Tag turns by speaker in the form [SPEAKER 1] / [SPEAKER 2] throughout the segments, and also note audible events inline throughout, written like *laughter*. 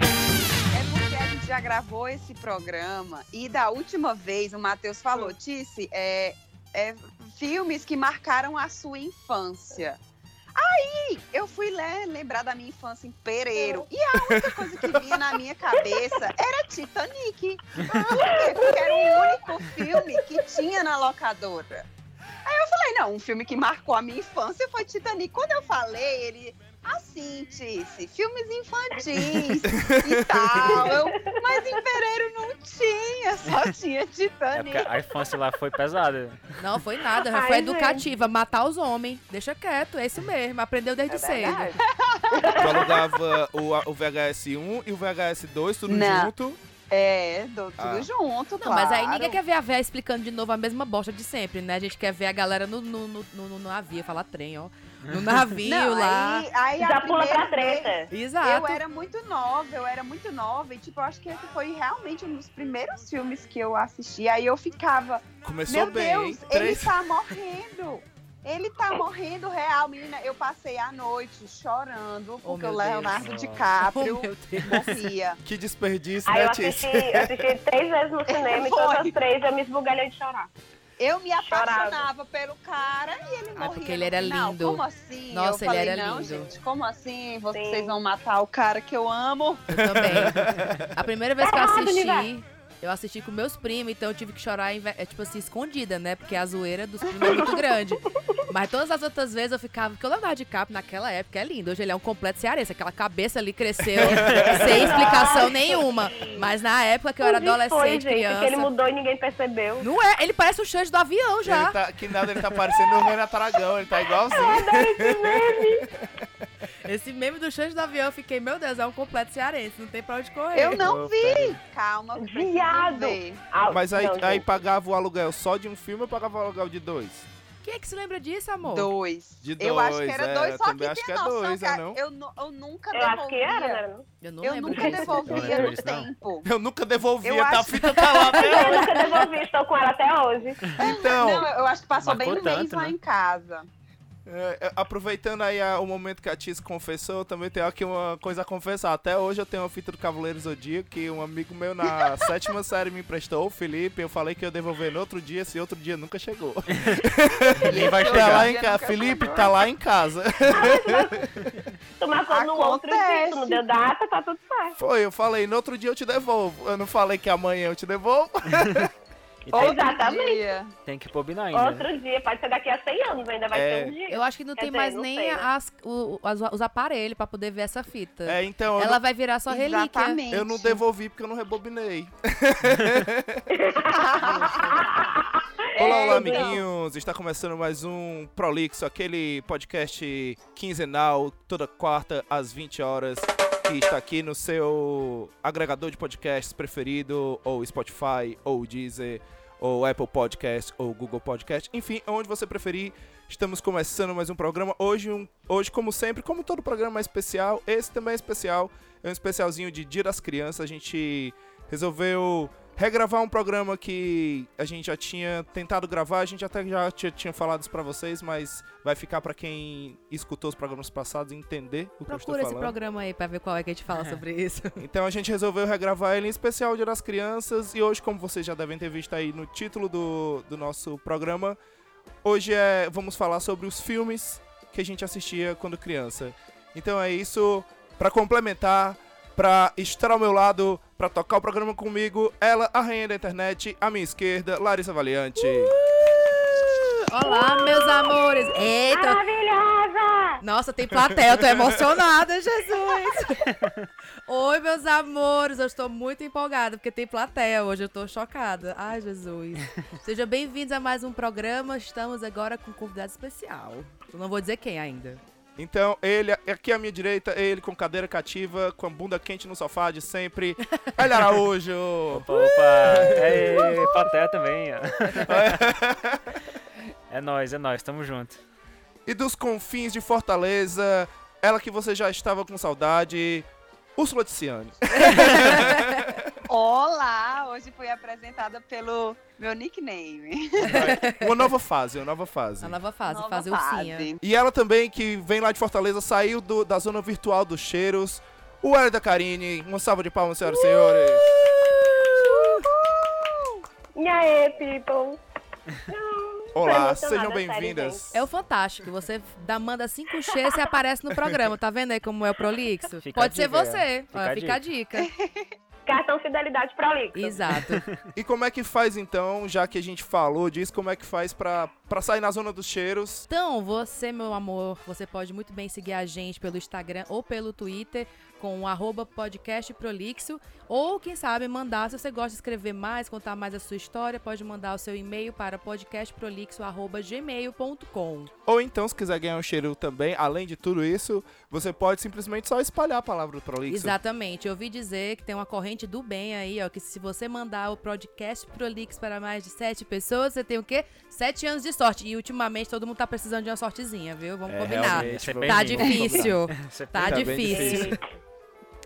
[SPEAKER 1] É já gravou esse programa e da última vez o Matheus falou, Tice, é, é, filmes que marcaram a sua infância. Aí eu fui le- lembrar da minha infância em Pereiro. E a única coisa que vinha na minha cabeça era Titanic. Por quê? Porque era o único filme que tinha na locadora. Aí eu falei, não, um filme que marcou a minha infância foi Titanic. Quando eu falei, ele. Assim, Tice, filmes infantis e tal. Eu, mas em Pereiro não tinha, só tinha
[SPEAKER 2] É
[SPEAKER 1] Titanic.
[SPEAKER 2] porque a infância lá foi pesada.
[SPEAKER 3] Não, foi nada,
[SPEAKER 4] Ai,
[SPEAKER 3] foi
[SPEAKER 4] gente.
[SPEAKER 3] educativa. Matar os homens. Deixa quieto, é isso mesmo. Aprendeu desde cedo.
[SPEAKER 1] verdade.
[SPEAKER 5] Tu alugava o, a- o VHS 1 e o VHS 2, tudo
[SPEAKER 1] Não.
[SPEAKER 5] junto.
[SPEAKER 1] É, do, tudo
[SPEAKER 5] Ah.
[SPEAKER 1] junto,
[SPEAKER 3] Não, mas aí ninguém quer ver a véia explicando de novo a mesma bosta de sempre, né? A gente quer ver a galera no, no, no, no- no navio, falar trem, ó. No navio
[SPEAKER 1] Não,
[SPEAKER 3] lá.
[SPEAKER 1] aí, aí a
[SPEAKER 4] Já pula pra
[SPEAKER 1] primeira vez-
[SPEAKER 4] treta.
[SPEAKER 3] Exato.
[SPEAKER 1] Eu era muito nova, eu era muito nova e tipo, eu acho que esse foi realmente um dos primeiros filmes que eu assisti. Aí eu ficava,
[SPEAKER 5] Começou
[SPEAKER 1] meu
[SPEAKER 5] bem,
[SPEAKER 1] Deus,
[SPEAKER 5] hein?
[SPEAKER 1] ele
[SPEAKER 5] Três-
[SPEAKER 1] tá morrendo. Ele tá morrendo real, menina. Eu passei a noite
[SPEAKER 5] Oh,
[SPEAKER 1] chorando porque
[SPEAKER 3] meu
[SPEAKER 1] o
[SPEAKER 3] Deus.
[SPEAKER 1] Leonardo
[SPEAKER 2] Nossa.
[SPEAKER 3] Oh,
[SPEAKER 1] DiCaprio
[SPEAKER 3] *laughs* meu Deus.
[SPEAKER 1] morria.
[SPEAKER 5] Que desperdício,
[SPEAKER 4] Aí eu
[SPEAKER 5] né, Tice?
[SPEAKER 4] assisti, eu assisti três vezes no
[SPEAKER 5] *laughs*
[SPEAKER 4] cinema e todas
[SPEAKER 1] Foi.
[SPEAKER 4] as três eu me esbugalhei de chorar.
[SPEAKER 1] Eu me
[SPEAKER 4] Chorava.
[SPEAKER 1] apaixonava pelo cara e ele morria.
[SPEAKER 3] porque
[SPEAKER 1] no
[SPEAKER 3] ele era
[SPEAKER 1] final.
[SPEAKER 3] lindo.
[SPEAKER 1] Como assim?
[SPEAKER 3] Nossa,
[SPEAKER 1] eu
[SPEAKER 3] ele
[SPEAKER 1] falei,
[SPEAKER 3] era
[SPEAKER 1] não,
[SPEAKER 3] lindo.
[SPEAKER 1] gente, como assim? Vocês
[SPEAKER 4] Sim.
[SPEAKER 1] vão matar o cara que eu amo?
[SPEAKER 3] Eu também. A primeira vez que eu
[SPEAKER 4] Tá Errado,
[SPEAKER 3] assisti,
[SPEAKER 4] universo.
[SPEAKER 3] eu assisti com meus primos, então eu tive que chorar, em ve- é, tipo assim, escondida, né? Porque a zoeira dos primos é muito grande. Mas todas as outras vezes eu ficava, porque o Leonardo DiCaprio naquela época é lindo. Hoje ele é um completo cearense, aquela cabeça ali
[SPEAKER 4] *laughs*
[SPEAKER 3] cresceu sem explicação nenhuma. Mas na época que eu era
[SPEAKER 4] Onde foi,
[SPEAKER 3] adolescente,
[SPEAKER 4] gente, Que ele
[SPEAKER 3] criança...
[SPEAKER 4] mudou e ninguém percebeu.
[SPEAKER 3] Não é, ele parece o Xande do avião já.
[SPEAKER 5] Ele tá, que nada, ele tá parecendo o Renato Aragão, ele tá igualzinho.
[SPEAKER 3] Esse meme do Xande do avião, eu fiquei, meu Deus, é um completo cearense, não tem pra onde correr.
[SPEAKER 1] Eu não
[SPEAKER 2] Opa.
[SPEAKER 1] vi. Calma, eu preciso
[SPEAKER 4] Viado.
[SPEAKER 1] ver.
[SPEAKER 5] *laughs*
[SPEAKER 4] Ah,
[SPEAKER 5] Mas aí,
[SPEAKER 4] não,
[SPEAKER 5] aí
[SPEAKER 4] gente.
[SPEAKER 5] pagava o aluguel só de um filme ou pagava o aluguel de dois?
[SPEAKER 3] Quem é que se lembra disso, amor?
[SPEAKER 1] Dois.
[SPEAKER 5] De
[SPEAKER 1] eu acho que
[SPEAKER 5] dois,
[SPEAKER 1] era
[SPEAKER 5] é,
[SPEAKER 1] dois, só
[SPEAKER 5] também
[SPEAKER 1] que
[SPEAKER 5] acho
[SPEAKER 1] tem
[SPEAKER 5] que é
[SPEAKER 1] noção
[SPEAKER 5] dois,
[SPEAKER 1] que a-
[SPEAKER 5] eu não.
[SPEAKER 1] eu, nu- eu nunca
[SPEAKER 4] Eu acho que
[SPEAKER 1] devolvia.
[SPEAKER 4] era, né? não era? não?
[SPEAKER 3] Eu não
[SPEAKER 1] eu
[SPEAKER 3] lembro
[SPEAKER 1] nunca
[SPEAKER 3] disso.
[SPEAKER 1] devolvia
[SPEAKER 2] lembro
[SPEAKER 1] no
[SPEAKER 2] disso, não.
[SPEAKER 1] tempo.
[SPEAKER 5] Eu nunca devolvia,
[SPEAKER 1] Eu
[SPEAKER 5] tá?
[SPEAKER 1] acho-
[SPEAKER 5] A fita tá lá até
[SPEAKER 4] Eu nunca devolvi, estou com ela até hoje.
[SPEAKER 5] Então,
[SPEAKER 1] Não, eu acho que passou
[SPEAKER 2] Marcou
[SPEAKER 1] bem um mês
[SPEAKER 2] tanto,
[SPEAKER 1] lá
[SPEAKER 2] né?
[SPEAKER 1] em casa.
[SPEAKER 5] é, é, aproveitando aí a- o momento que a Tiz confessou, eu também tenho aqui uma coisa a confessar. Até hoje eu tenho uma fita do Cavaleiro Zodíaco que um amigo meu na sétima série me emprestou, o Felipe. Eu falei que ia devolver no outro dia, esse outro dia nunca chegou.
[SPEAKER 2] Ninguém vai
[SPEAKER 5] tá lá
[SPEAKER 2] chegar.
[SPEAKER 5] em
[SPEAKER 1] Eu
[SPEAKER 5] casa.
[SPEAKER 1] nunca
[SPEAKER 5] Felipe
[SPEAKER 1] chegou.
[SPEAKER 5] tá lá em casa. *laughs*
[SPEAKER 4] Tu marcou no outro
[SPEAKER 1] Acontece.
[SPEAKER 4] dia, tu não deu data, tá tudo certo.
[SPEAKER 5] Foi, eu falei, no outro dia eu te devolvo. Eu não falei que amanhã eu te devolvo.
[SPEAKER 2] E
[SPEAKER 1] Outro
[SPEAKER 2] tem,
[SPEAKER 4] Exatamente.
[SPEAKER 1] dia.
[SPEAKER 2] tem que combinar ainda. né?
[SPEAKER 4] Outro dia, pode ser daqui a 100 anos, ainda vai
[SPEAKER 5] É.
[SPEAKER 4] ter um dia.
[SPEAKER 3] Eu acho que não
[SPEAKER 4] Quer
[SPEAKER 3] tem
[SPEAKER 4] dizer,
[SPEAKER 3] mais
[SPEAKER 4] não
[SPEAKER 3] nem
[SPEAKER 4] sei, né?
[SPEAKER 3] as- o- as- os aparelhos pra poder ver essa fita.
[SPEAKER 5] É, então, eu,
[SPEAKER 3] Ela vai virar só relíquia.
[SPEAKER 1] Exatamente.
[SPEAKER 5] não, eu não devolvi porque eu não rebobinei. Olá, olá,
[SPEAKER 1] É,
[SPEAKER 5] amiguinhos! Está começando mais um Prolixo, aquele podcast quinzenal, toda quarta às 20 horas, que está aqui no seu agregador de podcasts preferido, ou Spotify, ou Deezer, ou Apple Podcast, ou Google Podcast, enfim, onde você preferir. Estamos começando mais um programa. Hoje, um, hoje como sempre, como todo programa é especial, esse também é especial. É um especialzinho de Dia das Crianças. A gente resolveu regravar um programa que a gente já tinha tentado gravar, a gente até já tinha, tinha falado isso pra vocês, mas vai ficar pra quem escutou os programas passados entender o que
[SPEAKER 3] Procura
[SPEAKER 5] eu
[SPEAKER 3] esse
[SPEAKER 5] estou falando.
[SPEAKER 3] programa aí pra ver qual é que a gente fala sobre *laughs* isso.
[SPEAKER 5] Então a gente resolveu regravar ele em especial Dia das Crianças e hoje, como vocês já devem ter visto aí no título do, do nosso programa, hoje é vamos falar sobre os filmes que a gente assistia quando criança. Então é isso, pra complementar, pra estar ao meu lado, pra tocar o programa comigo, ela, a rainha da internet, à minha esquerda, Larissa Valiante.
[SPEAKER 3] Olá, meus amores. Eita.
[SPEAKER 4] Maravilhosa!
[SPEAKER 3] Nossa, tem plateia, eu tô emocionada,
[SPEAKER 4] *laughs*
[SPEAKER 3] Jesus. Oi, meus amores, eu estou muito empolgada porque tem plateia hoje, eu tô chocada. Ai, Jesus. Sejam bem-vindos a mais um programa. Estamos agora com um convidado especial. Eu não vou dizer quem ainda.
[SPEAKER 5] Então, ele, aqui à minha direita, ele com cadeira cativa, com a bunda quente no sofá de sempre, Hélio Araújo.
[SPEAKER 2] Opa, opa. Ei, plateia também, ó. É nóis, é nóis, tamo junto.
[SPEAKER 5] e dos confins de Fortaleza, ela que você já estava com saudade, Úrsula Ticiane.
[SPEAKER 1] Olá, hoje fui apresentada pelo meu nickname.
[SPEAKER 5] uma nova fase, uma nova fase.
[SPEAKER 3] A nova fase,
[SPEAKER 1] Nova
[SPEAKER 3] fazer
[SPEAKER 1] fase.
[SPEAKER 3] ursinha.
[SPEAKER 5] E ela também, que vem lá de Fortaleza, saiu do- da zona virtual dos cheiros, o Hélio da Karine. Uma salva de palmas, senhoras e senhores.
[SPEAKER 4] E aí, people? Foi
[SPEAKER 5] Olá,
[SPEAKER 4] emocionada
[SPEAKER 5] sejam
[SPEAKER 4] a série,
[SPEAKER 5] bem-vindas.
[SPEAKER 3] É o Fantástico. Você dá, manda cinco X e aparece no programa. Tá vendo aí como é o prolixo?
[SPEAKER 2] Fica a
[SPEAKER 3] Pode ser
[SPEAKER 2] dica,
[SPEAKER 3] você.
[SPEAKER 2] fica
[SPEAKER 3] Olha,
[SPEAKER 2] a
[SPEAKER 3] Fica, a dica.
[SPEAKER 4] Cartão Fidelidade pra Olímpio.
[SPEAKER 3] Exato.
[SPEAKER 5] E como é que faz então, já que a gente falou disso, como é que faz pra, pra sair na zona dos cheiros?
[SPEAKER 3] Então, você, meu amor, você pode muito bem seguir a gente pelo Instagram ou pelo Twitter com o arroba podcast prolixo. Ou, quem sabe, mandar, se você gosta de escrever mais, contar mais a sua história, pode mandar o seu e-mail para podcastprolixo.gmail.com.
[SPEAKER 5] Ou então, se quiser ganhar um cheiro também, além de tudo isso, você pode simplesmente só espalhar a palavra do prolixo.
[SPEAKER 3] Exatamente. Eu ouvi dizer que tem uma corrente do bem aí, ó, que se você mandar o podcast prolixo para mais de sete pessoas, você tem o quê? Sete anos de sorte. E, ultimamente, todo mundo tá precisando de uma sortezinha, viu? Vamos
[SPEAKER 5] É,
[SPEAKER 3] combinar.
[SPEAKER 5] realmente,
[SPEAKER 2] Isso é
[SPEAKER 5] vamos-
[SPEAKER 2] bem
[SPEAKER 3] Tá
[SPEAKER 5] vamos combinar. *laughs*
[SPEAKER 3] difícil.
[SPEAKER 2] Você
[SPEAKER 3] Tá
[SPEAKER 5] Tá bem
[SPEAKER 3] difícil.
[SPEAKER 5] difícil.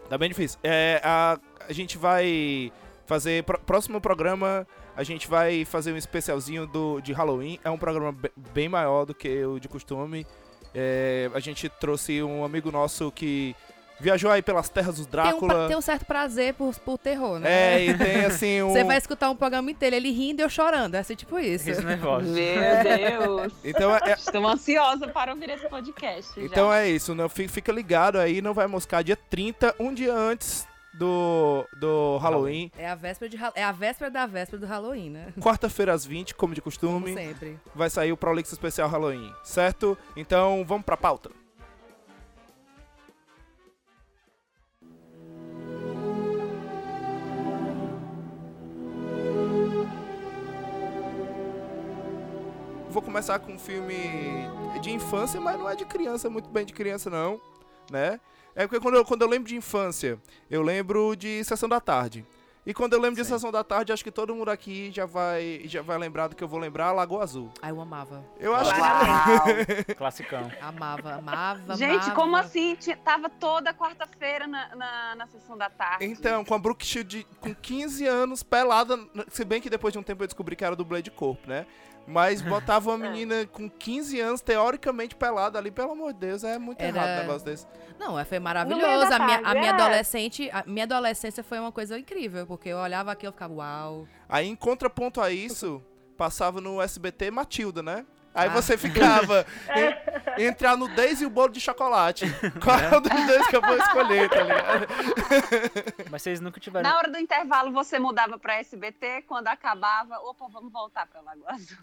[SPEAKER 5] Tá bem difícil. É, a, a gente vai fazer. pro- próximo programa, a gente vai fazer um especialzinho do, de Halloween. É um programa be- bem maior do que o de costume. É, a gente trouxe um amigo nosso que viajou aí pelas terras do
[SPEAKER 3] tem um, pra-
[SPEAKER 5] Drácula.
[SPEAKER 3] tem um certo prazer por, por terror, né?
[SPEAKER 5] É, e tem
[SPEAKER 3] *laughs*
[SPEAKER 5] assim um.
[SPEAKER 3] Você vai escutar um programa inteiro, ele rindo e eu chorando. É assim, tipo isso.
[SPEAKER 2] Riso nervoso.
[SPEAKER 5] *laughs*
[SPEAKER 1] Meu Deus.
[SPEAKER 3] *laughs*
[SPEAKER 5] Então é,
[SPEAKER 1] Estou ansiosa para ouvir esse podcast.
[SPEAKER 5] Então
[SPEAKER 1] já.
[SPEAKER 5] é isso, né? Fi- fica ligado aí, não vai moscar dia 30, um dia antes do, do Halloween.
[SPEAKER 3] É a véspera de Hal- é a véspera da véspera do Halloween, né?
[SPEAKER 5] Hum. Quarta-feira às 20, como de
[SPEAKER 3] Como
[SPEAKER 5] costume,
[SPEAKER 3] sempre.
[SPEAKER 5] vai sair o Prolix Especial Halloween, certo? Então vamos pra pauta. Vou começar com um filme de infância, mas não é de criança, muito bem de criança não, né? É porque quando eu, quando eu lembro de infância, eu lembro de Sessão da Tarde. E quando eu lembro de
[SPEAKER 2] Sim.
[SPEAKER 5] Sessão da Tarde, acho que todo mundo aqui já vai, já vai lembrar do que eu vou lembrar, Lagoa Azul.
[SPEAKER 3] Ai, eu amava.
[SPEAKER 5] Eu acho que...
[SPEAKER 1] Uau.
[SPEAKER 2] Classicão.
[SPEAKER 3] Amava, amava,
[SPEAKER 1] Gente,
[SPEAKER 3] amava.
[SPEAKER 1] como assim? Ti- Tava toda quarta-feira na, na, na sessão da tarde.
[SPEAKER 5] Então, com a Brooke Shield de- com 15 anos, pelada, n- se bem que depois de um tempo eu descobri que era dublê de corpo, né?
[SPEAKER 3] *laughs*
[SPEAKER 5] Mas botava uma menina com 15 anos, teoricamente pelada ali, pelo amor de Deus, é muito
[SPEAKER 3] Era-
[SPEAKER 5] errado um negócio desse.
[SPEAKER 3] Não, é, foi
[SPEAKER 4] No meio
[SPEAKER 3] maravilhoso.
[SPEAKER 4] da
[SPEAKER 3] A minha, a
[SPEAKER 4] tarde,
[SPEAKER 3] minha
[SPEAKER 4] é.
[SPEAKER 3] adolescente, a minha adolescência foi uma coisa incrível, porque eu olhava aquilo e eu ficava, uau.
[SPEAKER 5] Aí, em contraponto a isso, passava no SBT Matilda, né? Aí
[SPEAKER 3] Ah.
[SPEAKER 5] você ficava en- entre a nudez e o bolo
[SPEAKER 3] *laughs*
[SPEAKER 5] de chocolate. Qual é dos dois que eu vou escolher, tá ligado? *laughs*
[SPEAKER 2] Mas vocês nunca tiveram.
[SPEAKER 1] Na hora do intervalo, você mudava pra SBT, quando acabava, opa, vamos voltar pra Lagoa Azul.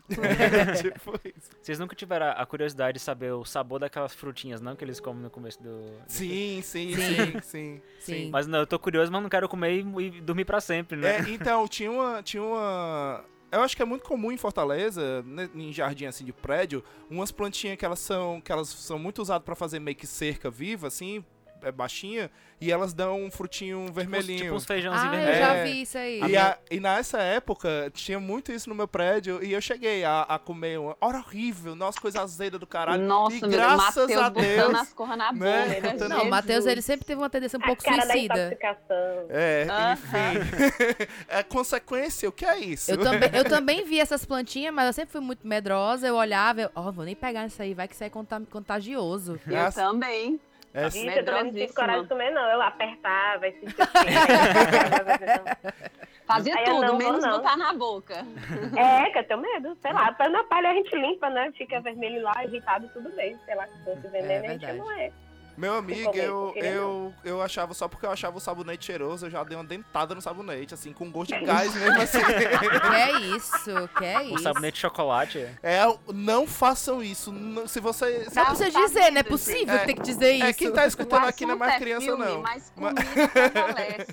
[SPEAKER 5] tipo isso.
[SPEAKER 2] Vocês nunca tiveram a curiosidade de saber o sabor daquelas frutinhas, não? Que eles comem no começo do.
[SPEAKER 5] Sim,
[SPEAKER 3] Sim.
[SPEAKER 5] sim, sim, sim.
[SPEAKER 3] Sim.
[SPEAKER 2] Mas não, eu tô curioso, mas não quero comer e, e dormir pra sempre, né?
[SPEAKER 5] É, então, tinha uma, tinha uma. Eu acho que é muito comum em Fortaleza, né, em jardim assim de prédio, umas plantinhas que elas são. que elas são muito usadas pra fazer meio que cerca viva, assim, é baixinha, e elas dão um frutinho vermelhinho.
[SPEAKER 2] Tipo uns feijãozinhos
[SPEAKER 3] Ah, eu
[SPEAKER 2] vermelhos.
[SPEAKER 3] já
[SPEAKER 5] É.
[SPEAKER 3] vi isso aí.
[SPEAKER 5] E, a- e nessa época tinha muito isso no meu prédio e eu cheguei a, a comer uma hora horrível, nossa, coisa azeda do caralho.
[SPEAKER 1] Nossa,
[SPEAKER 5] e
[SPEAKER 1] meu Deus,
[SPEAKER 5] graças
[SPEAKER 1] Matheus
[SPEAKER 5] a Deus.
[SPEAKER 1] botando as corras na boca.
[SPEAKER 5] né?
[SPEAKER 1] né?
[SPEAKER 5] Botando-
[SPEAKER 3] Não, o
[SPEAKER 1] Jesus.
[SPEAKER 3] Matheus, ele sempre teve uma tendência um
[SPEAKER 4] A
[SPEAKER 3] pouco
[SPEAKER 4] cara da
[SPEAKER 3] suicida.
[SPEAKER 4] intoxicação.
[SPEAKER 5] É,
[SPEAKER 1] Aham.
[SPEAKER 5] enfim. é consequência, o que é isso? *laughs*
[SPEAKER 3] Eu também, eu também vi essas plantinhas, mas eu sempre fui muito medrosa. Eu olhava, eu, ó, vou nem pegar isso aí, vai que isso aí é conta- contagioso.
[SPEAKER 1] Eu também.
[SPEAKER 5] É,
[SPEAKER 4] Gente, eu também não tive
[SPEAKER 1] Medrosíssima.
[SPEAKER 4] coragem de comer, não. Eu apertava, esse tipo de coisa.
[SPEAKER 1] Fazia
[SPEAKER 4] Aí eu
[SPEAKER 1] tudo,
[SPEAKER 4] não vou,
[SPEAKER 1] menos
[SPEAKER 4] não.
[SPEAKER 1] botar na boca.
[SPEAKER 4] É, que eu tenho medo. Sei lá, na palha a gente limpa, né? Fica vermelho lá, irritado, tudo bem. Sei lá, se fosse veneno, a gente
[SPEAKER 3] verdade.
[SPEAKER 4] não é.
[SPEAKER 5] Meu amigo,
[SPEAKER 4] Ficou
[SPEAKER 5] eu,
[SPEAKER 4] bom, querendo.
[SPEAKER 5] eu, eu achava só porque eu achava o sabonete cheiroso, eu já dei uma dentada no sabonete, assim, com gosto de gás mesmo assim.
[SPEAKER 3] Que é isso, que é
[SPEAKER 2] Um
[SPEAKER 3] isso.
[SPEAKER 2] sabonete de chocolate.
[SPEAKER 5] É, não façam isso. não- se você. se-
[SPEAKER 3] Não
[SPEAKER 1] Tá,
[SPEAKER 3] precisa
[SPEAKER 1] tá
[SPEAKER 3] dizer,
[SPEAKER 1] vendo,
[SPEAKER 3] né? É possível
[SPEAKER 5] gente?
[SPEAKER 3] ter que dizer um isso.
[SPEAKER 5] é, quem tá
[SPEAKER 1] O
[SPEAKER 5] escutando aqui não é
[SPEAKER 1] assunto
[SPEAKER 5] mais criança,
[SPEAKER 1] filme,
[SPEAKER 5] não.
[SPEAKER 1] Mas
[SPEAKER 5] Mas-
[SPEAKER 1] comida prevalece.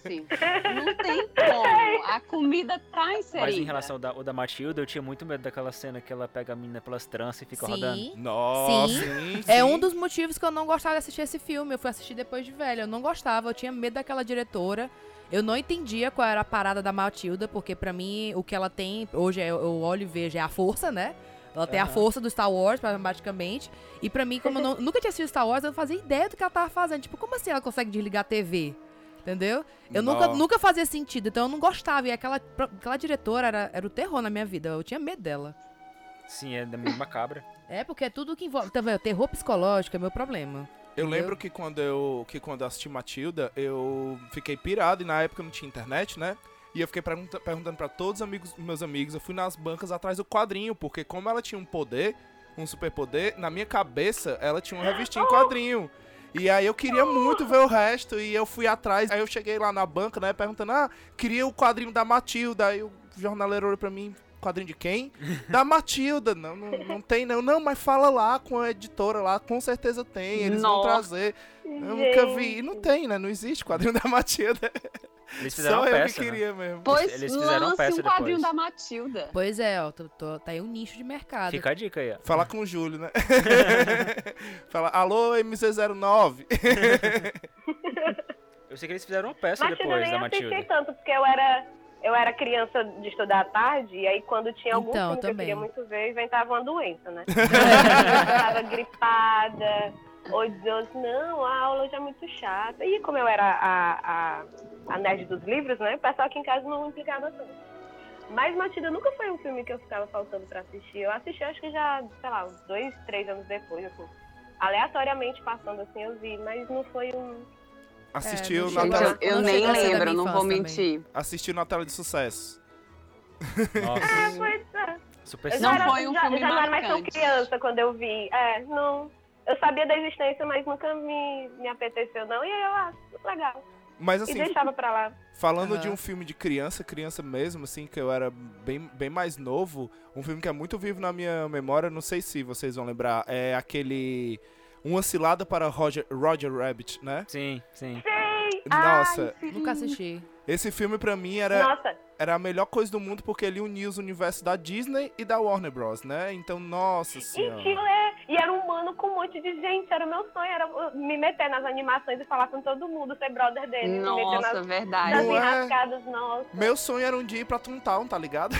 [SPEAKER 1] Não tem como. A comida tá inserida.
[SPEAKER 2] Mas em relação ao da, o da Matilda, eu tinha muito medo daquela cena que ela pega a menina pelas tranças e fica rodando.
[SPEAKER 3] Sim.
[SPEAKER 5] Nossa,
[SPEAKER 3] Sim.
[SPEAKER 5] sim,
[SPEAKER 3] É
[SPEAKER 5] sim.
[SPEAKER 3] um dos motivos que eu não gostava de assistir esse filme. Eu fui assistir depois de velha. Eu não gostava, eu tinha medo daquela diretora. Eu não entendia qual era a parada da Matilda, porque pra mim o que ela tem hoje é, eu olho e vejo é a força, né? Ela tem a
[SPEAKER 2] Aham.
[SPEAKER 3] força do Star Wars, praticamente. E pra mim, como eu *laughs* não- nunca tinha assistido Star Wars, eu não fazia ideia do que ela tava fazendo. Tipo, como assim ela consegue desligar a TV? Entendeu? Eu nunca,
[SPEAKER 5] Nossa.
[SPEAKER 3] nunca fazia sentido, então eu não gostava. E aquela, aquela diretora era, era o terror na minha vida. Eu tinha medo dela.
[SPEAKER 2] Sim, é da mesma macabra.
[SPEAKER 3] É, porque é tudo que envolve. Tá vendo? Terror psicológico é meu problema.
[SPEAKER 5] Eu
[SPEAKER 3] Entendeu?
[SPEAKER 5] lembro que quando eu, que quando eu assisti Matilda, eu fiquei pirado e na época não tinha internet, né? E eu fiquei pergunta- perguntando pra todos os amigos, meus amigos. Eu fui nas bancas atrás do quadrinho, porque como ela tinha um poder, um superpoder, na minha cabeça ela tinha uma revistinha em quadrinho. E aí eu queria muito ver o resto e eu fui atrás. Aí eu cheguei lá na banca, né, perguntando: "Ah, queria o quadrinho da Matilda". Aí o jornaleiro olhou pra mim: "Quadrinho
[SPEAKER 2] *laughs*
[SPEAKER 5] de quem?" "Da Matilda". Não, não, não tem não. Não, mas fala lá com a editora lá, com certeza tem, eles vão
[SPEAKER 1] Nossa.
[SPEAKER 5] trazer. Eu nunca vi. E não tem, né? Não existe quadrinho da Matilda.
[SPEAKER 2] Eles fizeram
[SPEAKER 5] Só
[SPEAKER 2] uma
[SPEAKER 5] eu
[SPEAKER 2] peça,
[SPEAKER 5] que
[SPEAKER 2] né?
[SPEAKER 5] queria mesmo.
[SPEAKER 1] Pois
[SPEAKER 2] Eles fizeram
[SPEAKER 1] lance
[SPEAKER 2] peça
[SPEAKER 1] um quadrinho
[SPEAKER 2] depois.
[SPEAKER 1] da Matilda.
[SPEAKER 3] Pois é, ó, tô- tô- tá aí um nicho de mercado.
[SPEAKER 2] Fica a dica aí, ó.
[SPEAKER 5] Falar com o Júlio, né? Fala, alô, MC09.
[SPEAKER 2] Eu sei que eles fizeram uma peça
[SPEAKER 4] Matilda eu
[SPEAKER 2] depois
[SPEAKER 4] nem
[SPEAKER 2] da
[SPEAKER 4] assisti
[SPEAKER 2] Matilda.
[SPEAKER 4] tanto, porque eu era, eu era criança de estudar à tarde, e aí quando tinha algum
[SPEAKER 3] Então,
[SPEAKER 4] filme que eu
[SPEAKER 3] também.
[SPEAKER 4] queria muito ver, eu inventava uma
[SPEAKER 3] *laughs*
[SPEAKER 4] doença, né? eu tava gripada, ou dizia, não, a aula já é muito chata. E como eu era a, a, a nerd dos livros, né, o pessoal aqui em casa não implicava tanto. Mas Matilda nunca foi um filme que eu ficava faltando pra assistir. Eu assisti, acho que já, sei lá, uns dois, três anos depois, assim. Aleatoriamente passando, assim, eu vi. Mas não foi um...
[SPEAKER 5] Assistiu,
[SPEAKER 3] não
[SPEAKER 5] na
[SPEAKER 1] Gente,
[SPEAKER 3] chega-
[SPEAKER 5] tela,
[SPEAKER 1] eu, eu
[SPEAKER 3] tá- não
[SPEAKER 1] nem
[SPEAKER 3] chega a ser da
[SPEAKER 1] lembro,
[SPEAKER 3] minha
[SPEAKER 1] não vou
[SPEAKER 3] infância
[SPEAKER 1] mentir.
[SPEAKER 5] assistiu na tela de sucesso.
[SPEAKER 3] Ah,
[SPEAKER 2] Nossa,
[SPEAKER 4] Pois é.
[SPEAKER 2] super
[SPEAKER 4] Eu
[SPEAKER 1] Não
[SPEAKER 4] já
[SPEAKER 2] simples.
[SPEAKER 4] era-
[SPEAKER 1] foi um
[SPEAKER 4] já,
[SPEAKER 1] filme
[SPEAKER 4] já não era mais tão
[SPEAKER 1] marcante.
[SPEAKER 4] criança quando eu vi. É, não. Eu sabia da existência, mas nunca me, me apeteceu, não. E aí eu, ah, legal.
[SPEAKER 5] Mas
[SPEAKER 4] e
[SPEAKER 5] assim,
[SPEAKER 4] deixava pra lá.
[SPEAKER 5] falando
[SPEAKER 3] Aham.
[SPEAKER 5] de um filme de criança, criança mesmo, assim, que eu era bem, bem mais novo, um filme que é muito vivo na minha memória, não sei se vocês vão lembrar, é aquele Uma Cilada para Roger, Roger Rabbit, né?
[SPEAKER 2] Sim, sim.
[SPEAKER 5] Nossa,
[SPEAKER 3] Nunca assisti.
[SPEAKER 5] esse filme pra mim era
[SPEAKER 4] Nossa,
[SPEAKER 5] era a melhor coisa do mundo porque ele unia os universos da Disney e da Warner Bros, né? Então, nossa
[SPEAKER 4] e
[SPEAKER 5] senhora.
[SPEAKER 4] Chile! E era um humano com um monte de gente. Era o meu sonho, era eu me meter nas animações e falar com todo mundo, ser brother dele. me meter
[SPEAKER 1] Nossa,
[SPEAKER 4] nas,
[SPEAKER 1] verdade.
[SPEAKER 4] nas
[SPEAKER 5] Não é?
[SPEAKER 4] enrascadas, nossa.
[SPEAKER 5] Meu sonho era um dia ir pra Toontown,
[SPEAKER 3] *laughs*
[SPEAKER 5] tá ligado?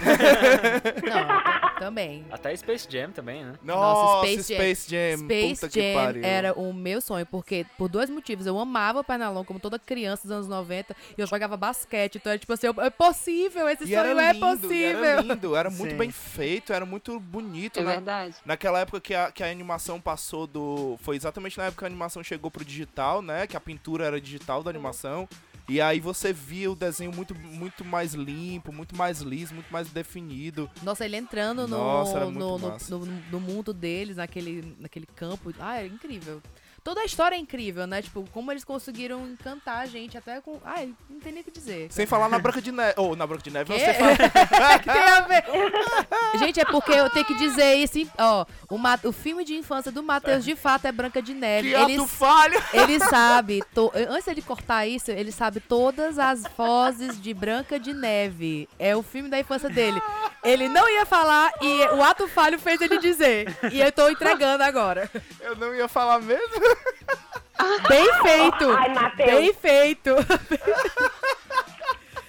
[SPEAKER 3] Não, *laughs* também.
[SPEAKER 2] Até Space Jam também, né?
[SPEAKER 5] Nossa,
[SPEAKER 3] Space
[SPEAKER 5] Space,
[SPEAKER 3] Jam.
[SPEAKER 5] Jam.
[SPEAKER 3] Space
[SPEAKER 5] É, puta que
[SPEAKER 3] Jam
[SPEAKER 5] pariu.
[SPEAKER 3] era o meu sonho, porque por dois motivos. Eu amava Pernalonga, como toda criança dos anos 90, e eu jogava basquete. Então era tipo assim, eu- é possível, esse
[SPEAKER 5] E
[SPEAKER 3] sonho
[SPEAKER 5] era
[SPEAKER 3] é
[SPEAKER 5] lindo,
[SPEAKER 3] possível.
[SPEAKER 5] Era
[SPEAKER 3] *laughs*
[SPEAKER 5] lindo, era muito
[SPEAKER 2] Sim.
[SPEAKER 5] bem feito, era muito bonito,
[SPEAKER 1] É
[SPEAKER 5] né?
[SPEAKER 1] verdade.
[SPEAKER 5] Naquela época que a, que a animação passou do. Foi exatamente na época que a animação chegou pro digital, né? Que a pintura era digital da animação. E aí você via o desenho muito, muito mais limpo, muito mais liso, muito mais definido.
[SPEAKER 3] Nossa, ele entrando no,
[SPEAKER 5] Nossa, era muito
[SPEAKER 3] no, no-
[SPEAKER 5] massa.
[SPEAKER 3] no- no mundo deles, naquele, naquele campo. Ah, era incrível. Toda a história é incrível, né? Tipo, como eles conseguiram encantar a gente até com. Ai, não tem nem o que dizer.
[SPEAKER 5] Sem falar na Branca de Neve. Ou na Branca de
[SPEAKER 3] *laughs*
[SPEAKER 5] Neve,
[SPEAKER 3] Quê?
[SPEAKER 5] você fala.
[SPEAKER 3] que tem a ver? É. *laughs* Gente, é porque eu tenho que dizer isso. hein? Ó, o, Ma- o filme de infância do Matheus de fato é Branca de Neve.
[SPEAKER 5] Que
[SPEAKER 3] Ele,
[SPEAKER 5] ato falho!
[SPEAKER 3] *laughs* ele sabe. to- Antes dele cortar isso, ele sabe todas as vozes de Branca de Neve. É o filme da infância dele. Ele não ia falar e o ato falho fez ele dizer. E eu tô entregando agora.
[SPEAKER 5] Eu não ia
[SPEAKER 3] *laughs*
[SPEAKER 5] falar mesmo.
[SPEAKER 3] Bem feito!
[SPEAKER 4] Ai, Matheus.
[SPEAKER 3] Bem feito!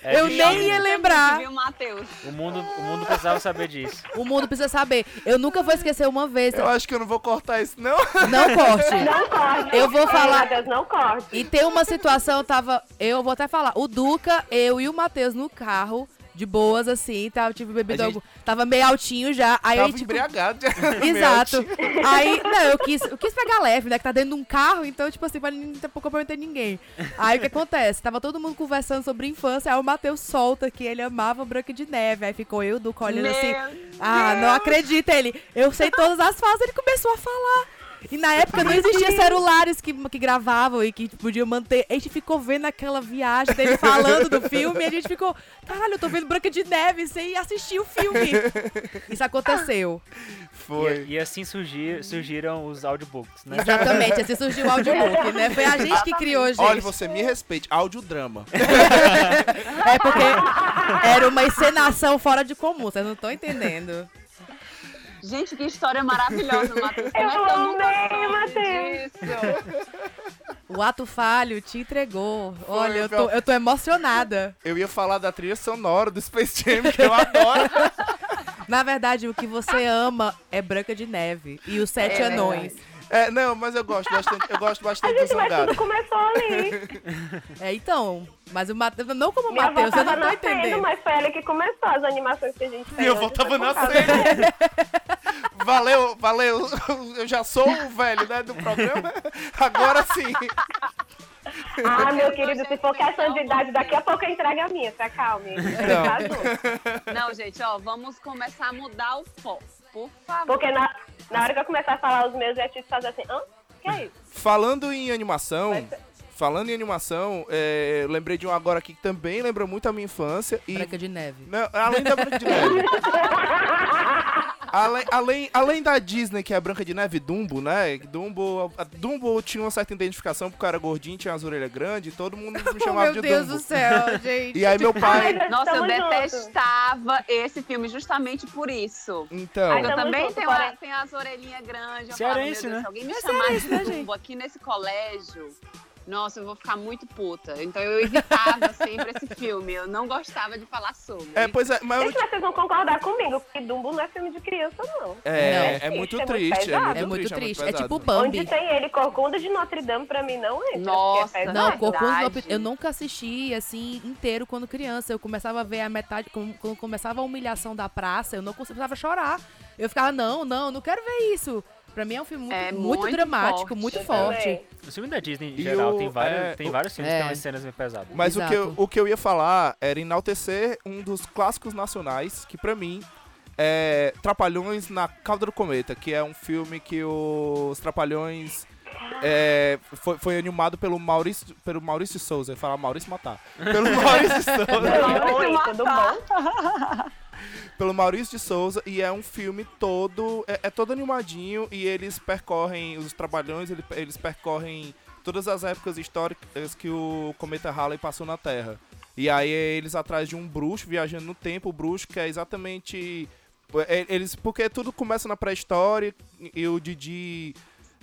[SPEAKER 2] É,
[SPEAKER 3] Eu
[SPEAKER 2] bicho,
[SPEAKER 3] nem ia lembrar.
[SPEAKER 1] Viu, Matheus?
[SPEAKER 2] O mundo, o mundo precisava saber disso.
[SPEAKER 3] O mundo precisa saber. Eu nunca vou esquecer uma vez.
[SPEAKER 5] Eu acho que eu não vou cortar isso, não.
[SPEAKER 3] Não corte!
[SPEAKER 4] Não corte.
[SPEAKER 3] Eu vou
[SPEAKER 4] Ai,
[SPEAKER 3] falar-
[SPEAKER 4] Matheus, não corte.
[SPEAKER 3] E tem uma situação, eu tava. Eu vou até falar. O Duca, eu e o Matheus no carro, de boas, assim, tava, tipo, bebido
[SPEAKER 5] A
[SPEAKER 3] algum. Tava meio altinho já. Aí
[SPEAKER 5] Tava
[SPEAKER 3] a
[SPEAKER 4] tipo,
[SPEAKER 3] gente.
[SPEAKER 5] embriagado.
[SPEAKER 4] *laughs*
[SPEAKER 5] já.
[SPEAKER 3] Exato.
[SPEAKER 5] Meu tio.
[SPEAKER 3] Aí, não, eu quis, eu quis pegar leve, né? Que tá dentro de um carro, então, tipo assim, pra não pra comprometer ninguém. Aí o que acontece? Tava todo mundo conversando sobre infância, aí o Matheus solta que ele amava Branca de Neve. Aí ficou eu, Duca, olhando assim. Ah, não acredito, ele. Eu sei todas as fases, ele começou a falar. E na época não existia celulares que, que gravavam e que podiam manter. A gente ficou vendo aquela viagem dele falando do filme e a gente ficou, caralho, eu tô vendo Branca de Neve sem assistir o filme. Isso aconteceu.
[SPEAKER 5] Foi.
[SPEAKER 2] E, e assim surgir, surgiram os audiobooks, né?
[SPEAKER 3] Exatamente, assim surgiu o audiobook, né? Foi a gente que criou, gente.
[SPEAKER 5] é Olha, você me respeite. Audiodrama.
[SPEAKER 3] É porque era uma encenação fora de comum, vocês não estão entendendo.
[SPEAKER 1] Gente, que história maravilhosa, Matheus. Como é que eu nunca
[SPEAKER 4] amei,
[SPEAKER 1] soube disso?
[SPEAKER 3] O ato falho te entregou. Olha, eu tô,
[SPEAKER 5] Fel-
[SPEAKER 3] eu tô emocionada.
[SPEAKER 5] Eu ia falar da trilha sonora do Space Jam, que eu
[SPEAKER 4] *laughs*
[SPEAKER 5] adoro.
[SPEAKER 3] Na verdade, o que você ama é Branca de Neve e os Sete
[SPEAKER 1] É
[SPEAKER 3] Anões.
[SPEAKER 5] É, não, mas eu gosto bastante. Eu gosto bastante do
[SPEAKER 4] Gente, mas tudo
[SPEAKER 5] Zangado.
[SPEAKER 3] *laughs*
[SPEAKER 4] começou ali.
[SPEAKER 3] É, então, mas o Matheus, não como o
[SPEAKER 4] Minha avó
[SPEAKER 3] Matheus, eu
[SPEAKER 4] tava
[SPEAKER 3] não tô
[SPEAKER 4] nascendo,
[SPEAKER 3] entendendo.
[SPEAKER 4] mas foi ela que começou as animações que a gente fez.
[SPEAKER 5] Minha avó
[SPEAKER 4] hoje,
[SPEAKER 5] tava
[SPEAKER 4] foi por causa
[SPEAKER 5] nascendo.
[SPEAKER 4] dela.
[SPEAKER 5] Valeu, *laughs* valeu. Eu já sou o velho, né, do programa. Agora sim.
[SPEAKER 4] Ah, meu querido, se for questão de idade, daqui a pouco eu entrego a minha, tá? se acalme.
[SPEAKER 5] Não.
[SPEAKER 4] Tá Casou.
[SPEAKER 1] Não, gente, ó, vamos começar a mudar o foco, por favor.
[SPEAKER 4] Porque na, na hora que eu começar a falar os meus, eu já tive que fazer assim, hã? Que é isso?
[SPEAKER 5] Falando em animação,
[SPEAKER 4] Vai ser-
[SPEAKER 5] falando em animação, é, eu lembrei de um agora aqui que também lembra muito a minha infância. E
[SPEAKER 3] Branca de neve.
[SPEAKER 5] Não, além da Branca de Neve. além, além, além da Disney, que é a Branca de Neve e Dumbo, né? Dumbo, a- Dumbo tinha uma certa identificação, porque eu era gordinho, tinha as orelhas grandes, todo mundo me
[SPEAKER 6] Oh,
[SPEAKER 5] chamava de
[SPEAKER 6] meu Deus
[SPEAKER 5] Dumbo.
[SPEAKER 3] *laughs*
[SPEAKER 6] do céu, gente.
[SPEAKER 3] é
[SPEAKER 5] E aí meu
[SPEAKER 4] Ai,
[SPEAKER 5] pai...
[SPEAKER 4] nós
[SPEAKER 1] Nossa, eu
[SPEAKER 4] estamos juntos.
[SPEAKER 1] detestava esse filme justamente por isso.
[SPEAKER 5] Então,
[SPEAKER 4] Ai,
[SPEAKER 1] Eu
[SPEAKER 4] Tamo
[SPEAKER 1] também
[SPEAKER 4] junto, É
[SPEAKER 1] tenho, a-
[SPEAKER 4] bora.
[SPEAKER 1] tenho as orelhinhas grandes. Eu falo, meu
[SPEAKER 2] Cearense,
[SPEAKER 1] Deus,
[SPEAKER 2] né?
[SPEAKER 1] se alguém me chamar de Dumbo aqui nesse colégio, nossa, eu vou ficar muito puta. Então eu evitava
[SPEAKER 4] *laughs*
[SPEAKER 1] sempre esse filme. Eu não gostava de falar sobre.
[SPEAKER 5] é, pois é, mas eu
[SPEAKER 4] Gente, vocês vão concordar comigo, porque Dumbo não é filme de criança, não.
[SPEAKER 5] É, é,
[SPEAKER 4] Não.
[SPEAKER 5] muito
[SPEAKER 4] É muito
[SPEAKER 5] triste, é
[SPEAKER 4] pesado.
[SPEAKER 5] muito
[SPEAKER 3] É muito
[SPEAKER 5] triste.
[SPEAKER 3] triste.
[SPEAKER 5] É,
[SPEAKER 3] É,
[SPEAKER 5] muito
[SPEAKER 3] tipo
[SPEAKER 5] pesado.
[SPEAKER 3] Bambi.
[SPEAKER 4] Onde tá tem ele, Corcunda de Notre Dame, pra mim não entra.
[SPEAKER 1] Nossa,
[SPEAKER 4] porque é pesado.
[SPEAKER 3] Não,
[SPEAKER 1] Verdade.
[SPEAKER 3] Corcunda de Notre- Eu nunca assisti, assim, inteiro quando criança. Eu começava a ver a metade, com- quando começava a humilhação da praça, eu não cons- começava a chorar. Eu ficava, não, não, não quero ver isso. Pra mim é um filme muito,
[SPEAKER 1] É
[SPEAKER 3] muito
[SPEAKER 1] muito
[SPEAKER 3] dramático,
[SPEAKER 1] forte.
[SPEAKER 3] muito
[SPEAKER 4] Eu
[SPEAKER 3] forte.
[SPEAKER 4] também.
[SPEAKER 2] O filme da Disney, em
[SPEAKER 5] E
[SPEAKER 2] geral,
[SPEAKER 5] o-
[SPEAKER 2] tem vários,
[SPEAKER 5] é,
[SPEAKER 2] tem
[SPEAKER 5] o-
[SPEAKER 2] vários filmes
[SPEAKER 3] É.
[SPEAKER 2] que tem umas cenas meio pesadas.
[SPEAKER 5] Mas o que, eu,
[SPEAKER 3] Exato.
[SPEAKER 5] o que eu ia falar era enaltecer um dos clássicos nacionais, que pra mim é Trapalhões na Cauda do Cometa, que é um filme que os Trapalhões é, foi, foi animado pelo Maurício, pelo Maurício de Souza, eu ia falar Maurício Matar. Pelo *laughs* Maurício de Souza.
[SPEAKER 4] Oi, tudo bom?
[SPEAKER 5] pelo Maurício de Souza e é um filme todo é, é todo animadinho e eles percorrem os trabalhões ele- eles percorrem todas as épocas históricas que o cometa Halley passou na Terra e aí eles atrás de um bruxo viajando no tempo o bruxo que é exatamente é, eles porque tudo começa na pré-história e o Didi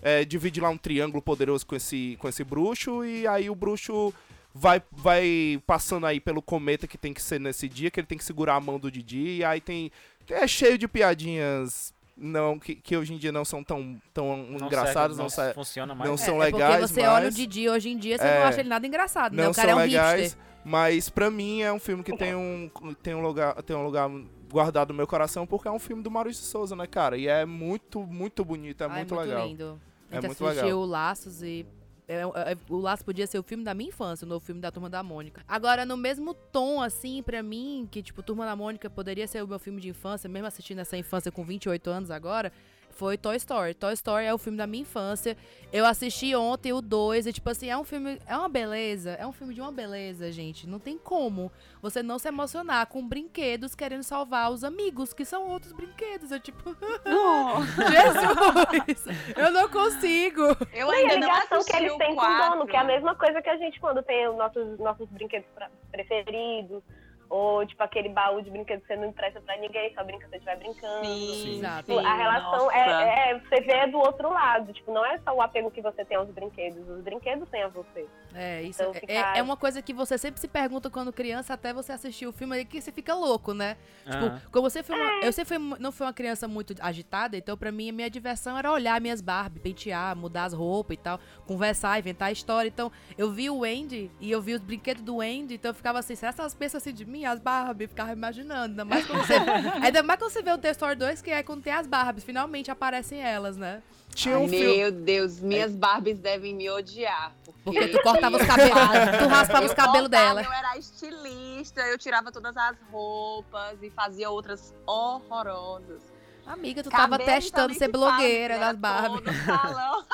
[SPEAKER 5] é, divide lá um triângulo poderoso com esse com esse bruxo e aí o bruxo vai, vai passando aí pelo cometa que tem que ser nesse dia, que ele tem que segurar a mão do Didi, e aí tem. É cheio de piadinhas não que, que hoje em dia não são tão, tão engraçadas,
[SPEAKER 2] serve,
[SPEAKER 5] não, sa-
[SPEAKER 2] funciona mais.
[SPEAKER 5] não são
[SPEAKER 3] É
[SPEAKER 5] legais.
[SPEAKER 3] porque você
[SPEAKER 5] mas
[SPEAKER 3] olha o Didi hoje em dia, você
[SPEAKER 5] É.
[SPEAKER 3] não acha ele nada engraçado, né?
[SPEAKER 5] não
[SPEAKER 3] O cara é
[SPEAKER 5] são
[SPEAKER 3] um
[SPEAKER 5] legais,
[SPEAKER 3] hipster.
[SPEAKER 5] mas pra mim é um filme que tem um, tem um lugar tem um lugar guardado no meu coração porque é um filme do Maurício de Souza, né, cara? E é muito muito bonito, é
[SPEAKER 3] Ai,
[SPEAKER 5] muito legal.
[SPEAKER 3] lindo.
[SPEAKER 5] É
[SPEAKER 3] A gente
[SPEAKER 5] muito
[SPEAKER 3] assistiu
[SPEAKER 5] legal.
[SPEAKER 3] o Laços e. é, é, o Laço podia ser o filme da minha infância, o novo filme da Turma da Mônica. Agora, no mesmo tom, assim, pra mim, que, tipo, Turma da Mônica poderia ser o meu filme de infância, mesmo assistindo essa infância com 28 anos agora, foi Toy Story. Toy Story é o filme da minha infância. Eu assisti ontem o 2, e, tipo assim, é um filme. É uma beleza. É um filme de uma beleza, gente. Não tem como você não se emocionar com brinquedos querendo salvar os amigos, que são outros brinquedos. Eu, tipo. Jesus! Eu não consigo!
[SPEAKER 1] eu
[SPEAKER 4] E a
[SPEAKER 1] ainda não
[SPEAKER 4] ligação
[SPEAKER 1] assisti
[SPEAKER 4] que eles
[SPEAKER 1] o
[SPEAKER 4] têm com o
[SPEAKER 1] quatro.
[SPEAKER 4] dono, que é a mesma coisa que a gente quando tem os nossos, nossos brinquedos pra- preferidos, ou tipo aquele baú de brinquedos que você não empresta pra ninguém, só brinca se estiver brincando.
[SPEAKER 1] Sim,
[SPEAKER 3] Exato.
[SPEAKER 4] Tipo,
[SPEAKER 1] sim,
[SPEAKER 4] a relação
[SPEAKER 1] nossa.
[SPEAKER 4] é, é- você vê do outro lado, tipo, não é só o apego que você tem aos brinquedos, os brinquedos têm a você.
[SPEAKER 3] É, isso
[SPEAKER 4] Então
[SPEAKER 3] é-
[SPEAKER 4] fica-
[SPEAKER 3] é, é uma coisa que você sempre se pergunta quando criança, até você assistir o filme, aí que você fica louco, né?
[SPEAKER 2] Aham.
[SPEAKER 3] Tipo, como você foi uma, eu sempre fui, mu- não fui uma criança muito agitada, então pra mim a minha diversão era olhar minhas Barbie, pentear, mudar as roupas e tal, conversar, inventar história. Então eu vi o Andy e eu vi os brinquedos do Andy, então eu ficava assim, será que elas pensam assim de mim, as Barbie? Ficava imaginando, ainda mais quando *laughs* você, ainda mais quando você vê o The Story 2, que é quando tem as Barbies, finalmente aparecem elas, né?
[SPEAKER 5] Tinha um filme
[SPEAKER 1] Meu Deus, minhas Barbies devem me odiar.
[SPEAKER 3] É. Porque tu cortava os cabelos,
[SPEAKER 1] *laughs*
[SPEAKER 3] tu raspava os
[SPEAKER 1] Eu cortava,
[SPEAKER 3] cabelos dela.
[SPEAKER 1] Eu era estilista, eu tirava todas as roupas e fazia outras horrorosas.
[SPEAKER 3] Amiga, tu tava
[SPEAKER 1] Cabelo tá
[SPEAKER 3] testando
[SPEAKER 1] também
[SPEAKER 3] ser
[SPEAKER 1] se fala,
[SPEAKER 3] blogueira
[SPEAKER 1] era
[SPEAKER 3] das Barbie.
[SPEAKER 1] todo salão.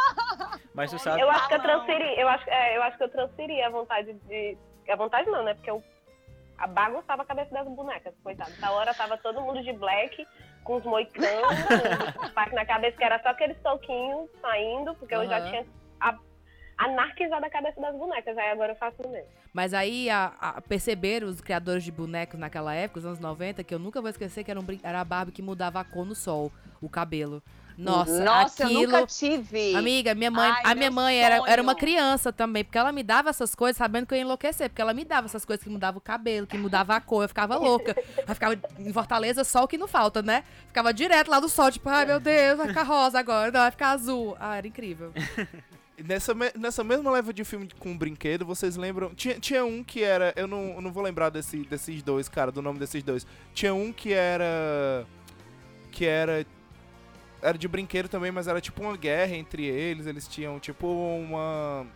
[SPEAKER 2] Mas tu
[SPEAKER 1] olha,
[SPEAKER 2] sabe,
[SPEAKER 4] Eu acho que eu
[SPEAKER 1] Ah, não.
[SPEAKER 4] transferi, eu acho, é, eu acho que eu transferi a vontade de. A vontade não, né? Porque eu a bagunçava a cabeça das bonecas, coitado. Na hora tava todo mundo de black, com
[SPEAKER 1] *laughs*
[SPEAKER 4] os moicãos, com os pacos na cabeça, que era só aqueles toquinhos saindo, porque eu já
[SPEAKER 3] Aham.
[SPEAKER 4] tinha a- anarquizado a cabeça das bonecas. Aí agora eu faço o mesmo.
[SPEAKER 3] Mas aí a, a- perceberam os criadores de bonecos naquela época, os anos 90, que eu nunca vou esquecer que era, um brin- era a Barbie que mudava a cor no sol, o cabelo. *laughs* Nossa, aquilo.
[SPEAKER 1] Uhum. eu nunca tive.
[SPEAKER 3] Amiga, minha mãe,
[SPEAKER 1] Ai,
[SPEAKER 3] a minha
[SPEAKER 1] meu
[SPEAKER 3] mãe era, era uma
[SPEAKER 1] sonho.
[SPEAKER 3] criança também, porque ela me dava essas coisas sabendo que eu ia enlouquecer, porque ela me dava essas coisas que mudava o cabelo, que mudava a cor, eu ficava louca. Aí ficava em Fortaleza, sol que não falta, né? Ficava direto lá do sol, tipo, ai meu Deus, vai ficar rosa agora, não, vai ficar azul. Ah, era incrível.
[SPEAKER 5] Nessa, me- nessa mesma leva de filme de- com brinquedo, vocês lembram? Tinha, tinha um que era. Eu não, eu não vou lembrar desse, desses dois, cara, do nome desses dois. Tinha um que era. Que era. Era de brinquedo também, mas era tipo uma guerra entre eles. Eles tinham tipo uma.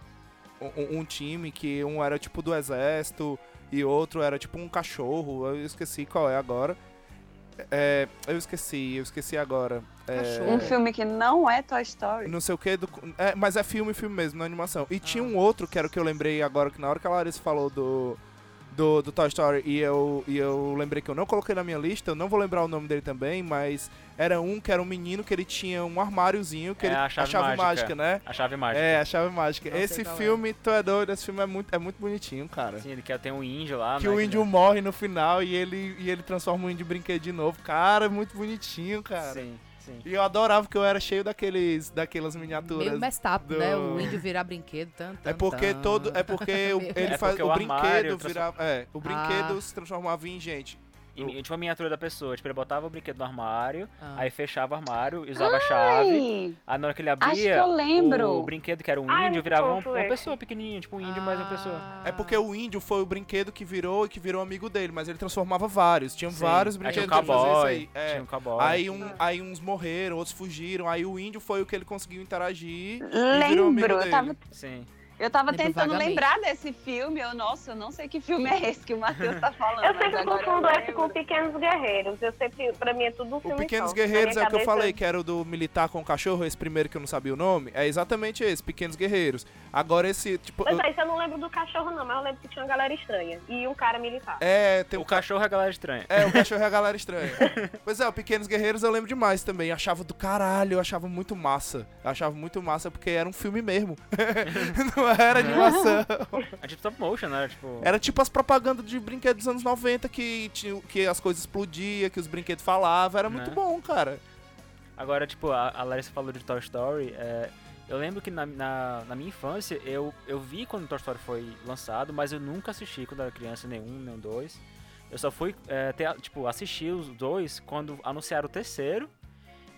[SPEAKER 5] um, um time que um era tipo do exército e outro era tipo um cachorro. Eu esqueci qual é agora. É, eu esqueci, eu esqueci agora.
[SPEAKER 3] Cachorro.
[SPEAKER 1] Um filme que não é Toy Story.
[SPEAKER 5] Não sei o que. Do, é, mas é filme, filme mesmo, não é animação. E tinha um outro que era o que eu lembrei agora, que na hora que a Larissa falou do, do, do Toy Story e eu, e eu lembrei que eu não coloquei na minha lista, eu não vou lembrar o nome dele também, mas era um que era um menino que ele tinha um armáriozinho que
[SPEAKER 2] É,
[SPEAKER 5] ele
[SPEAKER 2] a chave mágica.
[SPEAKER 5] né?
[SPEAKER 2] A chave mágica.
[SPEAKER 5] É, a chave mágica.
[SPEAKER 3] Não sei
[SPEAKER 5] esse
[SPEAKER 3] qual é.
[SPEAKER 5] filme, tu é doido, esse filme é muito, é muito bonitinho, cara.
[SPEAKER 2] Sim, ele quer ter um índio lá,
[SPEAKER 5] Que
[SPEAKER 2] né,
[SPEAKER 5] o índio morre no final e ele, e ele transforma o índio em brinquedo de novo. Cara, é muito bonitinho, cara.
[SPEAKER 2] Sim, sim.
[SPEAKER 5] E eu adorava que eu era cheio daqueles, daquelas
[SPEAKER 3] Meio
[SPEAKER 5] miniaturas.
[SPEAKER 3] messed up,
[SPEAKER 5] do-
[SPEAKER 3] né? O índio virar brinquedo. Tan, tan,
[SPEAKER 5] É porque
[SPEAKER 3] tan.
[SPEAKER 5] todo. É porque o- ele
[SPEAKER 2] É
[SPEAKER 5] faz.
[SPEAKER 2] porque
[SPEAKER 5] o
[SPEAKER 2] o
[SPEAKER 5] brinquedo
[SPEAKER 2] armário
[SPEAKER 5] virava. É, o brinquedo se transformava em gente.
[SPEAKER 2] E, e tinha uma miniatura da pessoa. Tipo, ele botava o brinquedo no armário,
[SPEAKER 3] Ah.
[SPEAKER 2] aí fechava o armário, e usava a chave.
[SPEAKER 1] Ai,
[SPEAKER 2] Aí na hora que ele
[SPEAKER 1] acho que eu
[SPEAKER 2] abria, o
[SPEAKER 1] lembro.
[SPEAKER 2] brinquedo que era um
[SPEAKER 4] Ai,
[SPEAKER 2] índio
[SPEAKER 4] muito
[SPEAKER 2] virava uma,
[SPEAKER 4] fofo
[SPEAKER 2] uma
[SPEAKER 4] esse.
[SPEAKER 2] pessoa pequenininha, tipo um índio mais uma pessoa.
[SPEAKER 3] Ah.
[SPEAKER 5] É porque o índio foi o brinquedo que virou e que virou amigo dele, mas ele transformava vários. Tinha vários
[SPEAKER 2] Aí tinha um
[SPEAKER 5] brinquedos que faziam isso
[SPEAKER 2] cowboy,
[SPEAKER 5] aí. É.
[SPEAKER 2] tinha um cowboy.
[SPEAKER 5] Aí, um, aí uns morreram, outros fugiram. Aí o índio foi o que ele conseguiu interagir. virou um amigo
[SPEAKER 1] Lembro,
[SPEAKER 5] dele.
[SPEAKER 1] eu tava,
[SPEAKER 2] Sim.
[SPEAKER 1] eu tava
[SPEAKER 3] Lembro
[SPEAKER 1] tentando
[SPEAKER 3] vagamente.
[SPEAKER 1] lembrar desse filme. Eu, nossa, eu não sei que filme é esse que o Matheus tá falando.
[SPEAKER 4] Eu
[SPEAKER 1] mas
[SPEAKER 4] sempre
[SPEAKER 1] agora
[SPEAKER 4] confundo
[SPEAKER 1] eu
[SPEAKER 4] esse com
[SPEAKER 1] lembro.
[SPEAKER 4] Pequenos Guerreiros. Eu sempre, pra mim é tudo um
[SPEAKER 5] O
[SPEAKER 4] filme
[SPEAKER 5] Pequenos
[SPEAKER 4] só.
[SPEAKER 5] Guerreiros
[SPEAKER 4] Na
[SPEAKER 5] é
[SPEAKER 4] minha
[SPEAKER 5] o que eu
[SPEAKER 4] cabeça,
[SPEAKER 5] falei, que era o do militar com o cachorro, esse primeiro que eu não sabia o nome. É exatamente esse, Pequenos Guerreiros. Agora esse, tipo.
[SPEAKER 4] Pois
[SPEAKER 5] eu-
[SPEAKER 4] é, isso eu não lembro do cachorro, não, mas eu lembro que tinha uma galera estranha. E um cara militar.
[SPEAKER 5] é, tem
[SPEAKER 2] O
[SPEAKER 5] o
[SPEAKER 2] cachorro é a galera estranha.
[SPEAKER 5] É, o cachorro é a galera estranha. pois é, o Pequenos Guerreiros eu lembro demais também. Eu achava do caralho, eu achava muito massa. Eu achava muito massa porque era um filme mesmo. *laughs* Não era animação.
[SPEAKER 2] É tipo stop motion, né? Tipo,
[SPEAKER 5] Era tipo as propagandas de brinquedos dos anos 90 que, tinha, que as coisas explodiam, que os brinquedos falavam. Era muito
[SPEAKER 2] Né?
[SPEAKER 5] bom, cara.
[SPEAKER 2] Agora, tipo, a, a Larissa falou de Toy Story. é, eu lembro que na, na, na minha infância eu, eu vi quando Toy Story foi lançado, mas eu nunca assisti quando era criança, nenhum, nem o dois. Eu só fui é, ter, tipo, assistir os dois quando anunciaram o terceiro.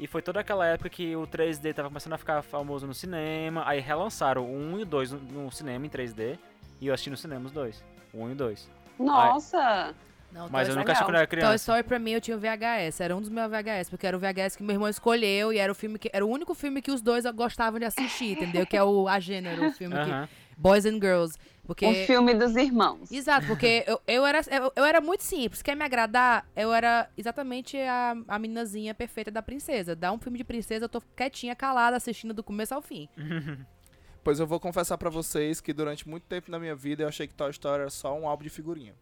[SPEAKER 2] E foi toda aquela época que o 3D tava começando a ficar famoso no cinema. Aí relançaram o 1 e o 2 no, no cinema em 3D. E eu assisti no cinema os dois. O 1 e o 2.
[SPEAKER 1] Nossa!
[SPEAKER 3] Não,
[SPEAKER 2] Mas
[SPEAKER 3] Toy
[SPEAKER 2] eu
[SPEAKER 3] Story-
[SPEAKER 2] nunca
[SPEAKER 3] é
[SPEAKER 2] assisti quando era
[SPEAKER 3] Toy
[SPEAKER 2] criança.
[SPEAKER 3] Story pra mim eu tinha o VHS, era um dos meus VHS, porque era o VHS que meu irmão escolheu e era o filme que era o único filme que os dois gostavam de assistir, entendeu? Que é o A Gênero, o filme que
[SPEAKER 2] Aham.
[SPEAKER 3] Boys and Girls, porque
[SPEAKER 1] Um filme dos irmãos.
[SPEAKER 3] Exato, porque eu, eu, era, eu, eu era muito simples. Quer me agradar? Eu era exatamente a, a meninazinha perfeita da princesa. Dá um filme de princesa, eu tô quietinha, calada, assistindo do começo ao fim.
[SPEAKER 5] Pois eu vou confessar pra vocês que durante muito tempo na minha vida eu achei que Toy Story era só um álbum de figurinha.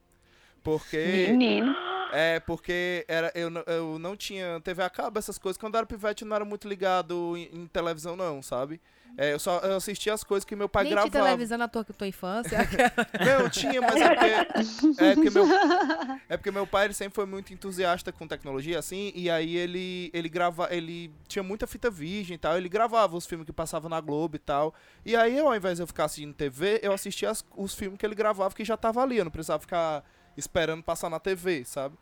[SPEAKER 5] Porque.
[SPEAKER 1] Menino.
[SPEAKER 5] É, porque era, eu, n- eu não tinha TV a cabo, essas coisas. Quando eu era pivete, eu não era muito ligado em, em televisão, não, sabe? É, eu só eu assistia as coisas que meu pai
[SPEAKER 3] Nem tinha
[SPEAKER 5] gravava.
[SPEAKER 3] televisão na tua, tua infância.
[SPEAKER 5] Não, tinha, mas é porque, é, porque meu, é porque meu pai ele sempre foi muito entusiasta com tecnologia, assim, e aí ele, ele grava, ele tinha muita fita virgem e tal, ele gravava os filmes que passavam na Globo e tal. E aí, eu, ao invés de eu ficar assistindo TV, eu assistia as- os filmes que ele gravava que já tava ali, eu não precisava ficar esperando passar na TV, sabe?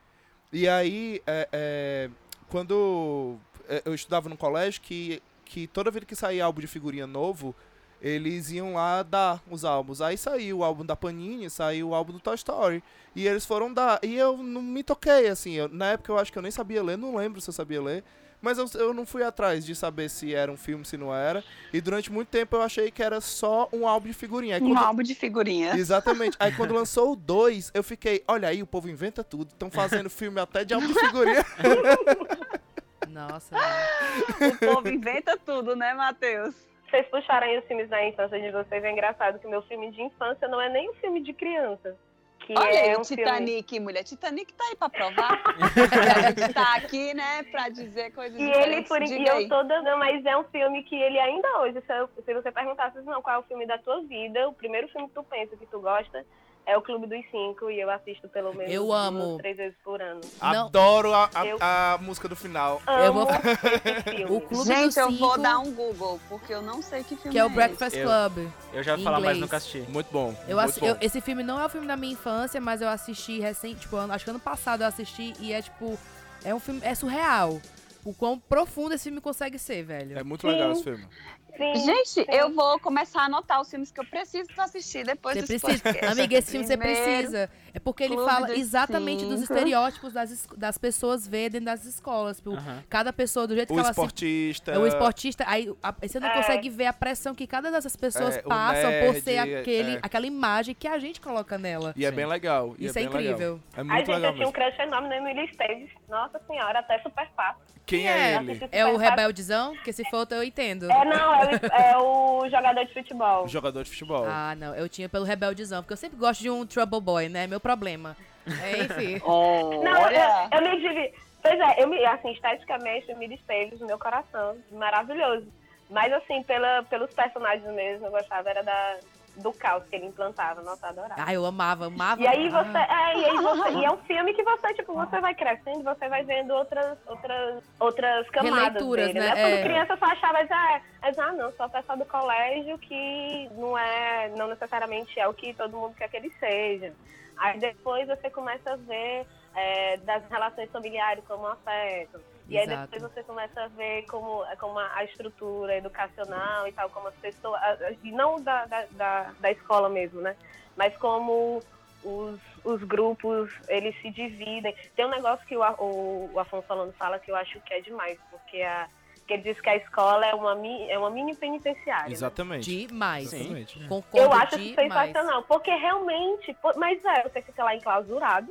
[SPEAKER 5] E aí, é, é, quando é, eu estudava no colégio, que, que toda vez que saía álbum de figurinha novo, eles iam lá dar os álbuns. Aí saiu o álbum da Panini, saiu o álbum do Toy Story. E eles foram dar. E eu não me toquei, assim. eu- na época eu acho que eu nem sabia ler, não lembro se eu sabia ler. Mas eu, eu não fui atrás de saber se era um filme, se não era. E durante muito tempo eu achei que era só um álbum de figurinha.
[SPEAKER 3] É
[SPEAKER 5] Aí
[SPEAKER 1] Um
[SPEAKER 5] quando-
[SPEAKER 1] álbum de
[SPEAKER 3] *laughs*
[SPEAKER 1] figurinha.
[SPEAKER 5] Exatamente. Aí quando lançou o 2, eu fiquei, olha aí, o povo inventa tudo. Estão fazendo filme até de álbum de figurinha.
[SPEAKER 3] Nossa. né? mano.
[SPEAKER 1] O povo inventa tudo, né, Matheus?
[SPEAKER 4] Vocês puxarem os filmes da infância de vocês, é engraçado que meu filme de infância não é nem um filme de criança. Que
[SPEAKER 1] Olha aí,
[SPEAKER 4] é um filme.
[SPEAKER 1] Titanic, mulher. Titanic tá aí pra
[SPEAKER 3] *laughs*
[SPEAKER 1] provar. a gente tá aqui, né, pra dizer coisas
[SPEAKER 4] E ele,
[SPEAKER 1] diferentes.
[SPEAKER 4] por
[SPEAKER 1] Diga
[SPEAKER 4] e
[SPEAKER 1] aí.
[SPEAKER 4] eu toda. Não, mas é um filme que ele ainda hoje, se, eu- se você perguntasse, não, qual é o filme da tua vida, o primeiro filme que tu pensa que tu gosta é o Clube dos Cinco, e eu assisto pelo menos
[SPEAKER 3] Eu
[SPEAKER 4] duas,
[SPEAKER 3] amo.
[SPEAKER 4] três vezes por ano.
[SPEAKER 3] *laughs* Não.
[SPEAKER 5] Adoro a, a-
[SPEAKER 4] Eu-
[SPEAKER 5] a música do final.
[SPEAKER 4] Amo
[SPEAKER 3] Eu vou-
[SPEAKER 4] esse filme.
[SPEAKER 3] O Clube dos
[SPEAKER 1] Gente, eu vou
[SPEAKER 3] Cinco,
[SPEAKER 1] dar um Google, porque eu não sei que filme
[SPEAKER 3] Que é o
[SPEAKER 1] esse.
[SPEAKER 3] Breakfast
[SPEAKER 2] Eu-
[SPEAKER 3] Club.
[SPEAKER 2] Eu já ia falar, mas
[SPEAKER 3] Inglês.
[SPEAKER 2] nunca assisti.
[SPEAKER 5] Muito bom.
[SPEAKER 3] Eu
[SPEAKER 5] muito
[SPEAKER 3] assi-
[SPEAKER 5] bom.
[SPEAKER 3] eu- esse filme não é o filme da minha infância, mas eu assisti recente, tipo, ano- acho que ano passado eu assisti e é tipo. É um filme. É surreal. O quão profundo esse filme consegue ser, velho.
[SPEAKER 5] É muito
[SPEAKER 4] Sim.
[SPEAKER 5] legal esse filme.
[SPEAKER 4] Sim.
[SPEAKER 1] Gente, eu vou começar a anotar os filmes que eu preciso assistir depois
[SPEAKER 3] Você
[SPEAKER 1] desse
[SPEAKER 3] precisa.
[SPEAKER 1] podcast.
[SPEAKER 3] Amiga, esse filme você
[SPEAKER 1] Primeiro-
[SPEAKER 3] precisa. É É porque ele
[SPEAKER 1] Clube
[SPEAKER 3] fala
[SPEAKER 1] dos
[SPEAKER 3] exatamente dos
[SPEAKER 1] Cinco.
[SPEAKER 3] estereótipos das, es- das pessoas verem dentro das escolas. Tipo,
[SPEAKER 1] Ah.
[SPEAKER 2] Aham.
[SPEAKER 3] Cada pessoa, do jeito
[SPEAKER 5] O
[SPEAKER 3] que ela se
[SPEAKER 5] esportista.
[SPEAKER 3] assim, É o esportista, aí, a- aí você não
[SPEAKER 4] É.
[SPEAKER 3] consegue ver a pressão que cada dessas pessoas
[SPEAKER 5] É, o
[SPEAKER 3] passam por
[SPEAKER 5] nerd,
[SPEAKER 3] ser aquele,
[SPEAKER 5] é.
[SPEAKER 3] aquela imagem que a gente coloca nela.
[SPEAKER 5] E é
[SPEAKER 2] Sim.
[SPEAKER 5] bem legal. e
[SPEAKER 3] Isso é
[SPEAKER 5] bem legal.
[SPEAKER 3] incrível.
[SPEAKER 5] É
[SPEAKER 4] A
[SPEAKER 5] muito
[SPEAKER 4] gente
[SPEAKER 5] legal
[SPEAKER 4] tinha
[SPEAKER 5] mesmo.
[SPEAKER 4] um crush enorme na Emily Esteves. Nossa senhora, até super fácil.
[SPEAKER 5] Quem é ele?
[SPEAKER 3] É o rebeldezão? Porque se for, eu entendo.
[SPEAKER 4] É, não, é o, é o jogador de futebol.
[SPEAKER 5] Jogador de futebol.
[SPEAKER 3] um Ah, não, eu tinha pelo rebeldezão, porque eu sempre gosto de um trouble boy, né? Meu problema. É,
[SPEAKER 4] *laughs*
[SPEAKER 3] enfim.
[SPEAKER 4] Não,
[SPEAKER 1] Olha.
[SPEAKER 4] eu, eu me divi. Pois é, eu me, assim, esteticamente, eu me despejo do meu coração. Maravilhoso. Mas, assim, pela, pelos personagens mesmo, eu gostava era da, do caos que ele implantava. Nossa, eu adorava.
[SPEAKER 3] Ah, eu amava, amava.
[SPEAKER 4] E aí
[SPEAKER 3] amava.
[SPEAKER 4] você, é, e aí você, e é um filme que você, tipo, você vai crescendo, você vai vendo outras, outras, outras camadas
[SPEAKER 3] Releituras,
[SPEAKER 4] dele,
[SPEAKER 3] né?
[SPEAKER 4] né?
[SPEAKER 3] É.
[SPEAKER 4] Quando criança eu só achava, ah, mas, ah, não, só o pessoal do colégio que não é, não necessariamente é o que todo mundo quer que ele seja. Aí depois você começa a ver é, das relações familiares como afeto. E aí
[SPEAKER 3] Exato.
[SPEAKER 4] depois você começa a ver como, como a estrutura educacional e tal, como as pessoas, a- a- e não da, da, da, da escola mesmo, né? Mas como os, os grupos, eles se dividem. Tem um negócio que o, A- o, o Afonso Solano fala que eu acho que é demais, porque a, que ele diz que a escola é uma, mi- é uma mini penitenciária. né?
[SPEAKER 5] Exatamente.
[SPEAKER 3] Demais. né?
[SPEAKER 2] Sim.
[SPEAKER 5] Exatamente.
[SPEAKER 3] Concordo
[SPEAKER 4] Eu acho isso
[SPEAKER 3] demais.
[SPEAKER 4] sensacional, porque realmente, pô, mas é, você fica lá enclausurado,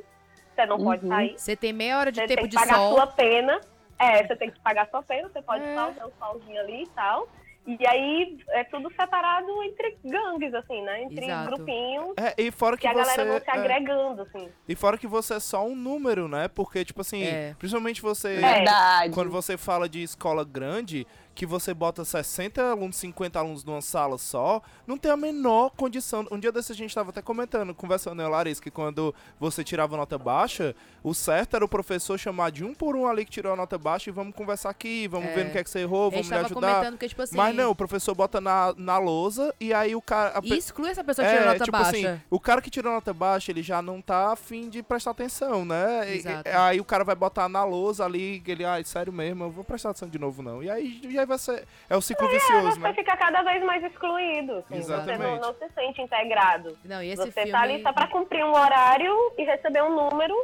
[SPEAKER 4] você não pode
[SPEAKER 1] Uhum.
[SPEAKER 4] sair,
[SPEAKER 3] Você tem meia hora de
[SPEAKER 4] você
[SPEAKER 3] tempo
[SPEAKER 4] tem que
[SPEAKER 3] de
[SPEAKER 4] pagar
[SPEAKER 3] sol.
[SPEAKER 4] sua pena. É, você tem que pagar sua pena, você pode
[SPEAKER 3] É.
[SPEAKER 4] só ter um solzinho ali e tal. E aí é tudo separado entre gangues, assim, né? Entre
[SPEAKER 3] Exato.
[SPEAKER 4] grupinhos.
[SPEAKER 5] É, e fora que,
[SPEAKER 4] Que a
[SPEAKER 5] você.
[SPEAKER 4] galera não se
[SPEAKER 5] é,
[SPEAKER 4] agregando, assim.
[SPEAKER 5] e fora que você é só um número, né? Porque, tipo assim,
[SPEAKER 3] É.
[SPEAKER 5] principalmente você.
[SPEAKER 1] Verdade.
[SPEAKER 3] Uhum.
[SPEAKER 5] Quando você fala de escola grande, que você bota 60 alunos, 50 alunos numa sala só, não tem a menor condição. Um dia desse a gente estava até comentando, conversando, né, Larissa, que quando você tirava nota baixa, o certo era o professor chamar de um por um ali que tirou a nota baixa e vamos conversar aqui, vamos ver no que é que você errou,
[SPEAKER 3] a gente
[SPEAKER 5] vamos lhe
[SPEAKER 3] tava
[SPEAKER 5] ajudar.
[SPEAKER 3] comentando que, tipo assim,
[SPEAKER 5] Mas não, o professor bota na, na lousa e aí o cara. a pe-
[SPEAKER 3] exclui essa pessoa que tirou nota
[SPEAKER 5] tipo
[SPEAKER 3] baixa.
[SPEAKER 5] assim, o cara que tirou nota baixa, ele já não tá afim de prestar atenção, né? E-
[SPEAKER 3] Exato.
[SPEAKER 5] e- aí o cara vai botar na lousa ali, que ele, ai, sério mesmo, eu vou prestar atenção de novo, não. E aí, e aí vai ser. É o ciclo vicioso,
[SPEAKER 4] Você
[SPEAKER 5] né?
[SPEAKER 4] fica cada vez mais excluído. assim, Você não,
[SPEAKER 5] Exatamente.
[SPEAKER 4] não se sente integrado.
[SPEAKER 3] Não, e esse
[SPEAKER 4] Você
[SPEAKER 3] filme
[SPEAKER 4] tá ali só pra cumprir um horário e receber um número,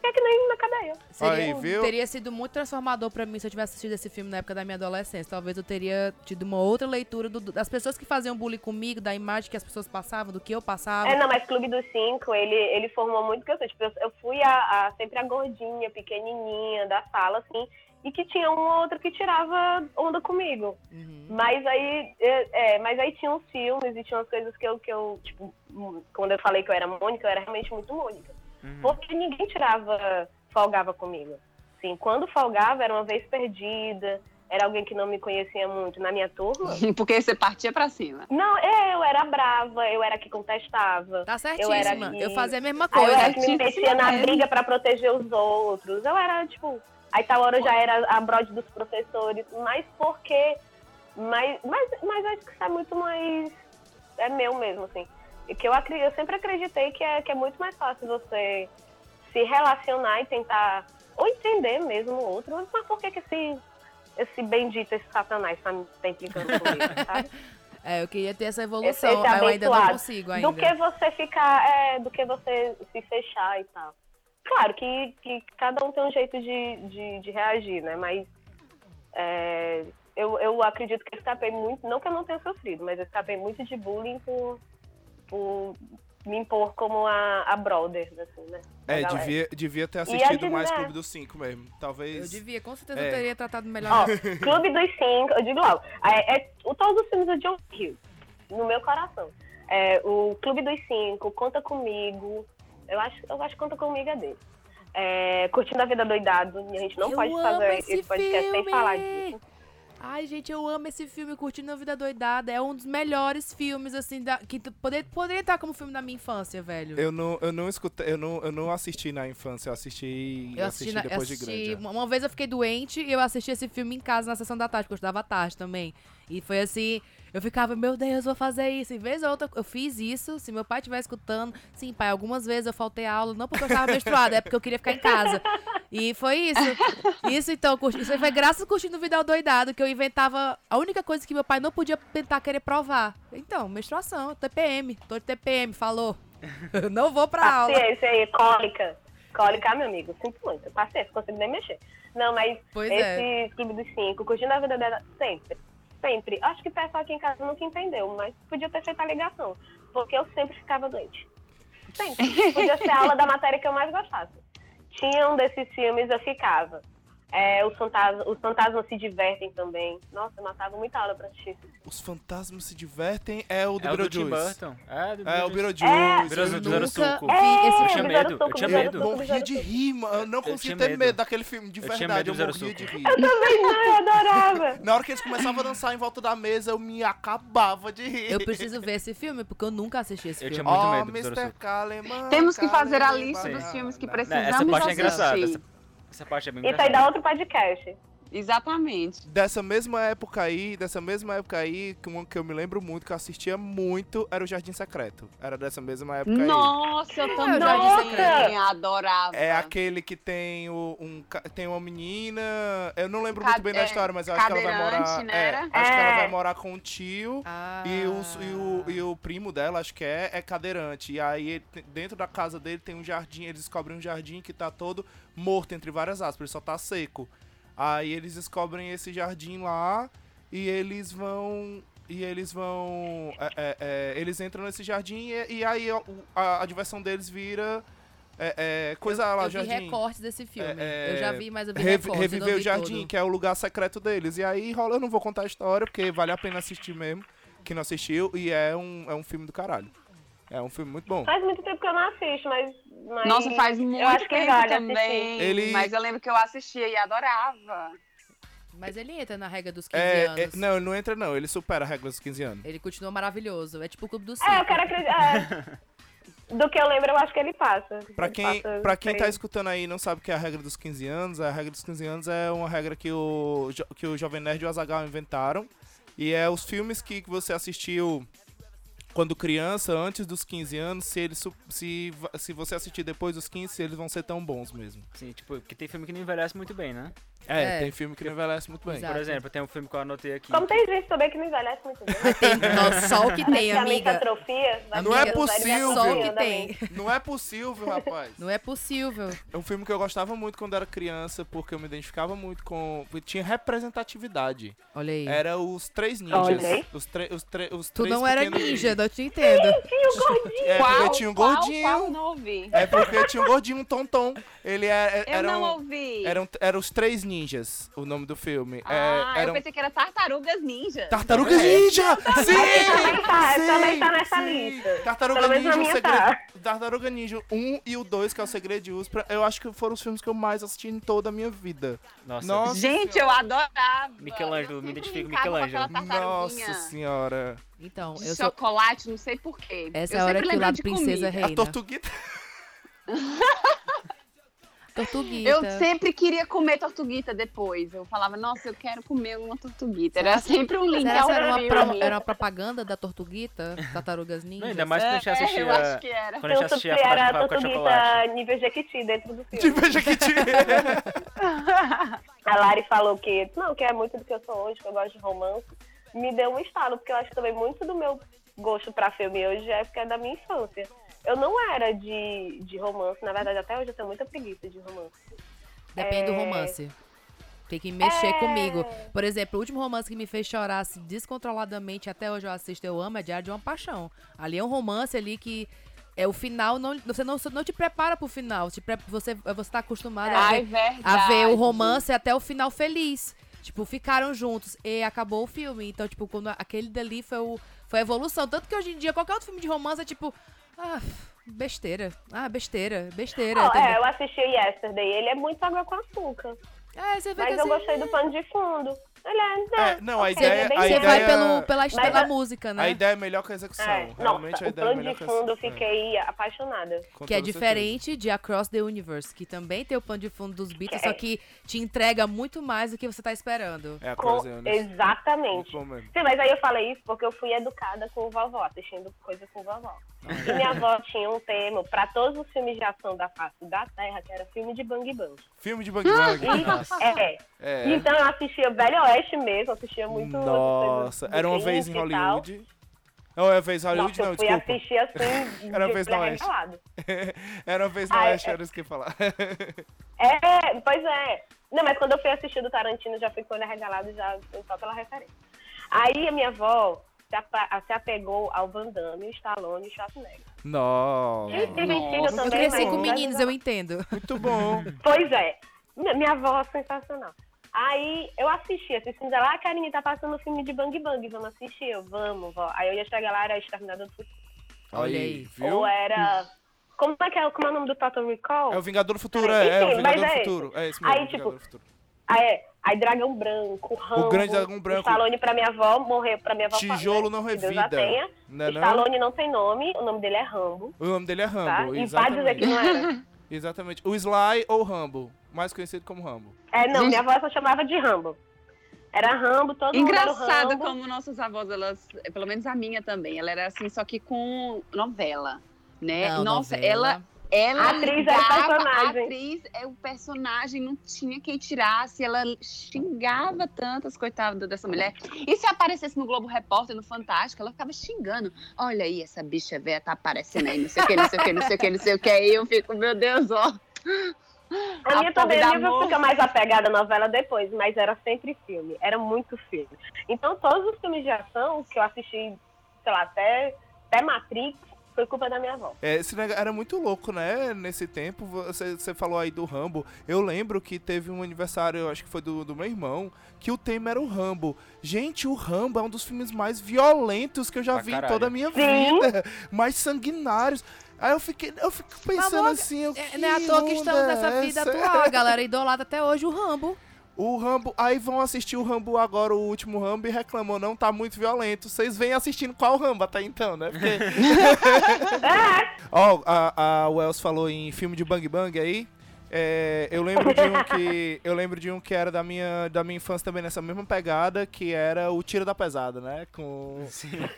[SPEAKER 4] que é que nem na cadeia.
[SPEAKER 3] seria- um-
[SPEAKER 5] Aí, viu?
[SPEAKER 3] teria sido muito transformador pra mim se eu tivesse assistido esse filme na época da minha adolescência. Talvez eu teria tido uma outra leitura do- das pessoas que faziam bullying comigo, da imagem que as pessoas passavam, do que eu passava.
[SPEAKER 4] É, não, mas Clube dos Cinco, ele, ele formou muito que eu sou. Tipo, eu, eu fui a, a- sempre a gordinha, pequenininha da sala, assim, e que tinha um ou outro que tirava onda comigo.
[SPEAKER 3] Uhum.
[SPEAKER 4] Mas aí, é, é, mas aí tinha uns filmes e tinha umas coisas que eu, que eu, tipo, hum, quando eu falei que eu era Mônica, eu era realmente muito Mônica.
[SPEAKER 2] uhum.
[SPEAKER 4] Porque ninguém tirava, folgava comigo. Assim, quando folgava, era uma vez perdida, era alguém que não me conhecia muito na minha turma.
[SPEAKER 1] *laughs* Porque você partia pra cima.
[SPEAKER 4] Não, é, eu era brava, eu era que contestava.
[SPEAKER 3] Tá
[SPEAKER 4] era
[SPEAKER 3] certíssima.
[SPEAKER 4] que-
[SPEAKER 3] Eu, fazia a mesma
[SPEAKER 4] Aí eu
[SPEAKER 3] coisa. né?
[SPEAKER 4] era que me
[SPEAKER 1] Coisa.
[SPEAKER 4] metia na
[SPEAKER 1] Sim.
[SPEAKER 4] briga pra proteger os outros. Eu era, tipo. Aí tal hora eu já era a brode dos professores. Mas porque. Mas, mas, mas acho que isso é muito mais. É meu mesmo, assim. E Que eu, acre- eu sempre acreditei que é, que é muito mais fácil você se relacionar e tentar. Ou entender mesmo o outro. Mas por que, que esse. Esse bendito, esse satanás tá, me- tá implicando comigo, sabe?
[SPEAKER 3] É, eu queria ter essa
[SPEAKER 4] Esse
[SPEAKER 3] evolução.
[SPEAKER 4] é
[SPEAKER 3] Eu ainda não
[SPEAKER 4] abençoado.
[SPEAKER 3] consigo ainda.
[SPEAKER 4] Do que você ficar, é, do que você se fechar e tal. Claro que, que cada um tem um jeito de, de, de reagir, né? Mas é, eu, eu acredito que eu escapei muito, não que eu não tenha sofrido, mas eu escapei muito de bullying por, por me impor como a, a brother, assim, né? da
[SPEAKER 5] É,
[SPEAKER 4] galera.
[SPEAKER 5] devia, devia ter assistido
[SPEAKER 4] de-
[SPEAKER 5] mais
[SPEAKER 4] né?
[SPEAKER 5] Clube dos Cinco mesmo.
[SPEAKER 3] Eu
[SPEAKER 5] Talvez.
[SPEAKER 3] devia, com certeza
[SPEAKER 5] É.
[SPEAKER 3] eu teria tratado melhor. *laughs*
[SPEAKER 4] Ó, Clube dos Cinco, eu digo logo, é, é, o- todos os filmes do John Hughes, no meu coração. É, o Clube dos Cinco, Conta Comigo, eu acho, eu acho que Conta Comigo é dele. É, Curtindo a Vida Doidado, e a gente não
[SPEAKER 3] eu
[SPEAKER 4] pode
[SPEAKER 3] amo
[SPEAKER 4] fazer
[SPEAKER 3] esse,
[SPEAKER 4] podcast
[SPEAKER 3] filme.
[SPEAKER 4] sem falar disso.
[SPEAKER 3] Ai, gente, eu amo esse filme, Curtindo a Vida Doidada. É um dos melhores filmes, assim, da- que tu- poder- poderia estar como filme da minha infância, velho.
[SPEAKER 5] Eu não, eu não escutei, eu não, eu não assisti na infância, eu assisti,
[SPEAKER 3] Eu assisti, na- eu
[SPEAKER 5] depois
[SPEAKER 3] assisti-
[SPEAKER 5] de grande. é.
[SPEAKER 3] uma- Uma vez eu fiquei doente e eu assisti esse filme em casa na sessão da tarde, porque eu estudava à tarde também. E foi assim, eu ficava, meu Deus, vou fazer isso. E vez ou outra, eu fiz isso, se meu pai estiver escutando. Sim, pai, algumas vezes eu faltei aula, não porque eu estava menstruada, é porque eu queria ficar em casa. E foi isso. Isso então, curti- isso aí foi graças ao curtindo o Vidal Doidado, que eu inventava a única coisa que meu pai não podia tentar querer provar. Então, menstruação, TPM, tô de TPM, falou. *laughs* Eu não vou
[SPEAKER 4] Ah,
[SPEAKER 3] pra aula.
[SPEAKER 4] Paciência aí, cólica. Cólica, meu amigo, sinto muito. Paciência, não consigo nem mexer. Não, mas
[SPEAKER 3] Pois é.
[SPEAKER 4] esse Clube dos Cinco, curtindo a vida dela sempre. Sempre. Acho que o pessoal aqui em casa nunca entendeu, mas podia ter feito a ligação. Porque eu sempre ficava doente. Sempre. Podia ser a aula da matéria que eu mais gostasse. Tinha um desses filmes, eu ficava. É, os, fantasmas, os fantasmas se divertem também. Nossa, eu matava muita aula pra assistir.
[SPEAKER 5] Os fantasmas se divertem é o do
[SPEAKER 2] É o do Tim
[SPEAKER 5] Beetlejuice.
[SPEAKER 2] Burton. É, do
[SPEAKER 5] É o
[SPEAKER 2] Beetlejuice.
[SPEAKER 5] Beetlejuice.
[SPEAKER 4] É,
[SPEAKER 2] Beetlejuice,
[SPEAKER 5] Eu
[SPEAKER 2] do Zero
[SPEAKER 3] Nunca-
[SPEAKER 2] Suco.
[SPEAKER 4] É,
[SPEAKER 2] Eu tinha
[SPEAKER 4] Besouro
[SPEAKER 2] medo,
[SPEAKER 4] Suco,
[SPEAKER 2] eu tinha
[SPEAKER 4] Besouro
[SPEAKER 2] medo.
[SPEAKER 4] Suco,
[SPEAKER 5] morria
[SPEAKER 4] Besouro
[SPEAKER 5] de
[SPEAKER 4] Suco.
[SPEAKER 5] rir, mano. Eu não
[SPEAKER 2] Eu
[SPEAKER 5] conseguia
[SPEAKER 2] tinha
[SPEAKER 5] ter
[SPEAKER 2] medo.
[SPEAKER 5] medo daquele filme de
[SPEAKER 2] Eu tinha
[SPEAKER 5] verdade. Eu
[SPEAKER 2] medo do Zero
[SPEAKER 5] morria de rir.
[SPEAKER 2] *laughs*
[SPEAKER 4] Eu também não, eu adorava.
[SPEAKER 5] Na hora que eles começavam a dançar em volta da mesa, eu me acabava de rir.
[SPEAKER 3] Eu preciso ver esse filme, porque eu nunca assisti esse
[SPEAKER 2] Eu
[SPEAKER 3] filme.
[SPEAKER 2] tinha muito
[SPEAKER 5] oh,
[SPEAKER 2] medo do Zero
[SPEAKER 5] Mr.
[SPEAKER 2] Suco.
[SPEAKER 5] Kaleman,
[SPEAKER 1] Temos que fazer a
[SPEAKER 5] Kaleman,
[SPEAKER 1] lista
[SPEAKER 5] Kaleman.
[SPEAKER 1] dos filmes que
[SPEAKER 2] Não,
[SPEAKER 1] precisamos
[SPEAKER 2] Essa parte é engraçada.
[SPEAKER 1] assistir.
[SPEAKER 2] Essa, essa parte é bem
[SPEAKER 4] Isso aí dá
[SPEAKER 2] engraçada.
[SPEAKER 4] outro podcast.
[SPEAKER 1] Exatamente.
[SPEAKER 5] Dessa mesma época aí, dessa mesma época aí, que um que eu me lembro muito, que eu assistia muito, era o Jardim Secreto. Era dessa mesma época É aí.
[SPEAKER 1] Nossa, eu também
[SPEAKER 3] já disse
[SPEAKER 4] aqui.
[SPEAKER 1] adorava.
[SPEAKER 5] É aquele que tem o, um, ca- tem uma menina. Eu não lembro
[SPEAKER 1] Cade-
[SPEAKER 5] muito bem da
[SPEAKER 1] é,
[SPEAKER 5] história, mas eu acho que ela vai morar.
[SPEAKER 1] cadeirante, né,
[SPEAKER 5] é,
[SPEAKER 1] era?
[SPEAKER 5] acho que ela
[SPEAKER 4] É.
[SPEAKER 5] vai morar com um tio.
[SPEAKER 3] Ah.
[SPEAKER 5] E o, s- e, o, e o primo dela, acho que é, é cadeirante. E aí, ele te- dentro da casa dele tem um jardim. Eles descobrem um jardim que tá todo morto, entre várias aspas. Ele só tá seco. Aí eles descobrem esse jardim lá e eles vão. E eles vão. é, é, é, eles entram nesse jardim e, e aí ó, o- a, a diversão deles vira. é, é, coisa lá,
[SPEAKER 3] eu vi
[SPEAKER 5] jardim.
[SPEAKER 3] recortes desse filme.
[SPEAKER 5] É, é,
[SPEAKER 3] Eu já vi, mas eu vi
[SPEAKER 5] Revi-
[SPEAKER 3] recortes. eu não
[SPEAKER 5] reviver o
[SPEAKER 3] vi
[SPEAKER 5] jardim,
[SPEAKER 3] todo.
[SPEAKER 5] que é o lugar secreto deles. E aí rola, eu não vou contar a história, porque vale a pena assistir mesmo. Quem não assistiu, e é um, é um filme do caralho. É um filme muito bom.
[SPEAKER 4] Faz muito tempo que eu não assisto, mas. mas
[SPEAKER 1] Nossa, faz
[SPEAKER 4] eu acho
[SPEAKER 1] muito
[SPEAKER 4] que
[SPEAKER 1] tempo
[SPEAKER 4] vale
[SPEAKER 1] também.
[SPEAKER 5] Ele-
[SPEAKER 1] Mas eu lembro que eu assistia e adorava.
[SPEAKER 3] Mas ele entra na regra dos 15
[SPEAKER 5] É, é,
[SPEAKER 3] anos.
[SPEAKER 5] não, ele não entra, não. Ele supera a regra dos 15 anos.
[SPEAKER 3] Ele continua maravilhoso. É tipo o Clube do Cinco.
[SPEAKER 4] É, eu quero acreditar. é. do que eu lembro, eu acho que ele passa.
[SPEAKER 5] Pra
[SPEAKER 4] Ele
[SPEAKER 5] quem,
[SPEAKER 4] passa
[SPEAKER 5] pra quem tá
[SPEAKER 4] três.
[SPEAKER 5] escutando aí e não sabe o que é a regra dos 15 anos, a regra dos 15 anos é uma regra que o, jo- que o Jovem Nerd e o Azaghal inventaram. E é os filmes que que você assistiu quando criança, antes dos 15 anos, se, eles, su- se, va- se você assistir depois dos 15, eles vão ser tão bons mesmo.
[SPEAKER 2] Sim, tipo, porque tem filme que não envelhece muito bem, né?
[SPEAKER 3] É.
[SPEAKER 5] É, tem filme que não envelhece muito bem.
[SPEAKER 3] Exato.
[SPEAKER 2] Por exemplo, tem um filme que eu anotei aqui.
[SPEAKER 4] Como tem gente também que não envelhece muito bem.
[SPEAKER 3] Tem, nossa, só o que tem,
[SPEAKER 4] a mente
[SPEAKER 3] amiga.
[SPEAKER 4] atrofia. vai
[SPEAKER 5] Não é
[SPEAKER 4] ficando, vai um
[SPEAKER 5] possível.
[SPEAKER 4] ficando
[SPEAKER 3] Só o que
[SPEAKER 4] da
[SPEAKER 3] tem.
[SPEAKER 4] mente.
[SPEAKER 5] Não é possível, rapaz.
[SPEAKER 3] *laughs* Não é possível.
[SPEAKER 5] É um filme que eu gostava muito quando era criança, porque eu me identificava muito com. Tinha representatividade.
[SPEAKER 3] Olha aí.
[SPEAKER 5] Era os três ninjas.
[SPEAKER 4] Olha aí.
[SPEAKER 5] Os, tre... os, tre... os
[SPEAKER 3] tu
[SPEAKER 5] É, três
[SPEAKER 3] não era
[SPEAKER 5] pequenos
[SPEAKER 3] ninja, não te entendo.
[SPEAKER 5] É porque tinha um
[SPEAKER 1] qual,
[SPEAKER 5] gordinho.
[SPEAKER 1] qual não ouvi?
[SPEAKER 5] É porque tinha um gordinho, um tonton. Ele era. um-
[SPEAKER 1] Eu
[SPEAKER 5] eram,
[SPEAKER 1] não ouvi.
[SPEAKER 5] Eram, eram os três ninjas, o nome do filme. É,
[SPEAKER 1] Ah, eu
[SPEAKER 5] eram
[SPEAKER 1] pensei que era Tartarugas Ninja.
[SPEAKER 5] Tartarugas
[SPEAKER 2] É.
[SPEAKER 5] Ninja! Sim!
[SPEAKER 4] Também tá,
[SPEAKER 5] Sim,
[SPEAKER 4] também tá nessa
[SPEAKER 5] sim.
[SPEAKER 4] lista.
[SPEAKER 5] Tartaruga
[SPEAKER 4] Pelo menos
[SPEAKER 5] Ninja,
[SPEAKER 4] na
[SPEAKER 5] o
[SPEAKER 4] minha
[SPEAKER 5] segredo.
[SPEAKER 4] tá.
[SPEAKER 5] Tartaruga Ninja 1 e o 2, que é o segredo de Uspra, eu acho que foram os filmes que eu mais assisti em toda a minha vida.
[SPEAKER 2] Nossa.
[SPEAKER 5] Nossa.
[SPEAKER 1] Gente, eu adorava.
[SPEAKER 2] Michelangelo,
[SPEAKER 1] Eu
[SPEAKER 2] me
[SPEAKER 1] sempre
[SPEAKER 2] identifico com
[SPEAKER 1] brincava com
[SPEAKER 2] Michelangelo.
[SPEAKER 1] aquela tartaruguinha
[SPEAKER 5] Nossa senhora.
[SPEAKER 3] Então,
[SPEAKER 1] de
[SPEAKER 3] eu sou...
[SPEAKER 1] chocolate, não sei porquê.
[SPEAKER 3] Essa
[SPEAKER 1] eu
[SPEAKER 3] é a hora
[SPEAKER 1] sempre
[SPEAKER 3] que o
[SPEAKER 1] lembro
[SPEAKER 3] lado
[SPEAKER 1] de
[SPEAKER 3] princesa
[SPEAKER 1] comida.
[SPEAKER 5] A
[SPEAKER 3] reina.
[SPEAKER 5] Tortuguita.
[SPEAKER 3] Tortuguita.
[SPEAKER 1] Eu sempre queria comer tortuguita depois. Eu falava, nossa, eu quero comer uma tortuguita. Era sempre um link
[SPEAKER 3] Será
[SPEAKER 1] ao
[SPEAKER 3] que era uma,
[SPEAKER 1] frio.
[SPEAKER 3] pro- era uma propaganda da Tortuguita? Tartarugas Ninja?
[SPEAKER 2] Não, ainda mais quando a gente
[SPEAKER 1] É,
[SPEAKER 2] assistia.
[SPEAKER 1] eu acho que era.
[SPEAKER 2] Quando a gente
[SPEAKER 4] Eu
[SPEAKER 2] assistia
[SPEAKER 4] super
[SPEAKER 2] a Fátima
[SPEAKER 4] era a
[SPEAKER 2] Fábrica de Chocolate.
[SPEAKER 4] tortuguita tá nível Jequiti dentro do
[SPEAKER 5] De
[SPEAKER 4] filme.
[SPEAKER 5] veja que
[SPEAKER 3] *laughs* Né?
[SPEAKER 5] tinha.
[SPEAKER 4] A Lari falou que não, que é muito do que eu sou hoje, que eu gosto de romance. Me deu um estalo, porque eu acho que também muito do meu gosto pra filme hoje é porque é da minha infância. Eu não era de, de romance, na verdade, até hoje eu tenho muita preguiça de romance.
[SPEAKER 3] Depende do
[SPEAKER 4] É.
[SPEAKER 3] romance. Tem que mexer
[SPEAKER 4] É.
[SPEAKER 3] comigo. Por exemplo, o último romance que me fez chorar assim, descontroladamente, até hoje eu assisto, eu amo, é Diário de uma Paixão. Ali é um romance ali que é o final, não, você não, não te prepara pro final. Te pre- você, você tá acostumado a,
[SPEAKER 1] Ai,
[SPEAKER 3] ver,
[SPEAKER 1] verdade.
[SPEAKER 3] a ver o romance até o final feliz. Tipo, ficaram juntos e acabou o filme. Então, tipo, quando aquele dali foi, o, foi a evolução. Tanto que hoje em dia, qualquer outro filme de romance é tipo. Ah, besteira. Ah, besteira, besteira.
[SPEAKER 4] Não,
[SPEAKER 3] entendeu?
[SPEAKER 4] é, eu assisti Yesterday, ele é muito água com açúcar.
[SPEAKER 3] É, você fica
[SPEAKER 4] Mas eu
[SPEAKER 3] assim,
[SPEAKER 4] gostei do pano de fundo. Ele é, né?
[SPEAKER 5] É, não, a
[SPEAKER 4] ok,
[SPEAKER 3] Você,
[SPEAKER 5] ideia.
[SPEAKER 4] é bem
[SPEAKER 5] a
[SPEAKER 3] você
[SPEAKER 5] ideia
[SPEAKER 4] simples.
[SPEAKER 3] vai pelo, pela história
[SPEAKER 4] Mas
[SPEAKER 3] da
[SPEAKER 4] a-
[SPEAKER 3] música, né?
[SPEAKER 5] A ideia é melhor que a execução.
[SPEAKER 4] É,
[SPEAKER 5] Realmente
[SPEAKER 4] nossa,
[SPEAKER 5] a ideia
[SPEAKER 4] o
[SPEAKER 5] é
[SPEAKER 4] plano
[SPEAKER 5] melhor
[SPEAKER 4] de
[SPEAKER 5] que a
[SPEAKER 4] fundo eu
[SPEAKER 5] execução. É,
[SPEAKER 4] fiquei apaixonada.
[SPEAKER 5] com
[SPEAKER 3] Que é
[SPEAKER 5] toda certeza.
[SPEAKER 3] diferente de Across the Universe, que também tem o pano de fundo dos Beatles, só que te entrega muito mais do que você tá esperando.
[SPEAKER 5] É a
[SPEAKER 4] Com-
[SPEAKER 5] Cross Eunice.
[SPEAKER 4] Exatamente.
[SPEAKER 5] Muito bom mesmo.
[SPEAKER 4] Sim, mas aí eu falei isso porque eu fui educada com o vovó, assistindo coisa com o vovó. E minha avó tinha um tema pra todos os filmes de ação da face da terra, que era filme de bang bang.
[SPEAKER 5] Filme de Bang Bang.
[SPEAKER 2] Nossa.
[SPEAKER 4] É.
[SPEAKER 5] É.
[SPEAKER 4] Então eu assistia Velho Oeste mesmo, assistia muito. outras coisas
[SPEAKER 5] Nossa,
[SPEAKER 4] do
[SPEAKER 5] era uma
[SPEAKER 4] crime
[SPEAKER 5] vez em
[SPEAKER 4] e tal.
[SPEAKER 5] Hollywood. Não, é vez Hollywood,
[SPEAKER 4] Nossa,
[SPEAKER 5] não,
[SPEAKER 4] eu fui
[SPEAKER 5] desculpa. *laughs*
[SPEAKER 4] assistir assim,
[SPEAKER 5] Era
[SPEAKER 4] de-
[SPEAKER 5] Vez na Oeste.
[SPEAKER 4] arregalado.
[SPEAKER 5] *laughs* Era uma vez
[SPEAKER 4] Ah,
[SPEAKER 5] na
[SPEAKER 4] é-
[SPEAKER 5] Oeste, era isso que eu ia falar. *laughs*
[SPEAKER 4] É, pois é. Não, mas quando eu fui assistir do Tarantino, já fui com o olho arregalado, já só pela referência. Aí a minha avó se, apa- se apegou ao Van Damme, o Stallone e o Schwarzenegger.
[SPEAKER 5] Nossa.
[SPEAKER 4] E Steven Seagal
[SPEAKER 1] Nossa.
[SPEAKER 3] Eu
[SPEAKER 4] também,
[SPEAKER 3] cresci
[SPEAKER 4] mas-
[SPEAKER 3] com
[SPEAKER 5] bom.
[SPEAKER 3] meninos, eu entendo.
[SPEAKER 5] Muito bom.
[SPEAKER 4] Pois é. Minha minha avó é sensacional. Aí eu assisti esses filmes, ela, ah, Karine, tá passando o filme de Bang Bang, vamos assistir? Eu, vamos, vó. Aí eu ia chegar lá, era Exterminador do Futuro.
[SPEAKER 3] Olha aí.
[SPEAKER 5] Viu?
[SPEAKER 4] Ou era... Como é que é, como é o nome do Total Recall?
[SPEAKER 5] É o Vingador do Futuro,
[SPEAKER 4] É,
[SPEAKER 5] é, é o
[SPEAKER 4] enfim,
[SPEAKER 5] Vingador
[SPEAKER 4] mas
[SPEAKER 5] do
[SPEAKER 4] é esse.
[SPEAKER 5] Futuro. É esse mesmo,
[SPEAKER 4] Aí,
[SPEAKER 5] o Vingador
[SPEAKER 4] tipo,
[SPEAKER 5] do Futuro.
[SPEAKER 4] Ah, é. Aí Dragão Branco, Rambo.
[SPEAKER 5] Grande Dragão Branco.
[SPEAKER 4] Stallone pra minha avó, morreu pra minha avó.
[SPEAKER 5] Tijolo não
[SPEAKER 4] que Deus a
[SPEAKER 5] revida.
[SPEAKER 4] tenha.
[SPEAKER 5] Não é não?
[SPEAKER 4] Stallone não tem nome, o nome dele é Rambo,
[SPEAKER 5] O nome dele é
[SPEAKER 4] tá?
[SPEAKER 5] Rambo,
[SPEAKER 4] e vai dizer que
[SPEAKER 5] exatamente.
[SPEAKER 1] *laughs*
[SPEAKER 4] não era.
[SPEAKER 5] Exatamente. O Sly ou Rambo, mais conhecido como Rambo.
[SPEAKER 4] É, não, minha avó só chamava de Rambo. Era Rambo, todo mundo era o
[SPEAKER 1] Engraçado
[SPEAKER 4] Rambo.
[SPEAKER 1] como nossas avós, elas, pelo menos a minha também, ela era assim, só que com novela, né?
[SPEAKER 3] Não,
[SPEAKER 1] Nossa,
[SPEAKER 3] novela.
[SPEAKER 1] ela ela
[SPEAKER 4] A atriz era o
[SPEAKER 1] ligava,
[SPEAKER 4] personagem.
[SPEAKER 1] A atriz é o personagem, não tinha quem tirasse. Ela xingava tantas, coitada dessa mulher. E se aparecesse no Globo Repórter, no Fantástico, ela ficava xingando. Olha aí, essa bicha velha tá aparecendo aí, não sei o que, não sei o que, não sei o que, não sei o que. Aí eu fico, meu Deus, ó.
[SPEAKER 4] A minha
[SPEAKER 1] A pobre
[SPEAKER 4] também, a
[SPEAKER 1] da
[SPEAKER 4] minha
[SPEAKER 1] moça.
[SPEAKER 4] fica mais apegada à novela depois, mas era sempre filme, era muito filme. Então todos os filmes de ação que eu assisti, sei lá, até, até Matrix, foi culpa da
[SPEAKER 1] *laughs*
[SPEAKER 4] minha avó.
[SPEAKER 5] É, esse nega- era muito louco, né? Nesse tempo, você, você falou aí do Rambo. Eu lembro que teve um aniversário, eu acho que foi do, do meu irmão, que o tema era o Rambo. Gente, o Rambo é um dos filmes mais violentos que eu já
[SPEAKER 2] Pra
[SPEAKER 5] vi
[SPEAKER 2] caralho.
[SPEAKER 5] em toda a minha
[SPEAKER 4] Sim.
[SPEAKER 5] vida. *laughs* Mais sanguinários. Aí eu fiquei, eu fico pensando
[SPEAKER 3] amor,
[SPEAKER 5] assim, eu,
[SPEAKER 3] É, não é à toa que estamos nessa vida atual. A galera idolata até hoje o Rambo.
[SPEAKER 5] *laughs* O Rambo, aí vão assistir o Rambo agora, o último Rambo, e reclamam, não, tá muito violento. Vocês vêm assistindo qual Rambo até então, né? Porque
[SPEAKER 4] É,
[SPEAKER 5] Ó, a, a Wells falou em filme de Bang Bang aí. É, eu lembro de um que. Eu lembro de um que era da minha, da minha infância também nessa mesma pegada, que era o Tiro da Pesada, né? Com,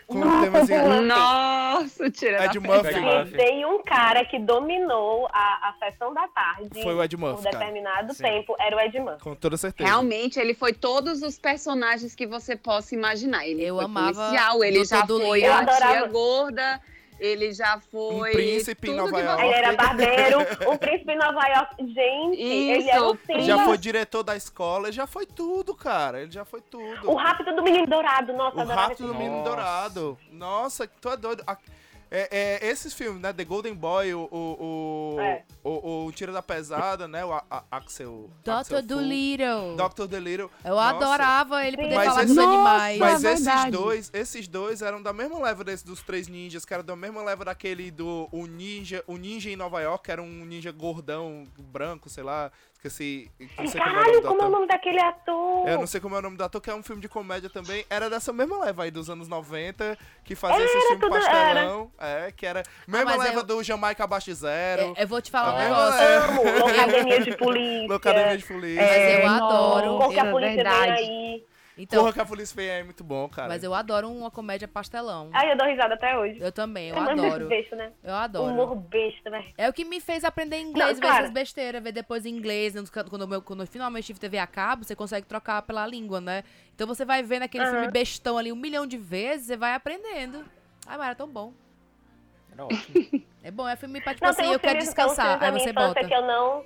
[SPEAKER 5] com o temazinho.
[SPEAKER 1] Nossa, tira
[SPEAKER 5] Ed
[SPEAKER 1] da
[SPEAKER 5] Murphy.
[SPEAKER 1] frente.
[SPEAKER 2] Ed Murphy. Mafia.
[SPEAKER 4] tem um cara que dominou a, a sessão da tarde
[SPEAKER 5] Foi o Ed
[SPEAKER 4] por
[SPEAKER 5] Murphy, cara.
[SPEAKER 4] determinado
[SPEAKER 2] Sim.
[SPEAKER 4] tempo, era o Edman.
[SPEAKER 5] Com toda certeza.
[SPEAKER 1] Realmente, ele foi todos os personagens que você possa imaginar. Ele
[SPEAKER 3] Eu
[SPEAKER 1] foi
[SPEAKER 3] amava
[SPEAKER 1] policial, ele
[SPEAKER 3] Dr.
[SPEAKER 1] já
[SPEAKER 3] Dolittle.
[SPEAKER 1] foi
[SPEAKER 4] Eu
[SPEAKER 1] a
[SPEAKER 4] adorava.
[SPEAKER 1] tia gorda, ele já foi.
[SPEAKER 5] Um príncipe em
[SPEAKER 1] tudo
[SPEAKER 5] Nova
[SPEAKER 1] que
[SPEAKER 5] York.
[SPEAKER 4] Ele
[SPEAKER 1] você-
[SPEAKER 4] era barbeiro,
[SPEAKER 5] *laughs*
[SPEAKER 4] o príncipe de Nova York. Gente, ele era o
[SPEAKER 1] Isso,
[SPEAKER 4] Simba.
[SPEAKER 5] Já foi diretor da escola, ele já foi tudo, cara. Ele já foi tudo.
[SPEAKER 4] O rápido do menino dourado, nossa,
[SPEAKER 5] O
[SPEAKER 4] adorava
[SPEAKER 5] Rato
[SPEAKER 4] esse
[SPEAKER 5] do
[SPEAKER 4] filme.
[SPEAKER 5] Menino
[SPEAKER 2] Nossa.
[SPEAKER 5] Dourado. Nossa, tu é doido. A- é- é, esses filmes, né? The Golden Boy, o. O, o,
[SPEAKER 4] É.
[SPEAKER 5] o- o Tiro da Pesada, né? O A- A- Axel.
[SPEAKER 3] Dr.
[SPEAKER 5] Axel Full,
[SPEAKER 3] Dolittle.
[SPEAKER 5] Dr. Dolittle.
[SPEAKER 3] Eu
[SPEAKER 5] Nossa.
[SPEAKER 3] adorava ele poder
[SPEAKER 4] Mas
[SPEAKER 3] falar com os
[SPEAKER 5] esse-
[SPEAKER 3] animais.
[SPEAKER 5] Mas
[SPEAKER 1] é
[SPEAKER 5] esses
[SPEAKER 1] verdade.
[SPEAKER 5] dois, esses dois eram da mesma leva desse dos três ninjas, que era da mesma leva daquele do o ninja, o ninja em Nova York, que era um ninja gordão, branco, sei lá, esqueci, não sei como é o nome
[SPEAKER 4] Caralho,
[SPEAKER 5] do
[SPEAKER 4] como é o
[SPEAKER 5] ator.
[SPEAKER 4] nome daquele ator?
[SPEAKER 5] Eu não sei como é o nome do ator, que é um filme de comédia também. Era dessa mesma leva aí dos anos 90, que fazia esse filme
[SPEAKER 4] tudo-
[SPEAKER 5] pastelão. É, que era. Mesma
[SPEAKER 3] Ah, mas
[SPEAKER 5] leva
[SPEAKER 3] eu-
[SPEAKER 5] do Jamaica Abaixo de Zero.
[SPEAKER 3] Eu, eu vou te falar um
[SPEAKER 5] Ah,
[SPEAKER 3] negócio.
[SPEAKER 5] é.
[SPEAKER 4] Amo, Locademia
[SPEAKER 5] *laughs*
[SPEAKER 4] de
[SPEAKER 3] é,
[SPEAKER 4] Polícia.
[SPEAKER 5] Locademia de Polícia.
[SPEAKER 3] Mas eu
[SPEAKER 1] nossa,
[SPEAKER 3] adoro.
[SPEAKER 4] Porque a
[SPEAKER 1] é
[SPEAKER 4] polícia
[SPEAKER 1] verdade.
[SPEAKER 4] vem aí.
[SPEAKER 3] Então,
[SPEAKER 5] Porra, que a Polícia vem é muito bom, cara.
[SPEAKER 3] mas eu adoro uma comédia pastelão.
[SPEAKER 4] Ai, eu dou risada até hoje.
[SPEAKER 3] Eu também, eu
[SPEAKER 4] É mais
[SPEAKER 3] adoro.
[SPEAKER 4] besta, né?
[SPEAKER 3] Eu
[SPEAKER 4] Humor
[SPEAKER 3] adoro.
[SPEAKER 4] besta, né?
[SPEAKER 3] É o que me fez aprender inglês,
[SPEAKER 4] Não,
[SPEAKER 3] ver
[SPEAKER 4] cara.
[SPEAKER 3] essas besteiras, ver depois em inglês. né, Quando, eu- quando eu finalmente tive TV a cabo, você consegue trocar pela língua, né? Então você vai vendo aquele filme bestão ali um milhão de vezes, você vai aprendendo. Ai, mas era tão bom.
[SPEAKER 2] Era ótimo.
[SPEAKER 3] É bom, é filme pra tipo
[SPEAKER 4] Não,
[SPEAKER 3] assim,
[SPEAKER 4] tem uns
[SPEAKER 3] eu quero
[SPEAKER 4] filmes- tem uns filmes
[SPEAKER 3] descansar.
[SPEAKER 4] da
[SPEAKER 3] Aí
[SPEAKER 4] minha
[SPEAKER 3] você
[SPEAKER 4] infância
[SPEAKER 3] bota.
[SPEAKER 4] que eu não...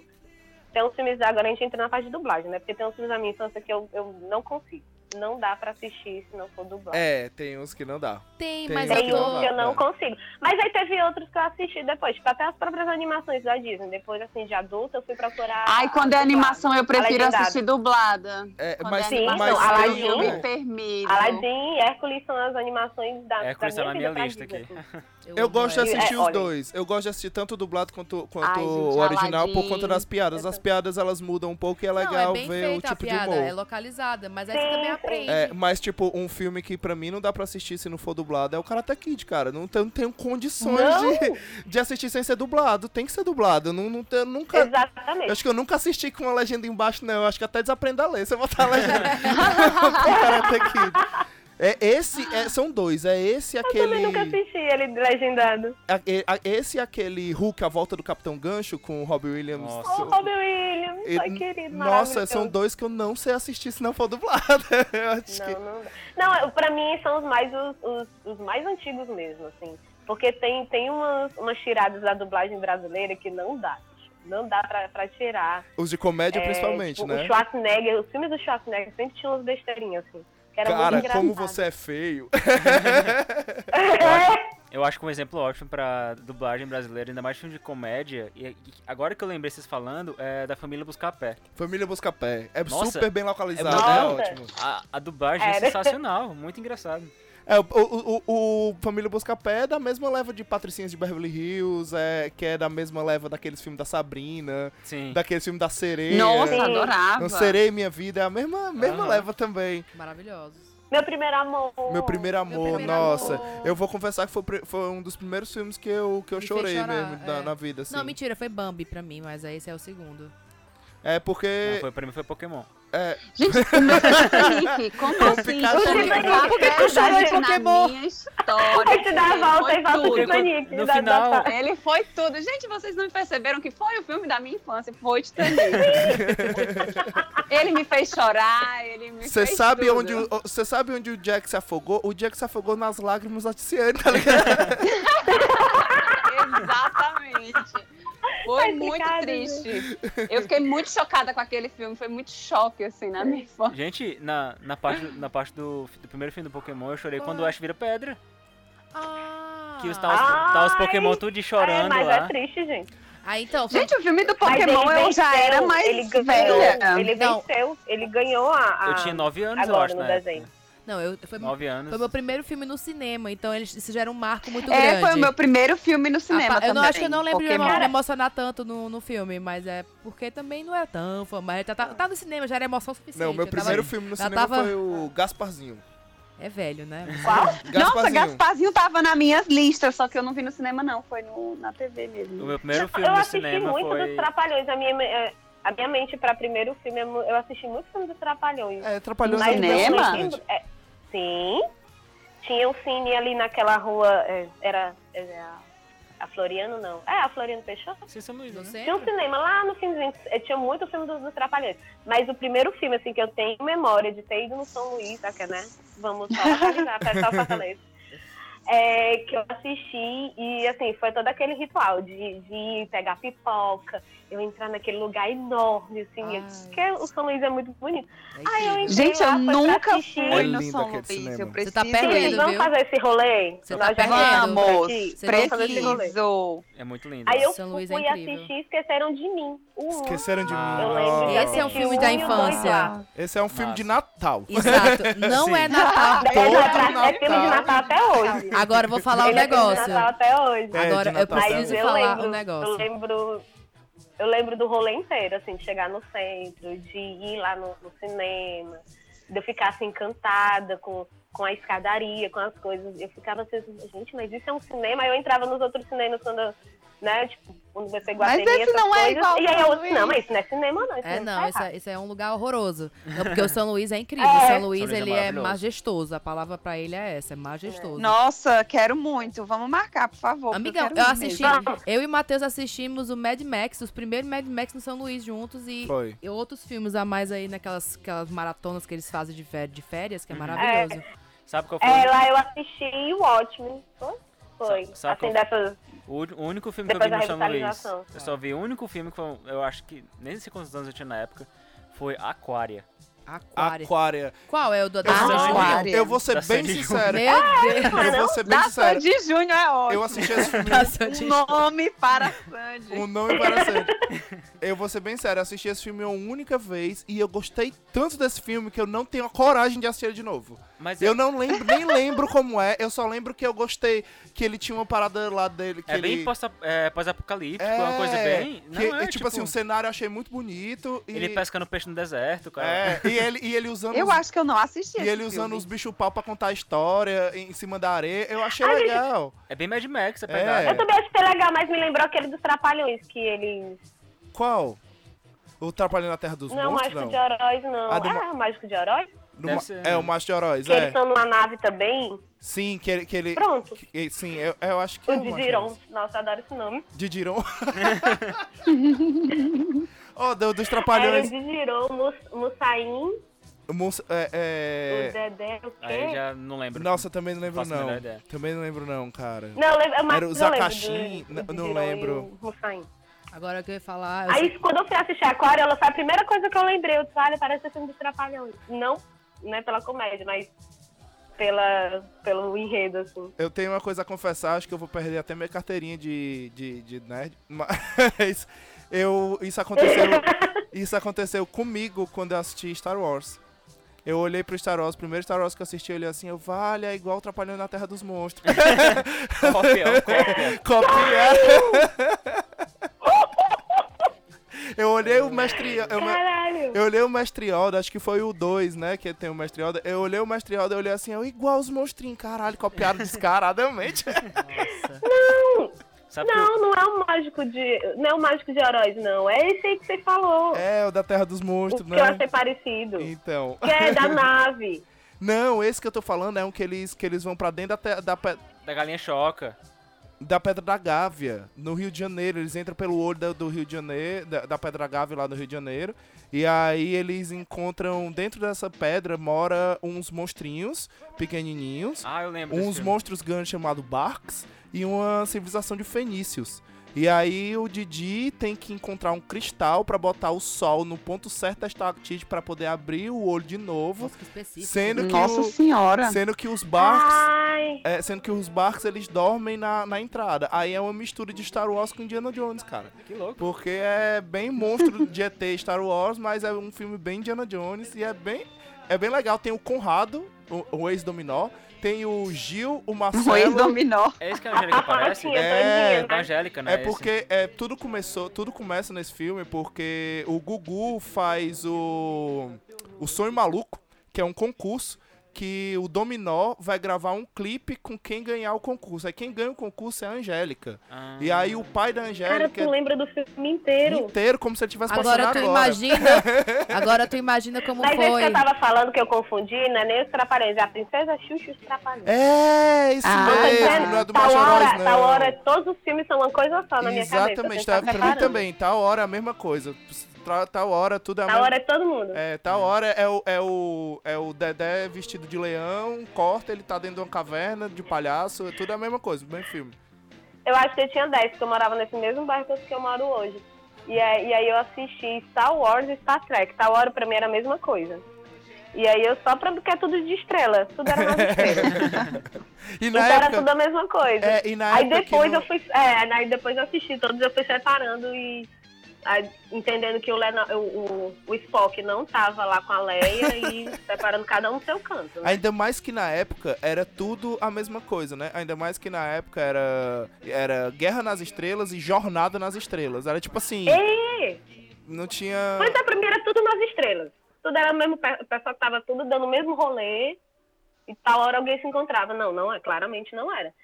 [SPEAKER 4] Tem uns filmes, agora a gente entra na parte de dublagem, né? Porque tem uns filmes da minha infância que eu, eu não consigo. Não dá pra assistir se não for dublado.
[SPEAKER 5] É, tem uns que não dá.
[SPEAKER 3] Tem,
[SPEAKER 5] Tem
[SPEAKER 3] mas
[SPEAKER 5] uns
[SPEAKER 3] eu
[SPEAKER 4] Tem uns
[SPEAKER 3] tô.
[SPEAKER 4] que eu não
[SPEAKER 5] É.
[SPEAKER 4] consigo. Mas aí teve outros que eu assisti depois. Tipo, até as próprias animações da Disney. Depois, assim, de adulta, eu fui procurar...
[SPEAKER 1] Ai, quando é
[SPEAKER 4] a dublagem.
[SPEAKER 1] animação, eu prefiro
[SPEAKER 4] Legendada.
[SPEAKER 1] assistir dublada.
[SPEAKER 5] É,
[SPEAKER 1] Quando
[SPEAKER 5] mas,
[SPEAKER 1] é animação,
[SPEAKER 5] mas
[SPEAKER 4] não,
[SPEAKER 5] tem
[SPEAKER 4] Aladdin.
[SPEAKER 1] eu me
[SPEAKER 5] um-
[SPEAKER 1] permito.
[SPEAKER 4] Aladdin e Hércules são as animações da,
[SPEAKER 2] Hércules
[SPEAKER 4] da
[SPEAKER 2] tá na
[SPEAKER 4] minha
[SPEAKER 2] minha
[SPEAKER 4] vida pra
[SPEAKER 2] lista
[SPEAKER 4] Disney. assim.
[SPEAKER 2] aqui.
[SPEAKER 5] Eu
[SPEAKER 3] amo
[SPEAKER 5] gosto de
[SPEAKER 3] essa.
[SPEAKER 4] é,
[SPEAKER 5] assistir os
[SPEAKER 4] olha.
[SPEAKER 5] dois. Eu gosto de assistir tanto o dublado quanto, quanto
[SPEAKER 1] Ai, gente,
[SPEAKER 5] o original por
[SPEAKER 1] Aladdin.
[SPEAKER 5] conta das piadas. As piadas elas mudam um pouco e é
[SPEAKER 3] não, é
[SPEAKER 5] legal
[SPEAKER 3] bem
[SPEAKER 5] ver o
[SPEAKER 3] feita a
[SPEAKER 5] tipo de
[SPEAKER 3] piada,
[SPEAKER 5] humor.
[SPEAKER 3] é localizada, mas aí você também
[SPEAKER 4] Sim,
[SPEAKER 3] aprende.
[SPEAKER 5] É, mas, tipo, um filme que pra mim não dá pra assistir se não for dublado é o Karate Kid, cara. Não tenho, não tenho condições de, de assistir sem ser dublado. Tem que ser dublado. Eu Não, não tenho- nunca. eu
[SPEAKER 4] Exatamente.
[SPEAKER 5] acho que eu nunca assisti com a
[SPEAKER 4] *laughs*
[SPEAKER 5] legenda embaixo, não. Eu acho que até desaprendo a ler. Se eu botar a legenda. o Karate Kid. É esse, é- são dois. É esse e
[SPEAKER 4] Eu também
[SPEAKER 5] aquele.
[SPEAKER 4] nunca assisti ele legendado.
[SPEAKER 5] a- e- a- esse e aquele Hulk à volta do Capitão Gancho com o Robbie Williams.
[SPEAKER 4] Ô,
[SPEAKER 2] Nossa.
[SPEAKER 5] So-
[SPEAKER 4] Robin Williams,
[SPEAKER 5] e-
[SPEAKER 4] ai, querido,
[SPEAKER 5] Nossa,
[SPEAKER 4] maravilhoso.
[SPEAKER 5] são dois que eu não sei assistir se não for dublado. *laughs* Eu acho que-
[SPEAKER 4] Não, não. dá. Não, eu- pra mim são os mais os, os, os mais antigos mesmo, assim. Porque tem, tem umas, umas tiradas da dublagem brasileira que não dá. bicho. Não dá pra, pra tirar.
[SPEAKER 5] Os de comédia,
[SPEAKER 4] É,
[SPEAKER 5] principalmente,
[SPEAKER 4] tipo, O
[SPEAKER 5] né?
[SPEAKER 4] Schwarzenegger, os filmes do Schwarzenegger sempre tinham umas besteirinhas, assim. Que era
[SPEAKER 5] Cara,
[SPEAKER 4] muito engraçado.
[SPEAKER 5] como você é feio. *laughs*
[SPEAKER 2] Eu acho que um exemplo ótimo pra dublagem brasileira, ainda mais filme de comédia, e, e agora que eu lembrei vocês falando, é da família Buscar Pé.
[SPEAKER 5] Família Busca Pé. É
[SPEAKER 2] Nossa.
[SPEAKER 5] super bem localizado,
[SPEAKER 2] É
[SPEAKER 5] é,
[SPEAKER 4] muito-
[SPEAKER 5] ótimo.
[SPEAKER 2] A, a dublagem é
[SPEAKER 4] Era.
[SPEAKER 2] sensacional, muito engraçado.
[SPEAKER 5] É, o, o, o- o Família Busca Pé é da mesma leva de Patricinhas de Beverly Hills, é, que é da mesma leva daqueles filmes da Sabrina,
[SPEAKER 2] Sim.
[SPEAKER 5] daqueles filmes da Sereia.
[SPEAKER 1] Nossa,
[SPEAKER 4] Sim.
[SPEAKER 1] adorava.
[SPEAKER 5] Não Serei Minha Vida, é a mesma, mesma
[SPEAKER 2] Aham.
[SPEAKER 5] leva também.
[SPEAKER 3] Maravilhosos.
[SPEAKER 4] Meu primeiro amor.
[SPEAKER 5] Meu Primeiro Amor,
[SPEAKER 3] Primeiro
[SPEAKER 5] nossa.
[SPEAKER 3] Amor.
[SPEAKER 5] Eu vou confessar que foi, pri- foi um dos primeiros filmes que eu, que eu
[SPEAKER 3] Me fez
[SPEAKER 5] chorei
[SPEAKER 3] chorar,
[SPEAKER 5] mesmo na,
[SPEAKER 3] é.
[SPEAKER 5] na vida, assim.
[SPEAKER 3] Não, mentira, foi Bambi pra mim, mas esse é o segundo.
[SPEAKER 5] É
[SPEAKER 2] Não,
[SPEAKER 5] porque...
[SPEAKER 2] foi, pra mim foi Pokémon.
[SPEAKER 1] Gente, o meu Henrique, como
[SPEAKER 5] O
[SPEAKER 1] assim?
[SPEAKER 5] Pikachu-
[SPEAKER 1] Você
[SPEAKER 4] Por que
[SPEAKER 1] pegou a
[SPEAKER 4] que eu
[SPEAKER 1] pedra
[SPEAKER 3] chorei
[SPEAKER 1] na
[SPEAKER 3] Pokémon?
[SPEAKER 1] minha história.
[SPEAKER 4] Aí te dá a volta
[SPEAKER 1] Ele
[SPEAKER 4] e volta
[SPEAKER 1] foi
[SPEAKER 4] de
[SPEAKER 2] tudo.
[SPEAKER 4] Titanic.
[SPEAKER 2] No
[SPEAKER 4] da- da-
[SPEAKER 2] final-
[SPEAKER 4] da-
[SPEAKER 1] Ele foi tudo. Gente, vocês não perceberam que foi o filme da minha infância. Foi
[SPEAKER 5] *laughs*
[SPEAKER 1] Titanic. ele me fez chorar, ele me
[SPEAKER 5] Você
[SPEAKER 1] fez
[SPEAKER 5] sabe,
[SPEAKER 1] tudo.
[SPEAKER 5] onde o- o- você sabe onde o Jack se afogou? O Jack se afogou nas lágrimas da Tiziane, tá ligado?
[SPEAKER 1] Exatamente. Foi
[SPEAKER 4] Tá
[SPEAKER 1] muito
[SPEAKER 4] explicado,
[SPEAKER 1] triste. Eu fiquei muito chocada com aquele filme. Foi muito choque, assim, na minha infância.
[SPEAKER 2] Gente, na, na parte, na parte do, do primeiro filme do Pokémon, eu chorei quando o Ash vira pedra.
[SPEAKER 3] Ah!
[SPEAKER 2] Que os, tá, os, tá os
[SPEAKER 4] Ai.
[SPEAKER 2] Pokémon tudo
[SPEAKER 4] É,
[SPEAKER 2] chorando
[SPEAKER 4] mas
[SPEAKER 2] lá.
[SPEAKER 4] é triste, gente.
[SPEAKER 3] Ah, então, foi...
[SPEAKER 1] Gente, o filme do
[SPEAKER 4] Mas
[SPEAKER 1] Pokémon
[SPEAKER 4] ele
[SPEAKER 1] eu já
[SPEAKER 4] venceu,
[SPEAKER 1] era mais
[SPEAKER 4] ele é ganhou,
[SPEAKER 1] velha.
[SPEAKER 4] Ele
[SPEAKER 3] Não.
[SPEAKER 4] venceu, ele ganhou a. a-
[SPEAKER 2] eu tinha 9 anos, eu
[SPEAKER 4] Ah, agora
[SPEAKER 2] acho,
[SPEAKER 4] no
[SPEAKER 2] né?
[SPEAKER 4] desenho.
[SPEAKER 3] não, eu, foi,
[SPEAKER 2] 9 anos.
[SPEAKER 3] foi meu primeiro filme no cinema, então eles, isso já era um marco muito
[SPEAKER 1] É,
[SPEAKER 3] grande.
[SPEAKER 1] foi o meu primeiro filme no
[SPEAKER 3] Ah, pá,
[SPEAKER 1] cinema
[SPEAKER 3] eu não
[SPEAKER 1] também,
[SPEAKER 3] acho que eu não lembro de
[SPEAKER 1] Pokémon.
[SPEAKER 3] me emocionar tanto no, no filme, mas é porque também não era tão fã, mas tá, tá, tá no cinema, já era emoção suficiente.
[SPEAKER 5] Não, meu
[SPEAKER 3] eu
[SPEAKER 5] primeiro
[SPEAKER 3] tava...
[SPEAKER 5] filme no
[SPEAKER 3] já
[SPEAKER 5] cinema
[SPEAKER 3] tava-
[SPEAKER 5] foi o Gasparzinho.
[SPEAKER 3] É velho, né?
[SPEAKER 1] Nossa,
[SPEAKER 5] Gasparzinho.
[SPEAKER 1] Gasparzinho tava na minha lista, só que eu não vi no cinema, não. Foi no- na TV
[SPEAKER 2] O
[SPEAKER 1] mesmo.
[SPEAKER 2] meu primeiro
[SPEAKER 4] Não,
[SPEAKER 2] filme
[SPEAKER 4] eu
[SPEAKER 2] no
[SPEAKER 4] assisti
[SPEAKER 2] cinema
[SPEAKER 4] muito
[SPEAKER 2] foi.
[SPEAKER 4] dos Trapalhões. A minha, me- eh, a minha mente pra primeiro filme, é mu- eu assisti muito filme dos Trapalhões.
[SPEAKER 5] É, atrapalhou
[SPEAKER 1] No
[SPEAKER 5] os amigos,
[SPEAKER 1] cinema?
[SPEAKER 5] gente.
[SPEAKER 4] é, sim. Tinha um cine ali naquela rua. eh, Era, era a Floriano, não. É, a Floriano Peixoto.
[SPEAKER 2] Vocês são Luís,
[SPEAKER 3] No
[SPEAKER 2] né?
[SPEAKER 4] Tinha um
[SPEAKER 3] centro?
[SPEAKER 4] cinema lá no filmezinho. eh, Tinha muito filme dos, dos Trapalhões. Mas o primeiro filme, assim, que eu tenho memória de ter ido no São Luís, tá, que, né? Vamos só localizar, pessoal fortaleza. É, que eu assisti e, assim, foi todo aquele ritual de, de ir pegar pipoca, eu entrar naquele lugar enorme, assim,
[SPEAKER 3] Ai.
[SPEAKER 4] porque o São Luís é muito bonito.
[SPEAKER 3] É
[SPEAKER 4] Ai, eu
[SPEAKER 3] incrível.
[SPEAKER 4] entendi.
[SPEAKER 1] Gente, eu
[SPEAKER 4] Lá foi pra
[SPEAKER 1] nunca
[SPEAKER 4] assistir.
[SPEAKER 1] fui
[SPEAKER 5] É
[SPEAKER 1] no
[SPEAKER 5] lindo
[SPEAKER 1] São
[SPEAKER 5] aquele
[SPEAKER 1] Luís.
[SPEAKER 5] cinema.
[SPEAKER 1] Eu
[SPEAKER 3] Você
[SPEAKER 1] preciso
[SPEAKER 3] tá
[SPEAKER 4] Gente,
[SPEAKER 3] perdendo,
[SPEAKER 1] ir.
[SPEAKER 4] vamos
[SPEAKER 3] viu?
[SPEAKER 4] fazer esse rolê?
[SPEAKER 3] Você tá
[SPEAKER 4] Nós
[SPEAKER 3] perdendo.
[SPEAKER 4] vamos.
[SPEAKER 1] Vamos!
[SPEAKER 4] Você
[SPEAKER 3] tem que ir.
[SPEAKER 1] Preciso!
[SPEAKER 2] É muito lindo.
[SPEAKER 4] Aí eu
[SPEAKER 3] São
[SPEAKER 4] fui
[SPEAKER 3] Luís é incrível.
[SPEAKER 4] assistir e esqueceram de mim. Uh,
[SPEAKER 5] Esqueceram de mim.
[SPEAKER 2] Ah.
[SPEAKER 4] Eu lembro de
[SPEAKER 5] Ó.
[SPEAKER 3] Esse é um
[SPEAKER 4] assistir
[SPEAKER 3] filme
[SPEAKER 4] um
[SPEAKER 3] da
[SPEAKER 4] e o dois
[SPEAKER 3] infância.
[SPEAKER 4] lá.
[SPEAKER 5] Esse é um filme de
[SPEAKER 2] Massa.
[SPEAKER 3] *laughs*
[SPEAKER 5] Natal.
[SPEAKER 3] Exato. Não é
[SPEAKER 2] Sim.
[SPEAKER 3] Natal.
[SPEAKER 4] Dez
[SPEAKER 5] Todo
[SPEAKER 4] anos atrás,
[SPEAKER 5] Natal.
[SPEAKER 4] *laughs* é filme de Natal até hoje.
[SPEAKER 3] Agora eu vou falar um
[SPEAKER 4] Ele é filme de
[SPEAKER 3] negócio.
[SPEAKER 4] Natal até hoje.
[SPEAKER 1] tá
[SPEAKER 5] É,
[SPEAKER 3] Agora
[SPEAKER 5] de
[SPEAKER 3] eu
[SPEAKER 5] Natal.
[SPEAKER 3] preciso
[SPEAKER 4] Mas eu
[SPEAKER 3] falar
[SPEAKER 4] lembro,
[SPEAKER 3] um negócio.
[SPEAKER 4] eu lembro, eu lembro do rolê inteiro, assim, de chegar no centro, de ir lá no, no cinema, de eu ficar assim encantada com, com a escadaria, com as coisas. Eu ficava assim, gente, mas isso é um cinema? Aí eu entrava nos outros cinemas quando eu, né, tipo, quando você
[SPEAKER 1] Mas esse não é igual
[SPEAKER 4] E aí
[SPEAKER 1] São
[SPEAKER 4] eu,
[SPEAKER 1] Luís.
[SPEAKER 4] não, mas isso não é cinema não, isso
[SPEAKER 3] É,
[SPEAKER 4] não,
[SPEAKER 3] não,
[SPEAKER 4] tá
[SPEAKER 3] esse
[SPEAKER 4] errado.
[SPEAKER 3] é, esse é um lugar horroroso. Não, porque
[SPEAKER 4] *laughs*
[SPEAKER 3] o São Luís é incrível.
[SPEAKER 4] É.
[SPEAKER 3] O São Luís,
[SPEAKER 2] São Luís é
[SPEAKER 3] ele é,
[SPEAKER 2] maravilhoso.
[SPEAKER 3] majestoso. A palavra pra ele é essa, é majestoso.
[SPEAKER 1] Nossa, quero muito. Vamos marcar, por favor. porque
[SPEAKER 3] Amigão,
[SPEAKER 1] quero
[SPEAKER 3] eu
[SPEAKER 1] ir
[SPEAKER 3] assisti,
[SPEAKER 1] mesmo.
[SPEAKER 4] Então,
[SPEAKER 3] eu e Matheus assistimos o Mad Max, os primeiros Mad Max no São Luís juntos e,
[SPEAKER 5] Foi.
[SPEAKER 3] e outros filmes a mais aí naquelas aquelas maratonas que eles fazem de, fé- de férias, que é
[SPEAKER 2] Uhum.
[SPEAKER 3] maravilhoso.
[SPEAKER 2] Sabe qual foi
[SPEAKER 4] É, lá eu assisti o Watchmen, foi? Foi.
[SPEAKER 2] Sa- sabe
[SPEAKER 4] assim,
[SPEAKER 2] qual-
[SPEAKER 4] dessas...
[SPEAKER 2] o ú- o único filme que eu vi no
[SPEAKER 4] Depois da
[SPEAKER 2] São Luís?
[SPEAKER 4] revitalização.
[SPEAKER 2] Eu só vi o único filme que foi, eu acho que nem sei quantos anos eu tinha na época. Foi Aquária.
[SPEAKER 3] Aquária.
[SPEAKER 5] Aquária.
[SPEAKER 3] Qual é o do
[SPEAKER 5] Eu vou ser
[SPEAKER 1] Ah,
[SPEAKER 5] sincero,
[SPEAKER 1] Aquária.
[SPEAKER 5] Eu vou ser
[SPEAKER 2] Da
[SPEAKER 5] bem
[SPEAKER 2] Sandy
[SPEAKER 5] sincero.
[SPEAKER 3] Meu Deus.
[SPEAKER 5] Eu vou ser bem
[SPEAKER 1] Da
[SPEAKER 5] sincero.
[SPEAKER 1] Sandy Júnior é
[SPEAKER 5] Eu
[SPEAKER 1] ótimo.
[SPEAKER 5] assisti Um esse filme.
[SPEAKER 1] Um Nome
[SPEAKER 5] *laughs*
[SPEAKER 1] para Sandy.
[SPEAKER 5] O nome interessante. Eu vou ser bem sério, eu assisti esse filme uma única vez e eu gostei tanto desse filme que eu não tenho a coragem de assistir ele de novo.
[SPEAKER 2] Mas é,
[SPEAKER 5] Eu não lembro, nem lembro como é, eu só lembro que eu gostei que ele tinha uma parada lá dele que
[SPEAKER 2] é
[SPEAKER 5] ele
[SPEAKER 2] bem pós- é, pós-apocalíptico, é uma coisa
[SPEAKER 5] É,
[SPEAKER 2] bem. Não,
[SPEAKER 5] que-
[SPEAKER 2] é,
[SPEAKER 5] tipo, assim, o cenário eu achei muito bonito e
[SPEAKER 2] Ele pescando peixe no deserto, cara.
[SPEAKER 5] é, e ele e ele usando
[SPEAKER 1] Eu
[SPEAKER 5] os-
[SPEAKER 1] acho que eu não assisti.
[SPEAKER 5] e
[SPEAKER 1] esse
[SPEAKER 5] ele usando
[SPEAKER 1] filme.
[SPEAKER 5] os bichos pau pra contar a história em cima da areia, eu achei
[SPEAKER 4] Ai,
[SPEAKER 5] legal.
[SPEAKER 2] É bem Mad Max, é
[SPEAKER 5] É.
[SPEAKER 2] pegada.
[SPEAKER 4] Eu também achei legal, mas me lembrou aquele dos Trapalhões, que eles...
[SPEAKER 5] Qual? O Trapalhão na Terra dos
[SPEAKER 4] Não, é
[SPEAKER 5] Monstros,
[SPEAKER 4] Mágico de Heróis não.
[SPEAKER 5] Ah, do
[SPEAKER 4] Ah, Mágico de Heróis?
[SPEAKER 5] No
[SPEAKER 2] Deve
[SPEAKER 5] ma-
[SPEAKER 2] ser,
[SPEAKER 5] é,
[SPEAKER 2] né?
[SPEAKER 5] o Macho de Heróis,
[SPEAKER 4] Que eles
[SPEAKER 5] é.
[SPEAKER 4] estão numa nave também.
[SPEAKER 5] Sim, que ele. Que ele
[SPEAKER 4] Pronto.
[SPEAKER 5] que- sim, eu, eu acho que.
[SPEAKER 4] O
[SPEAKER 5] é Macho de
[SPEAKER 4] Didiron.
[SPEAKER 5] Heróis.
[SPEAKER 4] Nossa, eu adoro esse nome. *laughs*
[SPEAKER 5] Didiron. *laughs* Ó, do- dos
[SPEAKER 4] Era É, o
[SPEAKER 5] Trapalhões.
[SPEAKER 4] Didiron, o Mus- Mussain,
[SPEAKER 5] Mus- é, é-
[SPEAKER 4] o Dedé, o
[SPEAKER 2] Aí
[SPEAKER 4] quê?
[SPEAKER 2] já não lembro. *laughs*
[SPEAKER 5] Nossa, também não lembro
[SPEAKER 2] Faço a
[SPEAKER 5] não.
[SPEAKER 2] menor ideia.
[SPEAKER 5] Também não lembro não, cara.
[SPEAKER 4] Não, eu lembro, mas
[SPEAKER 5] Era o
[SPEAKER 4] eu
[SPEAKER 5] Zakashin,
[SPEAKER 4] lembro do-
[SPEAKER 5] n-
[SPEAKER 4] do
[SPEAKER 5] não
[SPEAKER 4] Didiron e
[SPEAKER 5] lembro.
[SPEAKER 4] o Mussain.
[SPEAKER 3] Agora que eu ia falar. eu sei-
[SPEAKER 4] Aí, quando eu fui assistir Aquarela, foi a primeira coisa que eu lembrei. Eu disse, olha, parece um filme de Trapalhões. Não, não é pela comédia, mas pela, pelo enredo, assim.
[SPEAKER 5] Eu tenho uma coisa a confessar, acho que eu vou perder até minha carteirinha de, de, de nerd. *laughs* Mas eu, isso, aconteceu, isso aconteceu comigo quando eu assisti Star Wars. Eu olhei pro Star Wars, o primeiro Star Wars que eu assisti, eu olhei assim, eu, vale, é igual Trapalhando na Terra dos Monstros.
[SPEAKER 2] Copião, copia.
[SPEAKER 5] Copia! eu olhei o mestre... eu-
[SPEAKER 4] Caralho!
[SPEAKER 5] Eu olhei o Mestre Yoda, acho que foi o 2, né? Que tem o Mestre Yoda. Eu olhei o Mestre Yoda, eu olhei assim, eu igual os monstrinhos, caralho, copiaram descaradamente.
[SPEAKER 2] Nossa.
[SPEAKER 5] Tá
[SPEAKER 2] Sabe que
[SPEAKER 4] Não, não é o mágico de. Não é o mágico de heróis, não. É esse aí que você falou.
[SPEAKER 5] *laughs* é, o da Terra dos
[SPEAKER 4] o
[SPEAKER 5] Monstros,
[SPEAKER 4] que eu
[SPEAKER 5] né?
[SPEAKER 4] achei parecido.
[SPEAKER 5] Então. *laughs*
[SPEAKER 4] Que é da nave.
[SPEAKER 5] Não, esse que eu tô falando é um que eles, que eles vão pra dentro da, te- da, pe-
[SPEAKER 2] o da galinha choca.
[SPEAKER 5] da Pedra da Gávea, no Rio de Janeiro. Eles entram pelo olho da- do Rio de Janeiro, da, da Pedra da Gávea lá no Rio de Janeiro. E aí eles encontram, dentro dessa pedra, mora uns monstrinhos pequenininhos.
[SPEAKER 2] Ah, eu lembro. desse
[SPEAKER 5] uns
[SPEAKER 2] filme.
[SPEAKER 5] monstros grandes chamados Barks e uma civilização de fenícios. E aí o Didi tem que encontrar um cristal pra botar o sol no ponto certo da estalactite pra poder abrir o olho de novo,
[SPEAKER 3] Nossa, que específico.
[SPEAKER 5] sendo que,
[SPEAKER 1] Nossa
[SPEAKER 5] o-
[SPEAKER 1] senhora.
[SPEAKER 5] sendo que os Barks
[SPEAKER 4] Ai,
[SPEAKER 5] é, sendo que os barcos eles dormem na, na entrada. Aí é uma mistura de Star Wars com Indiana Jones, cara.
[SPEAKER 2] Que louco.
[SPEAKER 5] Porque é bem monstro de ET Star Wars, mas é um filme bem Indiana Jones e é bem, é bem legal. Tem o Conrado, o, o ex-dominó, tem o Gil, o
[SPEAKER 1] O
[SPEAKER 5] Marcelo. *laughs*
[SPEAKER 1] ex-dominó.
[SPEAKER 2] É esse que a
[SPEAKER 4] a
[SPEAKER 2] Angélica parece?
[SPEAKER 4] paróquia
[SPEAKER 5] É,
[SPEAKER 2] Da
[SPEAKER 4] todinha, né?
[SPEAKER 2] Angélica, né?
[SPEAKER 5] É
[SPEAKER 2] esse?
[SPEAKER 5] porque é, tudo começou, tudo começa nesse filme porque o Gugu faz o o Sonho Maluco, que é um concurso que o Dominó vai gravar um clipe com quem ganhar o concurso. Aí quem ganha o concurso é a Angélica.
[SPEAKER 2] Ah.
[SPEAKER 5] E aí o pai da
[SPEAKER 4] Cara,
[SPEAKER 5] Angélica é
[SPEAKER 4] tu lembra do filme inteiro.
[SPEAKER 5] inteiro como se ele tivesse passando
[SPEAKER 3] Agora tu
[SPEAKER 5] agora.
[SPEAKER 3] imagina. Agora tu imagina como
[SPEAKER 4] Mas esse que
[SPEAKER 3] foi.
[SPEAKER 4] eu tava falando que eu confundi, não é nem os trapalhões, é a princesa Xuxa e os trapalhões.
[SPEAKER 5] É, isso
[SPEAKER 1] Ah,
[SPEAKER 4] Tô
[SPEAKER 5] mesmo,
[SPEAKER 4] dizendo,
[SPEAKER 5] não é do
[SPEAKER 4] tal
[SPEAKER 5] Macho Heróis,
[SPEAKER 4] tá hora,
[SPEAKER 5] não.
[SPEAKER 4] tal hora, todos os filmes são uma coisa só na minha cabeça.
[SPEAKER 5] Exatamente,
[SPEAKER 4] você
[SPEAKER 5] tá,
[SPEAKER 4] tá
[SPEAKER 5] pra mim
[SPEAKER 4] separando.
[SPEAKER 5] também. Tal hora é a mesma coisa. Tra- Tal hora tudo é a
[SPEAKER 4] Tal
[SPEAKER 5] mesma
[SPEAKER 4] hora é todo mundo.
[SPEAKER 5] É, tal hora é o, é, o, é o Dedé vestido de leão, corta, ele tá dentro de uma caverna de palhaço, é tudo a mesma coisa, bem filme.
[SPEAKER 4] Eu acho que eu tinha 10, porque eu morava nesse mesmo bairro que eu moro hoje. E aí, e aí eu assisti Star Wars e Star Trek. Star Wars pra mim era a mesma coisa. E aí eu só pra porque é tudo de estrela. Tudo
[SPEAKER 5] *laughs*
[SPEAKER 4] era nas
[SPEAKER 5] É, assim.
[SPEAKER 4] estrelas.
[SPEAKER 5] E
[SPEAKER 4] então
[SPEAKER 5] na
[SPEAKER 4] era
[SPEAKER 5] época.
[SPEAKER 4] tudo a mesma coisa.
[SPEAKER 5] É, e na
[SPEAKER 4] aí
[SPEAKER 5] época que
[SPEAKER 4] depois
[SPEAKER 5] não-
[SPEAKER 4] eu fui. É, aí depois eu assisti todos, eu fui separando e. aí, entendendo que o, Lena, o, o- o Spock não tava lá com a Leia e separando cada um no seu canto. né?
[SPEAKER 5] Ainda mais que na época era tudo a mesma coisa, né? Ainda mais que na época era, era Guerra nas Estrelas e Jornada nas Estrelas. Era tipo assim,
[SPEAKER 4] Ei!
[SPEAKER 5] não tinha. *laughs*
[SPEAKER 4] Mas a primeira era tudo nas estrelas. Tudo era o mesmo pe- o pessoal que tava tudo dando o mesmo rolê. E tal hora alguém se encontrava. Não, não é, claramente não era.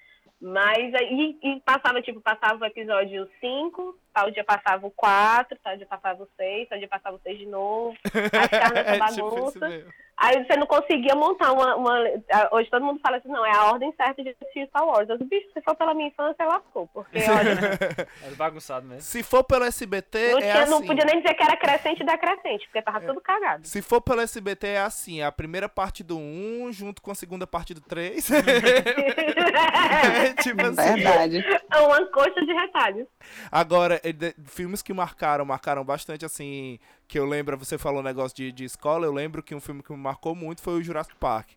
[SPEAKER 4] Mas aí e passava, tipo, passava o episódio 5, tal dia passava o 4, tal dia passava o 6, tal dia passava o 6
[SPEAKER 5] *laughs*
[SPEAKER 4] de novo. Aí ficava nessa
[SPEAKER 5] É, tipo isso
[SPEAKER 4] bagunça.
[SPEAKER 5] mesmo.
[SPEAKER 4] Aí você não conseguia montar uma, uma- ah, Hoje todo mundo fala assim, não, é a ordem certa de assistir Star Wars. Eu disse, bicho, se for pela minha infância, lascou.
[SPEAKER 2] *laughs*
[SPEAKER 5] *laughs*
[SPEAKER 4] Porque, olha,
[SPEAKER 2] Era É bagunçado mesmo.
[SPEAKER 5] Se for pelo SBT,
[SPEAKER 4] não,
[SPEAKER 5] é
[SPEAKER 4] tinha-
[SPEAKER 5] assim. É.
[SPEAKER 4] não podia nem dizer que era crescente da crescente, porque tava tudo cagado.
[SPEAKER 5] Se for pelo SBT, é assim: a primeira parte do 1 junto com a segunda parte do *laughs* 3. é *laughs* tipo
[SPEAKER 1] É
[SPEAKER 5] assim.
[SPEAKER 1] verdade.
[SPEAKER 4] É uma coxa de retalho.
[SPEAKER 5] Agora, eh, de- filmes que marcaram, marcaram bastante, assim, que eu lembro, você falou um negócio de, de escola, eu lembro que um filme que me marcou muito foi o Jurassic Park,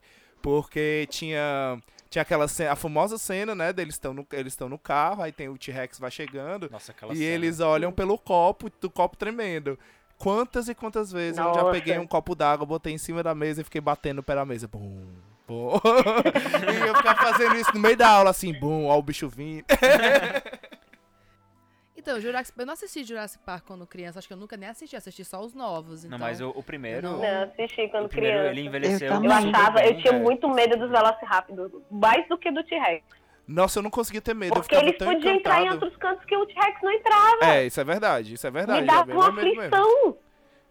[SPEAKER 5] porque tinha... Tinha aquela cena, a famosa cena, né? Deles estão no, eles estão no carro, aí tem o T-Rex vai chegando
[SPEAKER 2] Nossa, aquela
[SPEAKER 5] e
[SPEAKER 2] cena.
[SPEAKER 5] eles olham pelo copo, do copo tremendo. Quantas e quantas vezes eu já
[SPEAKER 4] Nossa.
[SPEAKER 5] peguei um copo d'água, botei em cima da mesa e fiquei batendo pela mesa. Bum, bum. *laughs* e eu ficava fazendo isso no meio da aula, assim, bum, ó o bicho vindo.
[SPEAKER 3] Então, Jurassic... eu não assisti Jurassic Park quando criança. Acho que eu nunca nem assisti. Assisti só os novos. Então...
[SPEAKER 2] Não, mas o, o primeiro.
[SPEAKER 3] Não.
[SPEAKER 4] Não, eu assisti né? quando
[SPEAKER 2] O primeiro
[SPEAKER 4] criança.
[SPEAKER 2] ele envelheceu.
[SPEAKER 1] Eu
[SPEAKER 4] Eu
[SPEAKER 1] também.
[SPEAKER 2] super
[SPEAKER 4] achava, eu
[SPEAKER 5] né?
[SPEAKER 2] bem, né?
[SPEAKER 4] tinha
[SPEAKER 5] É.
[SPEAKER 2] velho.
[SPEAKER 4] muito medo dos Velociraptors, mais do que do T-Rex.
[SPEAKER 5] Nossa, eu não conseguia ter medo.
[SPEAKER 4] Porque
[SPEAKER 5] eu ficava
[SPEAKER 4] eles
[SPEAKER 5] tão
[SPEAKER 4] podiam entrar em
[SPEAKER 5] encantado.
[SPEAKER 4] outros cantos que o T-Rex não entrava.
[SPEAKER 5] É, isso é verdade, isso é verdade.
[SPEAKER 4] Me
[SPEAKER 5] é
[SPEAKER 4] dava
[SPEAKER 5] bem
[SPEAKER 4] uma
[SPEAKER 5] meu medo mesmo.
[SPEAKER 4] aflição.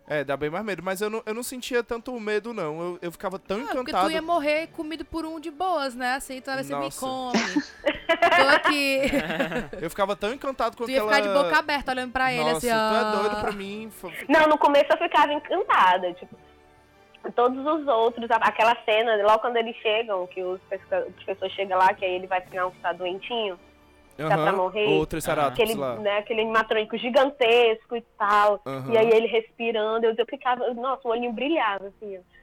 [SPEAKER 5] É, dá bem mais medo, mas eu não, eu não sentia tanto medo, não. Eu, eu ficava tão
[SPEAKER 3] Ah, porque
[SPEAKER 5] encantado.
[SPEAKER 3] tu ia morrer comido por um de boas, né? Assim, tu ia ser me
[SPEAKER 2] *laughs*
[SPEAKER 5] Nossa.
[SPEAKER 3] come. Tô aqui.
[SPEAKER 2] É,
[SPEAKER 5] Eu ficava tão encantado com
[SPEAKER 3] tu ia
[SPEAKER 5] aquela.
[SPEAKER 3] ficar de boca aberta olhando pra ele,
[SPEAKER 5] Nossa,
[SPEAKER 3] assim,
[SPEAKER 5] tu
[SPEAKER 3] ó.
[SPEAKER 5] é doido pra mim. f-
[SPEAKER 4] Não, no começo eu ficava encantada, tipo, todos os outros, a- aquela cena, logo quando eles chegam, que os pesca- o professor chega lá, que aí ele vai assinar um que tá doentinho, pra
[SPEAKER 5] Aham,
[SPEAKER 4] morrer.
[SPEAKER 5] O Triceratops
[SPEAKER 4] aquele,
[SPEAKER 5] lá.
[SPEAKER 4] né, aquele animatrônico gigantesco e tal,
[SPEAKER 5] Aham.
[SPEAKER 4] e aí ele respirando, eu, eu ficava, nossa, o olhinho brilhava, assim, ó.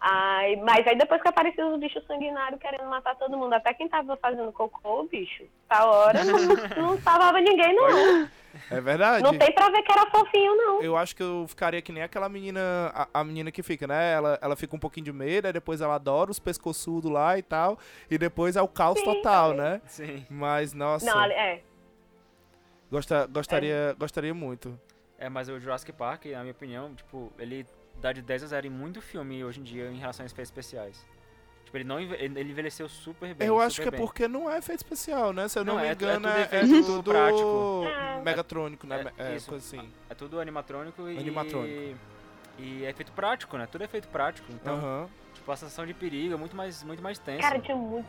[SPEAKER 4] Ai, mas aí depois que apareciam os bichos sanguinários querendo matar todo mundo, até quem tava fazendo cocô, bicho, essa hora não,
[SPEAKER 5] *laughs*
[SPEAKER 4] não salvava ninguém, não.
[SPEAKER 5] É verdade.
[SPEAKER 4] Não tem pra ver que era fofinho, não.
[SPEAKER 5] Eu acho que eu ficaria que nem aquela menina, a, a menina que fica, né? Ela, ela fica um pouquinho de medo, aí depois ela adora os pescoçudos lá e tal, e depois é o caos total, né?
[SPEAKER 2] Sim.
[SPEAKER 5] Mas, nossa,
[SPEAKER 4] Não, ali- é.
[SPEAKER 5] gosta- gostaria, gostaria muito.
[SPEAKER 2] É, mas o Jurassic Park, na minha opinião, tipo, ele dá de 10 a 0 em muito filme hoje em dia em relação a efeitos especiais. Tipo, ele não enve- ele ele envelheceu super bem.
[SPEAKER 5] eu acho que
[SPEAKER 2] super
[SPEAKER 5] é
[SPEAKER 2] bem.
[SPEAKER 5] porque não é efeito especial, né? Se eu não,
[SPEAKER 2] Não,
[SPEAKER 5] me
[SPEAKER 2] é tu- é
[SPEAKER 5] engano,
[SPEAKER 2] tudo
[SPEAKER 5] é, é
[SPEAKER 2] efeito
[SPEAKER 5] tudo
[SPEAKER 2] prático.
[SPEAKER 4] Ah.
[SPEAKER 5] megatrônico, né?
[SPEAKER 2] É,
[SPEAKER 5] É,
[SPEAKER 2] isso.
[SPEAKER 5] coisa assim.
[SPEAKER 2] É tudo animatrônico e.
[SPEAKER 5] Animatrônico.
[SPEAKER 2] E é efeito prático, né? Tudo é efeito prático. Então,
[SPEAKER 5] Aham.
[SPEAKER 2] tipo, a sensação de perigo é muito mais, muito mais tensa.
[SPEAKER 4] Cara, tinha muito,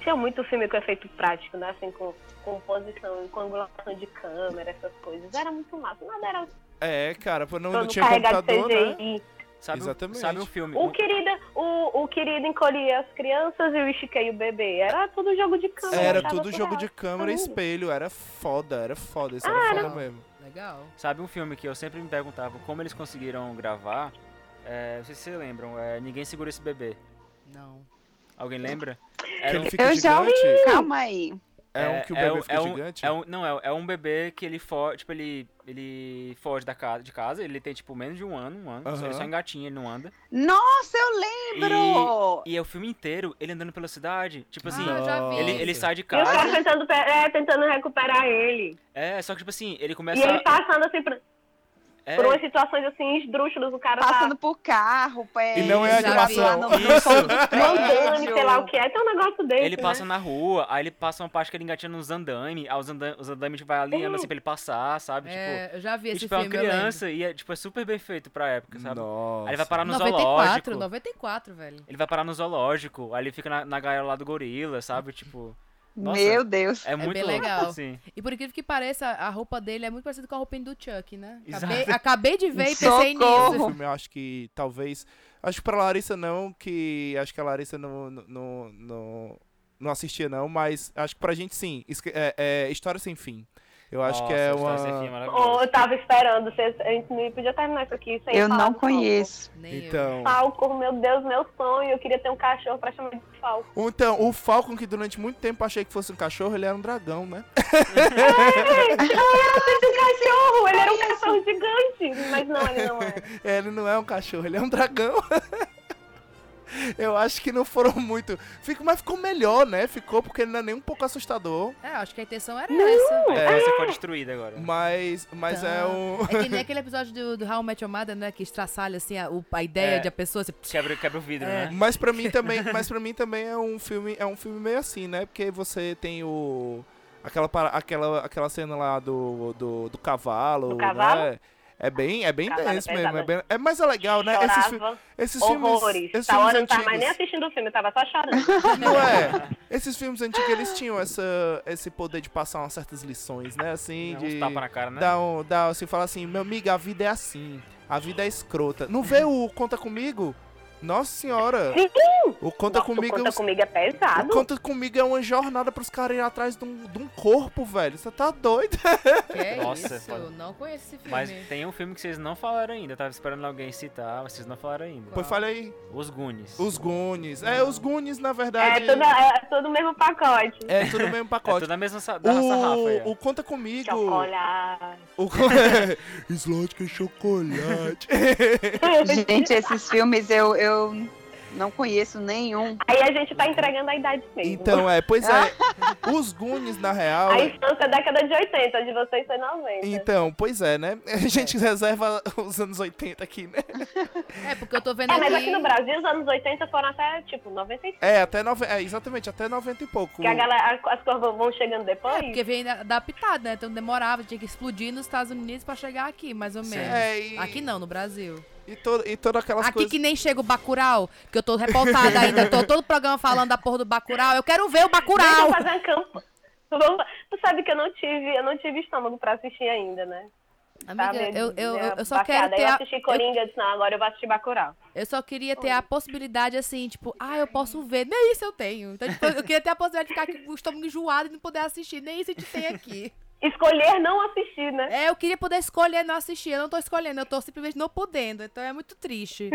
[SPEAKER 4] tinha muito filme com efeito prático, né? Assim, com composição, com angulação de câmera, essas coisas. Era muito massa. Nada era
[SPEAKER 5] É, cara, pô, não, não
[SPEAKER 4] todo
[SPEAKER 5] tinha
[SPEAKER 4] carregado de
[SPEAKER 5] computador, né?
[SPEAKER 4] CGI.
[SPEAKER 2] sabe
[SPEAKER 5] exatamente.
[SPEAKER 2] Um, sabe um filme.
[SPEAKER 4] O
[SPEAKER 2] um-
[SPEAKER 4] querido, o, o querido encolhia as crianças e o Estiquei o bebê. Era tudo jogo de câmera.
[SPEAKER 5] Era
[SPEAKER 4] tava
[SPEAKER 5] tudo jogo de
[SPEAKER 4] real.
[SPEAKER 5] câmera e
[SPEAKER 4] lindo.
[SPEAKER 5] espelho, era foda, era foda, isso
[SPEAKER 4] Ah,
[SPEAKER 5] era foda mesmo.
[SPEAKER 3] Legal.
[SPEAKER 2] Sabe um filme que eu sempre me perguntava como eles conseguiram gravar? É, não sei se vocês lembram, é Ninguém Segura Esse Bebê.
[SPEAKER 3] Não.
[SPEAKER 2] Alguém lembra?
[SPEAKER 5] Que
[SPEAKER 2] Era um-
[SPEAKER 5] ele fica
[SPEAKER 1] Eu já ouvi.
[SPEAKER 5] gigante.
[SPEAKER 1] Calma aí.
[SPEAKER 5] É um que o bebê fica
[SPEAKER 2] é um-
[SPEAKER 5] gigante?
[SPEAKER 2] é um- não, é, é um bebê que ele foge, tipo, ele, ele foge da casa, de casa, ele tem, tipo, menos de um ano, um ano, só, ele
[SPEAKER 5] Aham.
[SPEAKER 2] só engatinha, ele não anda.
[SPEAKER 1] Nossa, eu lembro!
[SPEAKER 2] E é o filme inteiro ele andando pela cidade, tipo assim,
[SPEAKER 3] ah, eu já vi.
[SPEAKER 2] ele, ele sai de
[SPEAKER 4] E os caras
[SPEAKER 2] casa,
[SPEAKER 4] tentando, pe- é, tentando recuperar ele.
[SPEAKER 2] é, só que, tipo assim, ele
[SPEAKER 4] E
[SPEAKER 2] começa...
[SPEAKER 4] ele passando assim por,
[SPEAKER 2] é,
[SPEAKER 4] por umas situações assim esdrúxulas, o cara
[SPEAKER 1] Passando por carro, pé.
[SPEAKER 5] E não é
[SPEAKER 1] já
[SPEAKER 5] animação.
[SPEAKER 1] vi lá no
[SPEAKER 2] Isso.
[SPEAKER 1] fundo do
[SPEAKER 5] *laughs*
[SPEAKER 4] tá mandando, e
[SPEAKER 1] prédio.
[SPEAKER 4] sei lá o que é, tem um negócio desse.
[SPEAKER 2] Ele
[SPEAKER 4] né?
[SPEAKER 2] passa na rua, aí ele passa uma parte que ele engatinha nos andaime, aí os andaime, os andaime tipo, vai ali, anda assim pra ele passar, sabe? tipo,
[SPEAKER 3] É, eu já vi
[SPEAKER 2] e,
[SPEAKER 3] esse
[SPEAKER 2] tipo, é uma
[SPEAKER 3] filme, eu lembro.
[SPEAKER 2] criança e é, tipo, é super bem feito pra época, sabe?
[SPEAKER 5] Nossa.
[SPEAKER 2] Aí ele vai parar no
[SPEAKER 3] 94,
[SPEAKER 2] zoológico.
[SPEAKER 3] 94, velho.
[SPEAKER 2] Ele vai parar no zoológico, aí ele fica na, na gaiola lá do gorila, sabe? Tipo, Nossa.
[SPEAKER 1] Meu Deus.
[SPEAKER 2] é, muito
[SPEAKER 3] bem
[SPEAKER 2] louco,
[SPEAKER 3] legal.
[SPEAKER 2] assim.
[SPEAKER 3] E por incrível que pareça, a roupa dele é muito parecida com a roupinha do Chuck, né?
[SPEAKER 2] Exato.
[SPEAKER 3] Acabei, acabei de ver e pensei
[SPEAKER 1] Socorro.
[SPEAKER 5] Esse
[SPEAKER 3] nisso.
[SPEAKER 5] filme eu acho que talvez. Acho que pra Larissa não, que. Acho que a Larissa não. não- não, não, não assistia, não, mas acho que pra gente sim. Esque- É, é História Sem Fim. Eu acho que é
[SPEAKER 2] Nossa, esse filme é
[SPEAKER 5] uma.
[SPEAKER 4] Ou
[SPEAKER 2] maravilhoso.
[SPEAKER 4] eu tava esperando, vocês- a gente não podia terminar isso aqui sem
[SPEAKER 1] Eu
[SPEAKER 4] falar
[SPEAKER 1] não
[SPEAKER 4] do
[SPEAKER 1] conheço.
[SPEAKER 3] Nem eu.
[SPEAKER 2] né?
[SPEAKER 5] Então.
[SPEAKER 4] Falco, meu Deus, meu sonho. Eu queria ter um cachorro pra chamar de
[SPEAKER 1] *laughs*
[SPEAKER 4] Falco.
[SPEAKER 5] Então, o Falcon, que durante muito tempo achei que fosse um cachorro, ele era um dragão, né?
[SPEAKER 4] Cachorro! Ele era um cachorro gigante! Mas não, ele não é.
[SPEAKER 5] Ele não é um cachorro, ele é um dragão. *laughs* Eu acho que não foram muito. Fico, mas ficou melhor, né? Ficou porque ele não é nem um pouco assustador.
[SPEAKER 3] É, acho que a intenção era essa.
[SPEAKER 2] É, então
[SPEAKER 4] Ah!
[SPEAKER 2] você foi destruída agora.
[SPEAKER 5] Mas, mas
[SPEAKER 3] Tá.
[SPEAKER 5] é um.
[SPEAKER 3] É que nem aquele episódio do, do How I Met Your Mother, né? Que estraçalha, assim, a, o- a ideia
[SPEAKER 2] É.
[SPEAKER 3] de a pessoa... Assim,
[SPEAKER 2] Quebra, quebra o
[SPEAKER 4] É.
[SPEAKER 2] vidro,
[SPEAKER 3] É.
[SPEAKER 2] né?
[SPEAKER 5] Mas pra
[SPEAKER 2] *laughs*
[SPEAKER 5] mim também, mas para mim também é um filme, é um filme meio assim, né? Porque você tem o aquela para- aquela aquela cena lá do do, do cavalo,
[SPEAKER 4] Do cavalo?
[SPEAKER 5] né? É bem, é bem
[SPEAKER 4] Cavalo
[SPEAKER 5] denso mesmo, é,
[SPEAKER 4] pesado.
[SPEAKER 5] bem, é mais legal, né? Esses, fi-
[SPEAKER 4] Chorava
[SPEAKER 5] esses filmes,
[SPEAKER 4] horrores.
[SPEAKER 5] esses
[SPEAKER 4] Essa
[SPEAKER 5] filmes
[SPEAKER 4] hora eu não tava mais nem
[SPEAKER 5] antigos,
[SPEAKER 4] assistindo o filme, eu tava só chorando.
[SPEAKER 5] não é? Esses filmes antigos eles tinham essa esse poder de passar umas certas lições, né? Assim,
[SPEAKER 2] Dá
[SPEAKER 5] de
[SPEAKER 2] Uns tapas na cara, né?
[SPEAKER 5] dá um, dá assim, fala assim, meu amigo, a vida é assim, a vida é escrota. Não vê o Conta Comigo? Nossa senhora! O *laughs* Conta
[SPEAKER 4] Nossa, o
[SPEAKER 5] Comigo é
[SPEAKER 4] Conta
[SPEAKER 5] um-
[SPEAKER 4] comigo é
[SPEAKER 5] o
[SPEAKER 4] pesado.
[SPEAKER 5] Conta Comigo é uma jornada pros caras ir atrás de um, de um corpo, velho. Você tá doido?
[SPEAKER 3] que é
[SPEAKER 2] Nossa,
[SPEAKER 3] isso?
[SPEAKER 2] foda.
[SPEAKER 3] Não conheço esse filme.
[SPEAKER 2] Mas tem um filme que vocês não falaram ainda. Eu tava esperando alguém citar, mas vocês não falaram ainda.
[SPEAKER 5] Pois fala aí.
[SPEAKER 2] Os Goonies.
[SPEAKER 5] Os Goonies. É, os Goonies, na
[SPEAKER 4] É
[SPEAKER 5] verdade.
[SPEAKER 4] tudo, é tudo o mesmo pacote.
[SPEAKER 5] é tudo o
[SPEAKER 2] *laughs*
[SPEAKER 5] mesmo
[SPEAKER 2] É
[SPEAKER 5] pacote.
[SPEAKER 2] tudo da mesma sa- da é. sarrafa aí, ó.
[SPEAKER 5] o, o Conta Comigo.
[SPEAKER 4] Chocolate.
[SPEAKER 5] O, *laughs*
[SPEAKER 4] *laughs*
[SPEAKER 5] slot que é chocolate.
[SPEAKER 1] Gente, esses filmes eu, eu Não conheço nenhum.
[SPEAKER 4] Aí a gente tá entregando a idade mesmo.
[SPEAKER 5] Então, é, pois
[SPEAKER 4] *laughs*
[SPEAKER 5] é. Os Goonies, na real.
[SPEAKER 4] A infância é década de 80, de vocês foi 90.
[SPEAKER 5] Então, pois é, né? A gente reserva os anos 80 aqui, né?
[SPEAKER 3] É, porque eu tô vendo
[SPEAKER 4] É,
[SPEAKER 3] aqui.
[SPEAKER 4] mas aqui no Brasil os anos 80 foram até, tipo, 95.
[SPEAKER 5] É, até nove... é, exatamente, até 90 e pouco.
[SPEAKER 4] Que a galera, as curvas vão chegando depois.
[SPEAKER 3] É, porque vem adaptado, né? Então demorava, tinha que explodir nos Estados Unidos pra chegar aqui, mais ou
[SPEAKER 5] Sim.
[SPEAKER 3] menos.
[SPEAKER 5] É, e-
[SPEAKER 3] Aqui não, no Brasil.
[SPEAKER 5] E, to... e todas aquelas
[SPEAKER 3] aqui
[SPEAKER 5] coisas.
[SPEAKER 3] que nem chega o Bacurau, que eu tô revoltada ainda, tô todo o programa falando da porra do Bacurau. Eu quero ver o
[SPEAKER 4] Deixa eu
[SPEAKER 3] Bacurau!
[SPEAKER 4] fazer uma campanha. *laughs* Vamos- Tu sabe que eu não tive, eu não tive estômago pra assistir ainda, né?
[SPEAKER 3] Amiga,
[SPEAKER 4] Sabe?
[SPEAKER 3] eu, eu, eu, eu só
[SPEAKER 4] Baixada.
[SPEAKER 3] quero ter
[SPEAKER 4] né, Eu
[SPEAKER 3] a,
[SPEAKER 4] assisti Coringa, eu disse, não, agora eu vou assistir Bacurau.
[SPEAKER 3] Eu só queria ter a possibilidade, assim, tipo, ah, eu posso ver. Nem isso eu tenho. Então, tipo, eu queria ter a possibilidade de ficar aqui com o estômago enjoado e não poder assistir. Nem isso a gente tem aqui.
[SPEAKER 4] Escolher não assistir, né?
[SPEAKER 3] É, eu queria poder escolher não assistir. Eu não tô escolhendo, eu tô simplesmente não podendo. Então é muito triste.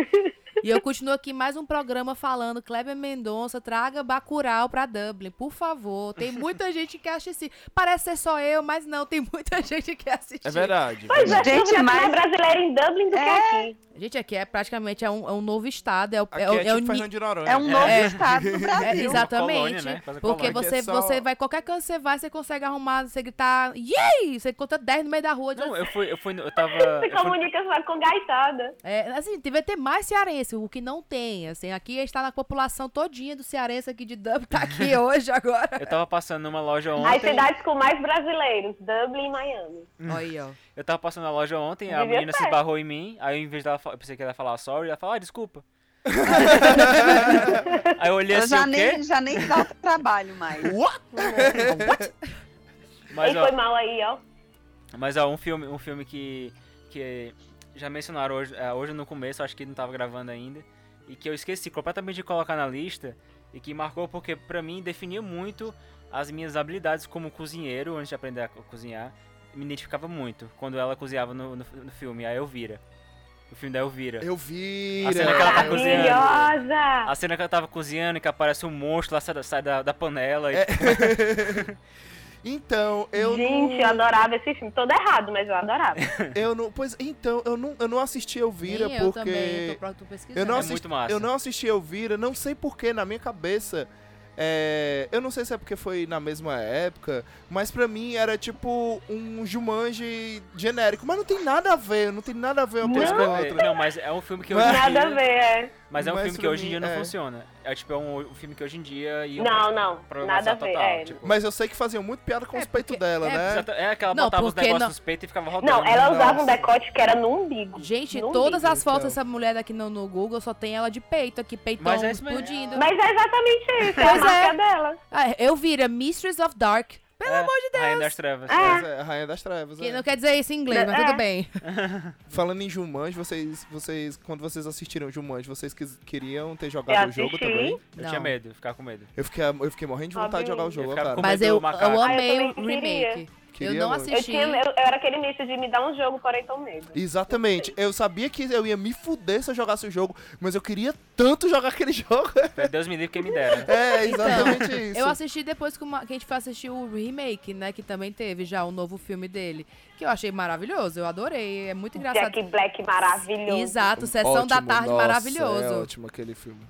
[SPEAKER 3] E eu continuo aqui mais um programa falando, Kleber Mendonça, traga Bacurau pra Dublin, por favor. Tem muita gente que assiste. Parece ser só eu, mas não, tem muita *laughs* gente que assiste.
[SPEAKER 5] É verdade.
[SPEAKER 4] Pois é,
[SPEAKER 1] Gente,
[SPEAKER 4] gente, já mais
[SPEAKER 1] mas-
[SPEAKER 4] brasileiro em Dublin do que aqui.
[SPEAKER 3] Gente, aqui é praticamente é um, é um novo estado. É, o,
[SPEAKER 5] Aqui
[SPEAKER 3] é, o-
[SPEAKER 5] é,
[SPEAKER 3] é o ni-
[SPEAKER 5] tipo Fernando de Noronha.
[SPEAKER 1] É um novo
[SPEAKER 3] É.
[SPEAKER 1] estado
[SPEAKER 3] *laughs*
[SPEAKER 1] do
[SPEAKER 3] É,
[SPEAKER 1] Brasil.
[SPEAKER 3] exatamente.
[SPEAKER 2] colônia, né? Quase
[SPEAKER 3] Porque
[SPEAKER 2] colônia.
[SPEAKER 3] você,
[SPEAKER 5] Aqui é só-
[SPEAKER 3] você vai, qualquer canto que você vai, você consegue arrumar, você gritar, yay! Você conta 10 no meio da rua. diz
[SPEAKER 2] Não,
[SPEAKER 3] assim,
[SPEAKER 2] eu fui, eu fui, no- eu
[SPEAKER 1] *laughs*
[SPEAKER 2] tava. eu
[SPEAKER 4] Se
[SPEAKER 2] fui-
[SPEAKER 4] comunica só com gaitada.
[SPEAKER 3] é, assim, devia ter mais cearense, o que não tem, assim, aqui está na população todinha do cearense aqui de Dublin, tá aqui hoje agora.
[SPEAKER 2] eu tava passando numa loja
[SPEAKER 4] As
[SPEAKER 2] ontem.
[SPEAKER 4] cidades com mais brasileiros, Dublin e Miami.
[SPEAKER 5] Hum.
[SPEAKER 3] Olha aí, ó.
[SPEAKER 2] Eu tava passando na loja ontem, a
[SPEAKER 4] Devia
[SPEAKER 2] menina se
[SPEAKER 4] ser.
[SPEAKER 2] barrou em mim, aí em vez dela fa- eu pensei que ela ia falar sorry, ela falou,
[SPEAKER 1] *laughs*
[SPEAKER 2] ah, desculpa. aí eu
[SPEAKER 3] é
[SPEAKER 2] olhei
[SPEAKER 1] Eu
[SPEAKER 2] assim,
[SPEAKER 1] já
[SPEAKER 2] o quê?
[SPEAKER 1] nem, já nem dá o trabalho mais.
[SPEAKER 2] Mas,
[SPEAKER 4] Ele
[SPEAKER 2] ó,
[SPEAKER 4] foi mal aí, ó.
[SPEAKER 2] Mas ó, um filme, um filme que, que já mencionaram hoje, eh, hoje no começo, acho que não tava gravando ainda, e que eu esqueci completamente de colocar na lista, e que marcou porque pra mim definiu muito as minhas habilidades como cozinheiro, antes de aprender a co- cozinhar, me identificava muito quando ela cozinhava no, no, no filme, a Elvira. O filme da Elvira.
[SPEAKER 5] Eu vi.
[SPEAKER 2] A cena que ela tá cozinhando.
[SPEAKER 4] Maravilhosa!
[SPEAKER 2] A cena que ela tava cozinhando e que aparece um monstro lá, sai, da- sai da, da panela. e-
[SPEAKER 5] É,
[SPEAKER 2] é
[SPEAKER 5] Então, eu
[SPEAKER 4] Gente, eu adorava esse filme. Todo errado, mas eu
[SPEAKER 2] *laughs*
[SPEAKER 4] adorava.
[SPEAKER 5] Eu não, pois então, eu não, eu não assisti Elvira
[SPEAKER 3] Sim, eu também,
[SPEAKER 5] porque
[SPEAKER 3] tô, pro- tô pesquisando.
[SPEAKER 5] eu não
[SPEAKER 2] É
[SPEAKER 5] assisti,
[SPEAKER 2] muito massa.
[SPEAKER 5] eu não assisti Elvira, não sei porquê na minha cabeça. é, eu não sei se é porque foi na mesma época, mas pra mim era tipo um Jumanji genérico, mas não tem nada a ver, não tem nada a ver uma coisa
[SPEAKER 2] Não,
[SPEAKER 5] com a outra.
[SPEAKER 2] não, mas é um filme que hoje em
[SPEAKER 4] Nada a
[SPEAKER 2] dia-
[SPEAKER 4] ver, é.
[SPEAKER 2] Mas é um
[SPEAKER 5] Mas
[SPEAKER 2] filme que
[SPEAKER 5] pra
[SPEAKER 2] hoje em
[SPEAKER 5] mim,
[SPEAKER 2] dia não
[SPEAKER 5] é.
[SPEAKER 2] funciona. É tipo é um, um filme que hoje em dia e
[SPEAKER 4] Não, não. Nada a ver.
[SPEAKER 2] total.
[SPEAKER 4] é.
[SPEAKER 2] tipo,
[SPEAKER 5] Mas eu sei que faziam muito piada com
[SPEAKER 3] É,
[SPEAKER 5] os peitos
[SPEAKER 3] porque-
[SPEAKER 5] dela,
[SPEAKER 3] é,
[SPEAKER 5] né?
[SPEAKER 2] exata- é que ela
[SPEAKER 3] Não,
[SPEAKER 2] botava os
[SPEAKER 3] porque
[SPEAKER 2] negócios
[SPEAKER 3] não-
[SPEAKER 2] nos peitos e ficava rodando.
[SPEAKER 4] Não, ela usava
[SPEAKER 5] Nossa.
[SPEAKER 4] um decote que era no umbigo.
[SPEAKER 3] Gente,
[SPEAKER 4] No
[SPEAKER 3] todas
[SPEAKER 4] umbigo.
[SPEAKER 3] as fotos
[SPEAKER 5] então.
[SPEAKER 3] dessa mulher daqui no, no Google só tem ela de peito aqui, peitão
[SPEAKER 2] Mas é isso mesmo.
[SPEAKER 3] explodindo.
[SPEAKER 4] Mas é exatamente isso, é a
[SPEAKER 3] Pois é.
[SPEAKER 4] marca dela.
[SPEAKER 3] Ah, eu vira Mistress of Dark. Pelo amor
[SPEAKER 2] de Deus. É, Rainha das Trevas.
[SPEAKER 4] Ah.
[SPEAKER 5] Pois é, a Rainha das Trevas.
[SPEAKER 3] que
[SPEAKER 5] é.
[SPEAKER 3] não quer dizer isso em inglês, mas
[SPEAKER 4] É.
[SPEAKER 3] tudo bem.
[SPEAKER 5] Falando em Jumanji, vocês, vocês, quando vocês assistiram Jumanji, vocês quis- queriam ter
[SPEAKER 4] Eu
[SPEAKER 5] jogado o jogo
[SPEAKER 4] assisti.
[SPEAKER 5] também?
[SPEAKER 2] Eu
[SPEAKER 3] Não.
[SPEAKER 2] tinha medo, ficava com medo.
[SPEAKER 5] Eu fiquei, eu fiquei morrendo de vontade de jogar o jogo,
[SPEAKER 4] Obviamente.
[SPEAKER 2] Eu
[SPEAKER 5] ó,
[SPEAKER 2] ficava
[SPEAKER 5] cara.
[SPEAKER 2] com
[SPEAKER 3] Mas
[SPEAKER 2] medo
[SPEAKER 3] eu,
[SPEAKER 2] do macaco.
[SPEAKER 3] eu
[SPEAKER 4] Ah, eu
[SPEAKER 3] amei
[SPEAKER 4] também
[SPEAKER 3] o
[SPEAKER 4] queria.
[SPEAKER 3] remake. Eu
[SPEAKER 5] Queria
[SPEAKER 3] não
[SPEAKER 5] muito.
[SPEAKER 4] Eu,
[SPEAKER 3] assisti.
[SPEAKER 4] tinha, eu, eu era aquele nicho de me dar um jogo, porém tão medo.
[SPEAKER 5] Exatamente. Eu sabia que eu ia me fuder se eu jogasse o jogo, mas eu queria tanto jogar aquele *laughs* jogo.
[SPEAKER 2] Deus me livre quem me
[SPEAKER 3] *laughs*
[SPEAKER 2] dera.
[SPEAKER 5] É, *laughs* exatamente isso.
[SPEAKER 3] Eu assisti depois que, uma- que a gente foi assistir o remake, né? Que também teve já o novo filme dele. Que eu achei maravilhoso, eu adorei. É muito engraçado.
[SPEAKER 4] Jack Black maravilhoso.
[SPEAKER 3] Exato, Sessão da
[SPEAKER 5] Ótimo,
[SPEAKER 3] Tarde
[SPEAKER 5] nossa, É
[SPEAKER 3] maravilhoso.
[SPEAKER 5] ótimo aquele filme.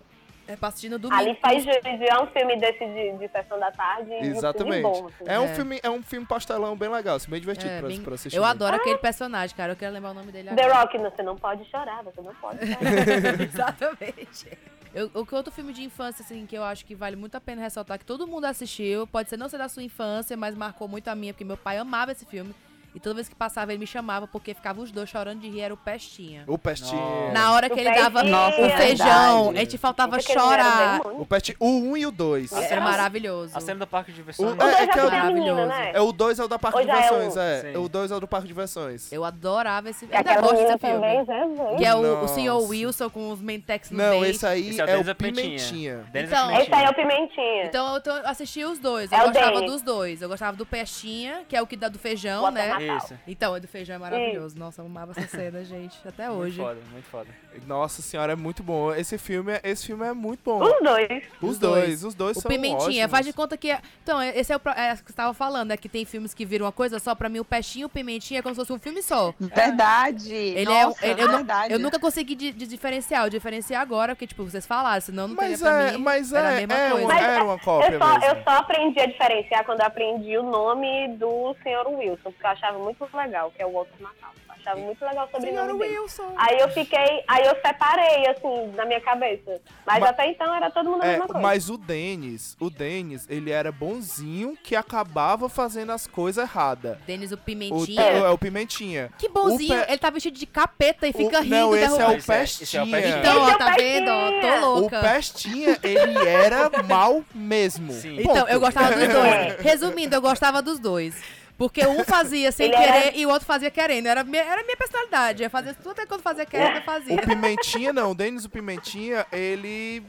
[SPEAKER 3] É, pra assistir no domingo.
[SPEAKER 4] Ali faz juízo, é um filme desse de, de sessão da tarde. e
[SPEAKER 5] Exatamente.
[SPEAKER 4] Um filme bom, assim.
[SPEAKER 5] É um
[SPEAKER 3] É.
[SPEAKER 5] filme, é um filme pastelão bem legal, assim, bem divertido
[SPEAKER 3] É,
[SPEAKER 5] pra,
[SPEAKER 3] bem-
[SPEAKER 5] pra assistir.
[SPEAKER 3] eu adoro aquele personagem, cara. Eu quero lembrar o nome dele
[SPEAKER 4] The
[SPEAKER 3] agora.
[SPEAKER 4] Rock, não, você não pode chorar, você não
[SPEAKER 3] *laughs*
[SPEAKER 4] pode chorar.
[SPEAKER 3] Exatamente. Eu, o que outro filme de infância, assim, que eu acho que vale muito a pena ressaltar, que todo mundo assistiu, pode ser não ser da sua infância, mas marcou muito a minha, porque meu pai amava esse filme. E toda vez que passava, ele me chamava, porque ficava os dois chorando de rir, era o Pestinha.
[SPEAKER 5] O Pestinha.
[SPEAKER 2] Nossa.
[SPEAKER 3] Na hora
[SPEAKER 4] O
[SPEAKER 3] que ele dava
[SPEAKER 4] Pestinha,
[SPEAKER 3] o feijão,
[SPEAKER 1] verdade.
[SPEAKER 3] a gente faltava
[SPEAKER 4] Porque eles eram
[SPEAKER 3] chorar.
[SPEAKER 4] demônios.
[SPEAKER 5] O Pest... O 1 e o 2.
[SPEAKER 4] É,
[SPEAKER 2] Nossa,
[SPEAKER 4] um-
[SPEAKER 3] Era
[SPEAKER 2] Era-
[SPEAKER 3] maravilhoso.
[SPEAKER 2] A cena do parque de né? diversões.
[SPEAKER 5] O-
[SPEAKER 4] O
[SPEAKER 5] É,
[SPEAKER 4] é,
[SPEAKER 5] que
[SPEAKER 4] já
[SPEAKER 5] eu-
[SPEAKER 4] foi da menina,
[SPEAKER 3] Maravilhoso.
[SPEAKER 4] né?
[SPEAKER 5] É o 2 é o da Parque
[SPEAKER 4] Ou
[SPEAKER 5] de
[SPEAKER 4] já é o-
[SPEAKER 5] Diversões, é.
[SPEAKER 2] Sim.
[SPEAKER 5] O 2 é o do Parque de Diversões.
[SPEAKER 3] Eu adorava esse filme.
[SPEAKER 4] E
[SPEAKER 3] Eu ainda
[SPEAKER 4] é aquela
[SPEAKER 3] gosto
[SPEAKER 4] menina
[SPEAKER 3] desse
[SPEAKER 4] também,
[SPEAKER 3] filme.
[SPEAKER 4] né?
[SPEAKER 3] Que é o, o
[SPEAKER 5] Nossa.
[SPEAKER 3] senhor Wilson com os mentex no
[SPEAKER 5] Não,
[SPEAKER 3] meio.
[SPEAKER 5] esse aí
[SPEAKER 2] Esse é
[SPEAKER 5] é,
[SPEAKER 2] o Denis
[SPEAKER 5] o
[SPEAKER 2] da Pimentinha.
[SPEAKER 5] Pimentinha.
[SPEAKER 2] Denis
[SPEAKER 3] Então-
[SPEAKER 2] da
[SPEAKER 4] Esse aí
[SPEAKER 2] Pimentinha.
[SPEAKER 4] é o Pimentinha.
[SPEAKER 3] Então eu, tô- eu assisti os dois. Eu
[SPEAKER 4] É o
[SPEAKER 3] gostava
[SPEAKER 4] Danny.
[SPEAKER 3] dos dois. Eu gostava do Pestinha, que é o que dá do feijão,
[SPEAKER 4] O
[SPEAKER 3] né?
[SPEAKER 4] Natal.
[SPEAKER 2] Isso.
[SPEAKER 3] Então, o do feijão é maravilhoso. Nossa, eu amava essa cena, gente.
[SPEAKER 5] É
[SPEAKER 3] Até hoje.
[SPEAKER 2] Muito foda, muito foda.
[SPEAKER 5] Nossa senhora, é muito bom. Esse filme, é- esse filme é muito bom.
[SPEAKER 4] Os dois.
[SPEAKER 5] os
[SPEAKER 3] os
[SPEAKER 5] dois, os dois
[SPEAKER 3] O
[SPEAKER 5] são
[SPEAKER 3] Pimentinha,
[SPEAKER 5] ótimos.
[SPEAKER 3] faz de conta que. é- Então, é- esse é o pro- é, o que você tava falando, é que tem filmes que viram uma coisa só. Pra mim, o Peixinho e o Pimentinha é como se fosse um filme só.
[SPEAKER 1] Verdade.
[SPEAKER 3] Ele
[SPEAKER 1] Nossa,
[SPEAKER 3] é, um- ele- eu, nu-
[SPEAKER 1] verdade.
[SPEAKER 3] eu nunca consegui di- de diferenciar. Eu diferenciar agora, porque, tipo, vocês falaram, senão não teria
[SPEAKER 5] Mas
[SPEAKER 3] pra
[SPEAKER 5] é,
[SPEAKER 3] mim.
[SPEAKER 5] mas
[SPEAKER 3] era a
[SPEAKER 5] é,
[SPEAKER 3] mesma
[SPEAKER 5] é
[SPEAKER 3] coisa.
[SPEAKER 5] uma,
[SPEAKER 4] Mas
[SPEAKER 5] era uma cópia
[SPEAKER 4] Eu só,
[SPEAKER 5] mesmo.
[SPEAKER 4] eu só aprendi a diferenciar quando eu aprendi o nome do Sr. Wilson, porque eu achava muito legal, que é o Walter Natal. Eu achava muito legal sobre o
[SPEAKER 3] Senhora
[SPEAKER 4] sobrenome dele.
[SPEAKER 3] Wilson.
[SPEAKER 4] Aí eu fiquei, aí eu separei, assim, na minha cabeça. Mas,
[SPEAKER 5] Mas-
[SPEAKER 4] até então era todo mundo a
[SPEAKER 5] É,
[SPEAKER 4] mesma coisa.
[SPEAKER 5] mas o Denis, o Denis, ele era bonzinho que acabava fazendo as coisas erradas.
[SPEAKER 3] Denis, o
[SPEAKER 5] O,
[SPEAKER 3] Pimentinha.
[SPEAKER 5] é. o Pimentinha.
[SPEAKER 3] Que bonzinho.
[SPEAKER 5] o pe-
[SPEAKER 3] Ele tá vestido de capeta e fica
[SPEAKER 5] O-
[SPEAKER 3] rindo.
[SPEAKER 5] não, esse é
[SPEAKER 3] derrubando.
[SPEAKER 5] o
[SPEAKER 2] Esse é- esse é o
[SPEAKER 5] Pestinha.
[SPEAKER 2] Pestinha.
[SPEAKER 3] Então,
[SPEAKER 4] Esse
[SPEAKER 3] ó,
[SPEAKER 4] é o
[SPEAKER 3] tá vendo? Ó,
[SPEAKER 4] Pestinha.
[SPEAKER 3] tô
[SPEAKER 5] O
[SPEAKER 3] louca.
[SPEAKER 5] Pestinha, ele
[SPEAKER 3] *laughs*
[SPEAKER 5] era mal mesmo.
[SPEAKER 2] Sim.
[SPEAKER 5] Ponto.
[SPEAKER 3] Então, eu gostava
[SPEAKER 5] *laughs*
[SPEAKER 3] dos
[SPEAKER 4] É.
[SPEAKER 3] dois. Resumindo, eu gostava dos dois. Porque um fazia sem
[SPEAKER 4] Ele
[SPEAKER 3] querer
[SPEAKER 4] era-
[SPEAKER 3] e o outro fazia querendo. Era minha, era minha personalidade. Eu fazia tudo quando fazia querendo, eu fazia.
[SPEAKER 5] O Pimentinha, não. O Denis, o Pimentinha, ele...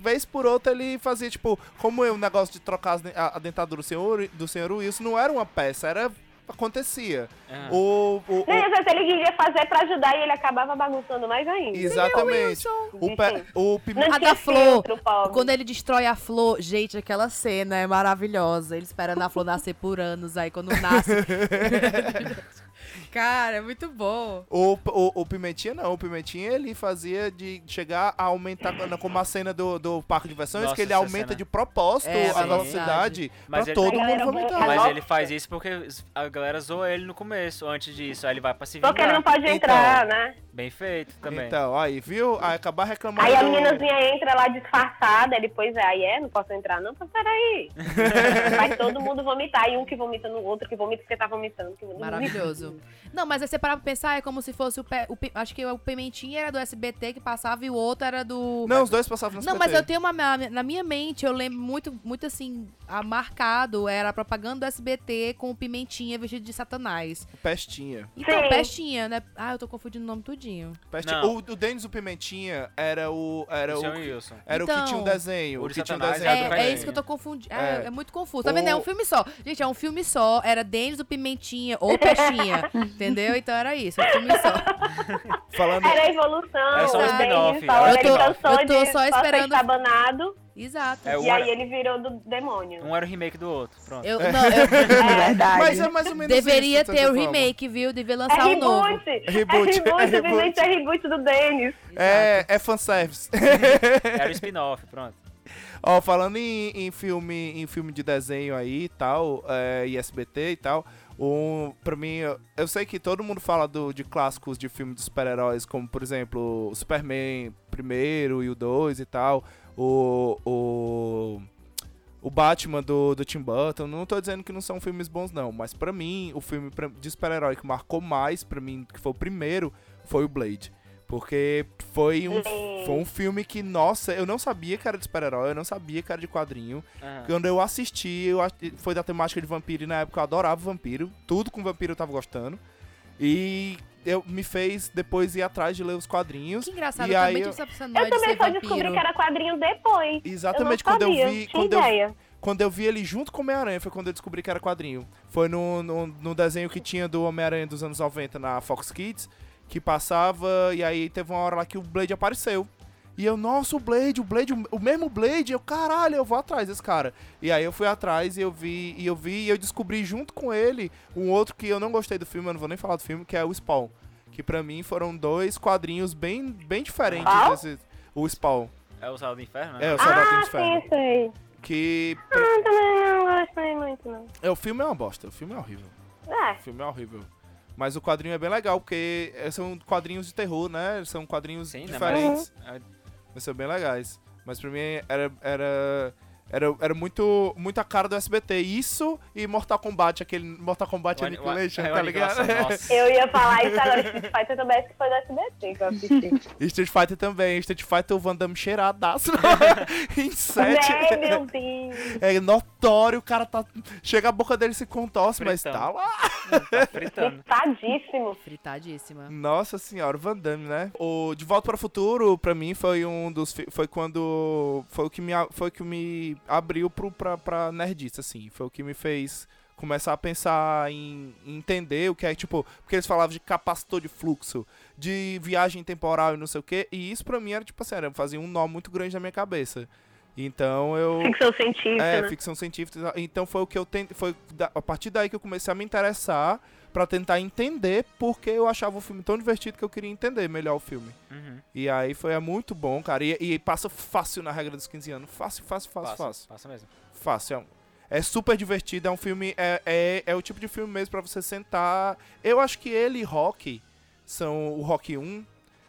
[SPEAKER 5] Vez por outra ele fazia, tipo... Como o negócio de trocar as den- a, a dentadura do senhor, do senhor Wilson não era uma peça, era... Acontecia.
[SPEAKER 2] Ah.
[SPEAKER 5] O, o- o-
[SPEAKER 4] Nem às vezes ele queria fazer pra ajudar e ele acabava bagunçando mais ainda.
[SPEAKER 5] exatamente. O, pe, o Pime-
[SPEAKER 4] Não
[SPEAKER 3] A
[SPEAKER 4] tinha
[SPEAKER 3] Ah, da Flor,
[SPEAKER 4] filtro, pobre.
[SPEAKER 3] Quando ele destrói a flor, gente, aquela cena é maravilhosa. Ele esperando a flor nascer por anos, aí quando
[SPEAKER 5] *laughs*
[SPEAKER 3] nasce. Cara, é muito bom.
[SPEAKER 5] O, o, o Pimentinha não, o Pimentinha ele fazia de chegar a aumentar, quando- como a cena do, do parque de diversões,
[SPEAKER 2] Nossa,
[SPEAKER 5] que ele
[SPEAKER 2] essa
[SPEAKER 5] aumenta
[SPEAKER 2] cena.
[SPEAKER 5] de propósito
[SPEAKER 3] É,
[SPEAKER 5] a
[SPEAKER 2] sim.
[SPEAKER 5] velocidade pra
[SPEAKER 2] Mas ele- é um
[SPEAKER 5] todo
[SPEAKER 4] A
[SPEAKER 5] mundo
[SPEAKER 4] galera
[SPEAKER 5] vomitar.
[SPEAKER 4] vai-
[SPEAKER 2] Mas
[SPEAKER 4] Nossa.
[SPEAKER 2] ele faz isso porque a galera zoa ele no começo, antes disso. Aí ele vai pra se vingar.
[SPEAKER 4] Porque ele não pode
[SPEAKER 5] Então.
[SPEAKER 4] entrar, né?
[SPEAKER 2] Bem feito também.
[SPEAKER 5] Então, aí, viu? Aí acabar reclamando.
[SPEAKER 4] Aí a
[SPEAKER 5] do-
[SPEAKER 4] meninazinha entra lá disfarçada, ele, pois é, aí é, não posso entrar não, mas peraí. Vai todo mundo vomitar, e um que vomita no outro, que vomita porque tá vomitando. Que
[SPEAKER 3] Hum.
[SPEAKER 4] vomita.
[SPEAKER 3] Maravilhoso. Não, mas aí você parar pra pensar, é como se fosse o, pe... o pe- Acho que o Pimentinha era do SBT que passava e o outro era do.
[SPEAKER 5] Não, os dois passavam no
[SPEAKER 3] Não, mas eu
[SPEAKER 5] SBT.
[SPEAKER 3] tenho uma. Na minha mente, eu lembro muito, muito assim, a- marcado era a propaganda do SBT com o Pimentinha vestido de Satanás.
[SPEAKER 5] Pestinha.
[SPEAKER 3] Então,
[SPEAKER 4] Sim.
[SPEAKER 3] Pestinha, né? Ah, eu tô confundindo o nome tudinho.
[SPEAKER 5] Pestinha.
[SPEAKER 2] Não.
[SPEAKER 5] O, o Denis o Pimentinha era o. Era
[SPEAKER 2] é O
[SPEAKER 5] o,
[SPEAKER 2] Sr. Wilson.
[SPEAKER 5] era o que tinha um
[SPEAKER 3] Então,
[SPEAKER 5] desenho.
[SPEAKER 2] o
[SPEAKER 5] O
[SPEAKER 2] de
[SPEAKER 5] que tinha um
[SPEAKER 2] Satanás
[SPEAKER 5] desenho
[SPEAKER 2] era
[SPEAKER 5] do
[SPEAKER 2] do
[SPEAKER 3] É, é
[SPEAKER 5] Pestinha.
[SPEAKER 3] isso que eu tô confundindo. É,
[SPEAKER 5] É.
[SPEAKER 3] é muito confuso. Tá vendo? É
[SPEAKER 5] O-
[SPEAKER 3] um filme só. Gente, é um filme só. Era Denis, o Pimentinha ou
[SPEAKER 4] *laughs*
[SPEAKER 3] Pestinha. entendeu? Então era isso. Um filme só.
[SPEAKER 5] Falando.
[SPEAKER 4] Era a evolução,
[SPEAKER 2] É
[SPEAKER 3] só um
[SPEAKER 4] o
[SPEAKER 2] spin-off,
[SPEAKER 4] Denis falou,
[SPEAKER 2] é um
[SPEAKER 4] ele
[SPEAKER 2] spin-off.
[SPEAKER 4] cansou
[SPEAKER 3] Eu tô
[SPEAKER 4] de
[SPEAKER 3] só esperando-
[SPEAKER 4] estabanado,
[SPEAKER 3] Exato.
[SPEAKER 2] É, um
[SPEAKER 4] e aí
[SPEAKER 2] era-
[SPEAKER 4] ele virou do demônio.
[SPEAKER 2] Um era o remake do outro. Pronto.
[SPEAKER 3] Eu,
[SPEAKER 5] *laughs*
[SPEAKER 3] não, eu
[SPEAKER 1] Verdade.
[SPEAKER 5] Mas é mais ou menos
[SPEAKER 3] deveria
[SPEAKER 5] isso, de
[SPEAKER 3] ter o
[SPEAKER 5] certa forma.
[SPEAKER 3] remake, viu? Devia
[SPEAKER 4] É
[SPEAKER 3] lançar um novo.
[SPEAKER 4] reboot! É
[SPEAKER 5] Reboot,
[SPEAKER 4] reboot,
[SPEAKER 5] é
[SPEAKER 4] é
[SPEAKER 5] reboot.
[SPEAKER 4] reboot, é reboot do Denis.
[SPEAKER 5] É, é fanservice.
[SPEAKER 2] Era o spin-off, pronto.
[SPEAKER 5] Ó, falando em, em filme, em filme de desenho aí e tal, é, e SBT e tal, um, pra mim, eu, eu sei que todo mundo fala do, de clássicos de filme de super-heróis, como, por exemplo, o Superman primeiro e o 2 e tal, o... o o Batman do, do Tim Burton, não tô dizendo que não são filmes bons não, mas pra mim, o filme pra- de super-herói que marcou mais pra mim, que foi o primeiro, foi o Blade. Porque foi um, foi um filme que, nossa, eu não sabia que era de super-herói, eu não sabia que era de quadrinho.
[SPEAKER 2] Aham.
[SPEAKER 5] Quando eu assisti, eu, a- foi da temática de vampiro e na época eu adorava vampiro. Tudo com vampiro eu tava gostando. E eu, me fez depois ir atrás de ler os quadrinhos.
[SPEAKER 3] Que engraçado,
[SPEAKER 5] E
[SPEAKER 3] eu
[SPEAKER 5] aí
[SPEAKER 3] também
[SPEAKER 5] eu-
[SPEAKER 3] tive essa
[SPEAKER 4] Eu
[SPEAKER 3] personalidade de
[SPEAKER 4] também
[SPEAKER 3] ser
[SPEAKER 4] só descobri
[SPEAKER 3] é vampiro.
[SPEAKER 4] que era quadrinho depois.
[SPEAKER 5] Exatamente
[SPEAKER 4] eu não
[SPEAKER 5] quando
[SPEAKER 4] sabia,
[SPEAKER 5] eu vi.
[SPEAKER 4] tinha
[SPEAKER 5] Quando eu,
[SPEAKER 4] ideia.
[SPEAKER 5] quando eu vi ele junto com o Homem-Aranha, foi quando eu descobri que era quadrinho. Foi no, no, no desenho que tinha do Homem-Aranha dos anos 90 na Fox Kids, que passava, e aí teve uma hora lá que o Blade apareceu. E eu, nossa, o Blade, o Blade, o- o mesmo Blade, eu, caralho, eu vou atrás desse cara. E aí eu fui atrás e eu vi, e eu vi, e eu descobri junto com ele um outro que eu não gostei do filme, eu não vou nem falar do filme, que é o Spawn. Que pra mim foram dois quadrinhos bem, bem diferentes.
[SPEAKER 4] Qual?
[SPEAKER 5] desses- o Spawn.
[SPEAKER 2] É o Saldo do Inferno, né?
[SPEAKER 5] É, o Salvador do
[SPEAKER 4] Ah,
[SPEAKER 5] Inferno.
[SPEAKER 4] sim, sei.
[SPEAKER 5] Que.
[SPEAKER 4] Não, também não gostei muito, não.
[SPEAKER 5] É, o filme é uma bosta, o filme é horrível.
[SPEAKER 4] É,
[SPEAKER 5] O filme é horrível. Mas o quadrinho é bem legal, porque é, são quadrinhos de terror, né? São quadrinhos
[SPEAKER 2] Sim, né,
[SPEAKER 5] diferentes.
[SPEAKER 2] mas-
[SPEAKER 5] Mas são bem legais. Mas pra mim era. era... Era, era muito, muito a cara do SBT. Isso e Mortal Kombat, aquele Mortal Kombat
[SPEAKER 2] O ani- o-
[SPEAKER 5] Annihilation,
[SPEAKER 2] é, o
[SPEAKER 5] tá ligado?
[SPEAKER 2] aniquilação, nossa.
[SPEAKER 4] eu ia falar isso agora, Street Fighter também, acho que foi do SBT que eu assisti.
[SPEAKER 5] *laughs* Street Fighter também. Street Fighter, o Van Damme cheiradaço *laughs* em sete.
[SPEAKER 4] Né, meu Deus.
[SPEAKER 5] É notório, o cara tá... Chega a boca dele se contorce, mas
[SPEAKER 2] Fritão.
[SPEAKER 5] tá lá.
[SPEAKER 2] Tá fritando.
[SPEAKER 4] Tadíssimo.
[SPEAKER 3] Fritadíssima.
[SPEAKER 5] Nossa senhora, o Van Damme, né? O De Volta para o Futuro, pra mim, foi um dos. fi- Foi quando. Foi o que me, a- foi o que me abriu pro, pra, pra nerdice, assim. Foi o que me fez começar a pensar em em entender o que é, tipo, porque eles falavam de capacitor de fluxo, de viagem temporal e não sei o quê, e isso pra mim era, tipo assim, era, fazia um nó muito grande na minha cabeça. Então eu.
[SPEAKER 4] Ficção científica,
[SPEAKER 5] É,
[SPEAKER 4] né?
[SPEAKER 5] ficção científica. Então foi o que eu tentei. Foi da- a partir daí que eu comecei a me interessar pra tentar entender porque eu achava o filme tão divertido que eu queria entender melhor o filme.
[SPEAKER 2] Uhum.
[SPEAKER 5] E aí foi é muito bom, cara. E, e passa fácil na regra dos 15 anos. Fácil, fácil, fácil, fácil.
[SPEAKER 2] Passa mesmo.
[SPEAKER 5] Fácil. É, um- é super divertido, é um filme. É, é, é o tipo de filme mesmo pra você sentar. Eu acho que ele e Rock são. O Rock 1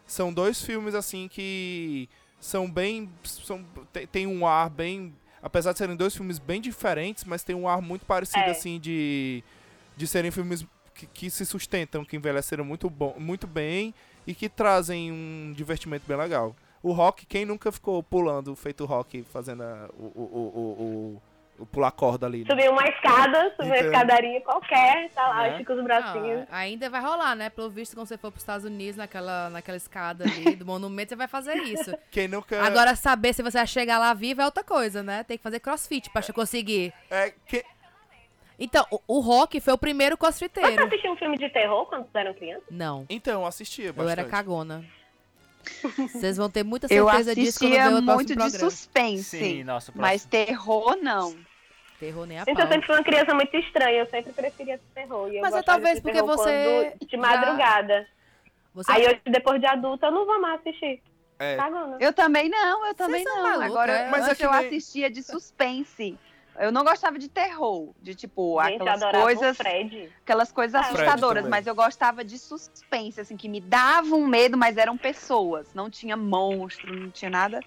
[SPEAKER 5] são dois filmes assim que são bem. São, tem, tem um ar bem. Apesar de serem dois filmes bem diferentes, mas tem um ar muito parecido,
[SPEAKER 4] É.
[SPEAKER 5] assim, de. De serem filmes que, que se sustentam, que envelheceram muito, bom, muito bem e que trazem um divertimento bem legal. O rock, quem nunca ficou pulando, feito rock, fazendo a- o, o, o, o, o, o pular corda ali? Né?
[SPEAKER 4] Subir uma escada, subir
[SPEAKER 5] Então.
[SPEAKER 4] uma
[SPEAKER 5] É.
[SPEAKER 4] escadaria qualquer, tá lá,
[SPEAKER 2] Né?
[SPEAKER 4] estica os
[SPEAKER 3] Não,
[SPEAKER 1] Assim,
[SPEAKER 4] bracinhos.
[SPEAKER 3] Ah, ainda vai rolar, né? Pelo visto, quando você for pros Estados Unidos, naquela, naquela escada ali do monumento, você vai fazer
[SPEAKER 1] *laughs*
[SPEAKER 3] isso.
[SPEAKER 5] Quem nunca.
[SPEAKER 3] Agora, saber se você vai chegar lá vivo é outra coisa, né? Tem que fazer crossfit pra conseguir.
[SPEAKER 5] É, que-
[SPEAKER 3] Então, o, o Rock foi o primeiro
[SPEAKER 1] *laughs*
[SPEAKER 4] Você
[SPEAKER 3] crossfiteiro.
[SPEAKER 4] assistiu um filme de terror quando vocês eram crianças?
[SPEAKER 3] Não,
[SPEAKER 5] Então, eu assistia
[SPEAKER 3] eu
[SPEAKER 5] bastante.
[SPEAKER 3] era cagona. Vocês vão ter muita
[SPEAKER 1] Eu
[SPEAKER 3] certeza disso quando
[SPEAKER 1] assistia
[SPEAKER 3] ver o
[SPEAKER 1] muito
[SPEAKER 3] próximo
[SPEAKER 1] de
[SPEAKER 3] programa.
[SPEAKER 1] suspense,
[SPEAKER 2] Sim, nossa,
[SPEAKER 1] mas
[SPEAKER 2] próximo.
[SPEAKER 1] terror não.
[SPEAKER 3] Terror nem a
[SPEAKER 1] Então,
[SPEAKER 3] pau.
[SPEAKER 4] Gente, eu sempre fui uma criança muito estranha, eu sempre preferia terror. E eu
[SPEAKER 3] Mas é
[SPEAKER 4] gostava
[SPEAKER 3] talvez
[SPEAKER 4] de
[SPEAKER 3] porque
[SPEAKER 4] terror
[SPEAKER 3] você
[SPEAKER 4] quando- De
[SPEAKER 3] já-
[SPEAKER 4] madrugada.
[SPEAKER 3] Você-
[SPEAKER 4] Aí hoje, depois de adulta, eu não vou mais assistir. Tá né?
[SPEAKER 5] É.
[SPEAKER 4] Cagona.
[SPEAKER 1] Eu também não, eu também
[SPEAKER 3] são
[SPEAKER 1] não.
[SPEAKER 3] maluca, é?
[SPEAKER 1] Agora,
[SPEAKER 5] Mas
[SPEAKER 1] mas
[SPEAKER 5] é
[SPEAKER 1] antes
[SPEAKER 5] que
[SPEAKER 1] eu
[SPEAKER 5] nem-
[SPEAKER 1] assistia de suspense. Eu não gostava de terror, de tipo
[SPEAKER 4] Gente, eu
[SPEAKER 1] aquelas
[SPEAKER 4] adorava o
[SPEAKER 1] coisas,
[SPEAKER 4] Fred.
[SPEAKER 1] aquelas coisas
[SPEAKER 4] Ah, o Fred
[SPEAKER 1] assustadoras,
[SPEAKER 5] também.
[SPEAKER 1] mas eu gostava de suspense, assim, que me davam medo, mas eram pessoas, não tinha monstro, não tinha nada.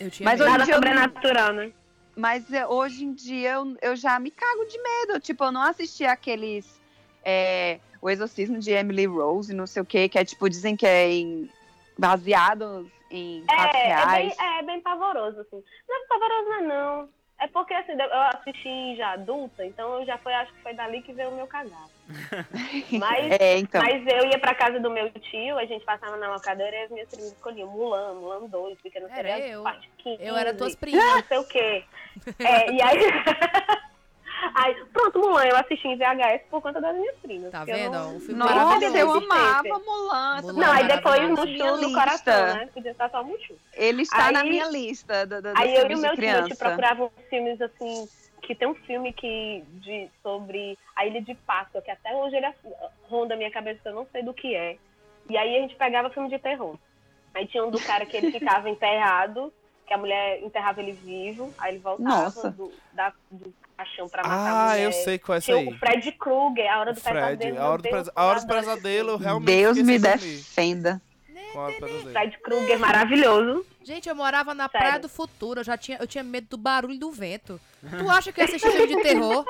[SPEAKER 3] Eu tinha
[SPEAKER 1] Mas
[SPEAKER 3] medo.
[SPEAKER 1] hoje
[SPEAKER 4] Nada
[SPEAKER 1] em dia eu não-
[SPEAKER 4] sobrenatural, né?
[SPEAKER 1] Mas é, hoje em dia eu, eu já me cago de medo. Tipo, eu não assisti aqueles. é, o Exorcismo de Emily Rose, não sei o quê, que é tipo, dizem que é em- baseado em fatos
[SPEAKER 4] É, é
[SPEAKER 1] reais.
[SPEAKER 4] bem, é bem pavoroso, assim. Não é pavoroso, não é não. É porque, assim, eu assisti já adulta, então eu já foi, acho que foi dali que veio o
[SPEAKER 1] *laughs*
[SPEAKER 4] meu cagado. Mas
[SPEAKER 1] É, então.
[SPEAKER 4] Mas eu ia pra casa do meu tio, a gente passava na locadora e as minhas primas escolhiam Mulan, Mulan 2, Pequeno
[SPEAKER 3] Era
[SPEAKER 4] Sereia,
[SPEAKER 3] eu.
[SPEAKER 4] parte 15.
[SPEAKER 3] Eu era tuas primas.
[SPEAKER 4] Não sei o quê. É, e aí... *laughs* aí... Pronto, Mulan, eu assisti em VHS por conta das minhas primas.
[SPEAKER 3] Tá
[SPEAKER 4] porque eu
[SPEAKER 3] vendo?
[SPEAKER 4] não-
[SPEAKER 3] O filme
[SPEAKER 1] Nossa,
[SPEAKER 3] maravilhoso.
[SPEAKER 1] eu
[SPEAKER 4] amo.
[SPEAKER 1] amava Mulan.
[SPEAKER 3] Mulan.
[SPEAKER 4] Não, aí depois
[SPEAKER 3] Maravilhoso.
[SPEAKER 4] no
[SPEAKER 1] Minha
[SPEAKER 4] show do
[SPEAKER 1] lista.
[SPEAKER 4] coração, né? Podia estar só Muxu.
[SPEAKER 1] Ele está na
[SPEAKER 4] Aí-
[SPEAKER 1] minha lista do, do, dos
[SPEAKER 4] Aí eu e o
[SPEAKER 1] filmes
[SPEAKER 4] meu
[SPEAKER 1] de
[SPEAKER 4] tio, a gente
[SPEAKER 1] criança.
[SPEAKER 4] procurava uns filmes assim, que tem um filme que de, sobre a Ilha de Páscoa, que até hoje ele ronda a minha cabeça, eu não sei do que é. E aí a gente pegava filme de terror. Aí tinha um do cara que
[SPEAKER 5] *laughs*
[SPEAKER 4] ele ficava enterrado, que a mulher enterrava ele vivo, aí ele voltava
[SPEAKER 1] Nossa.
[SPEAKER 4] do, da, do caixão pra matar a
[SPEAKER 5] Ah,
[SPEAKER 4] mulher.
[SPEAKER 5] eu sei qual é essa
[SPEAKER 4] Tinha
[SPEAKER 5] aí.
[SPEAKER 4] o Fred Krueger, A Hora do
[SPEAKER 5] Fred,
[SPEAKER 4] Pesadelo.
[SPEAKER 5] a hora do,
[SPEAKER 4] meu Deus,
[SPEAKER 5] pres... a hora do
[SPEAKER 4] eu adoro esse
[SPEAKER 5] pesadelo,
[SPEAKER 4] filme.
[SPEAKER 5] realmente.
[SPEAKER 1] Deus
[SPEAKER 5] esqueci
[SPEAKER 1] me
[SPEAKER 5] esse filme.
[SPEAKER 1] defenda.
[SPEAKER 5] A hora do pesadelo.
[SPEAKER 4] Fred Krueger, maravilhoso.
[SPEAKER 3] Gente, eu morava na
[SPEAKER 4] Sério.
[SPEAKER 3] Praia do Futuro, eu já tinha, eu tinha medo do barulho do vento. Tu acha que eu ia assistir filme de
[SPEAKER 1] *laughs*
[SPEAKER 3] terror?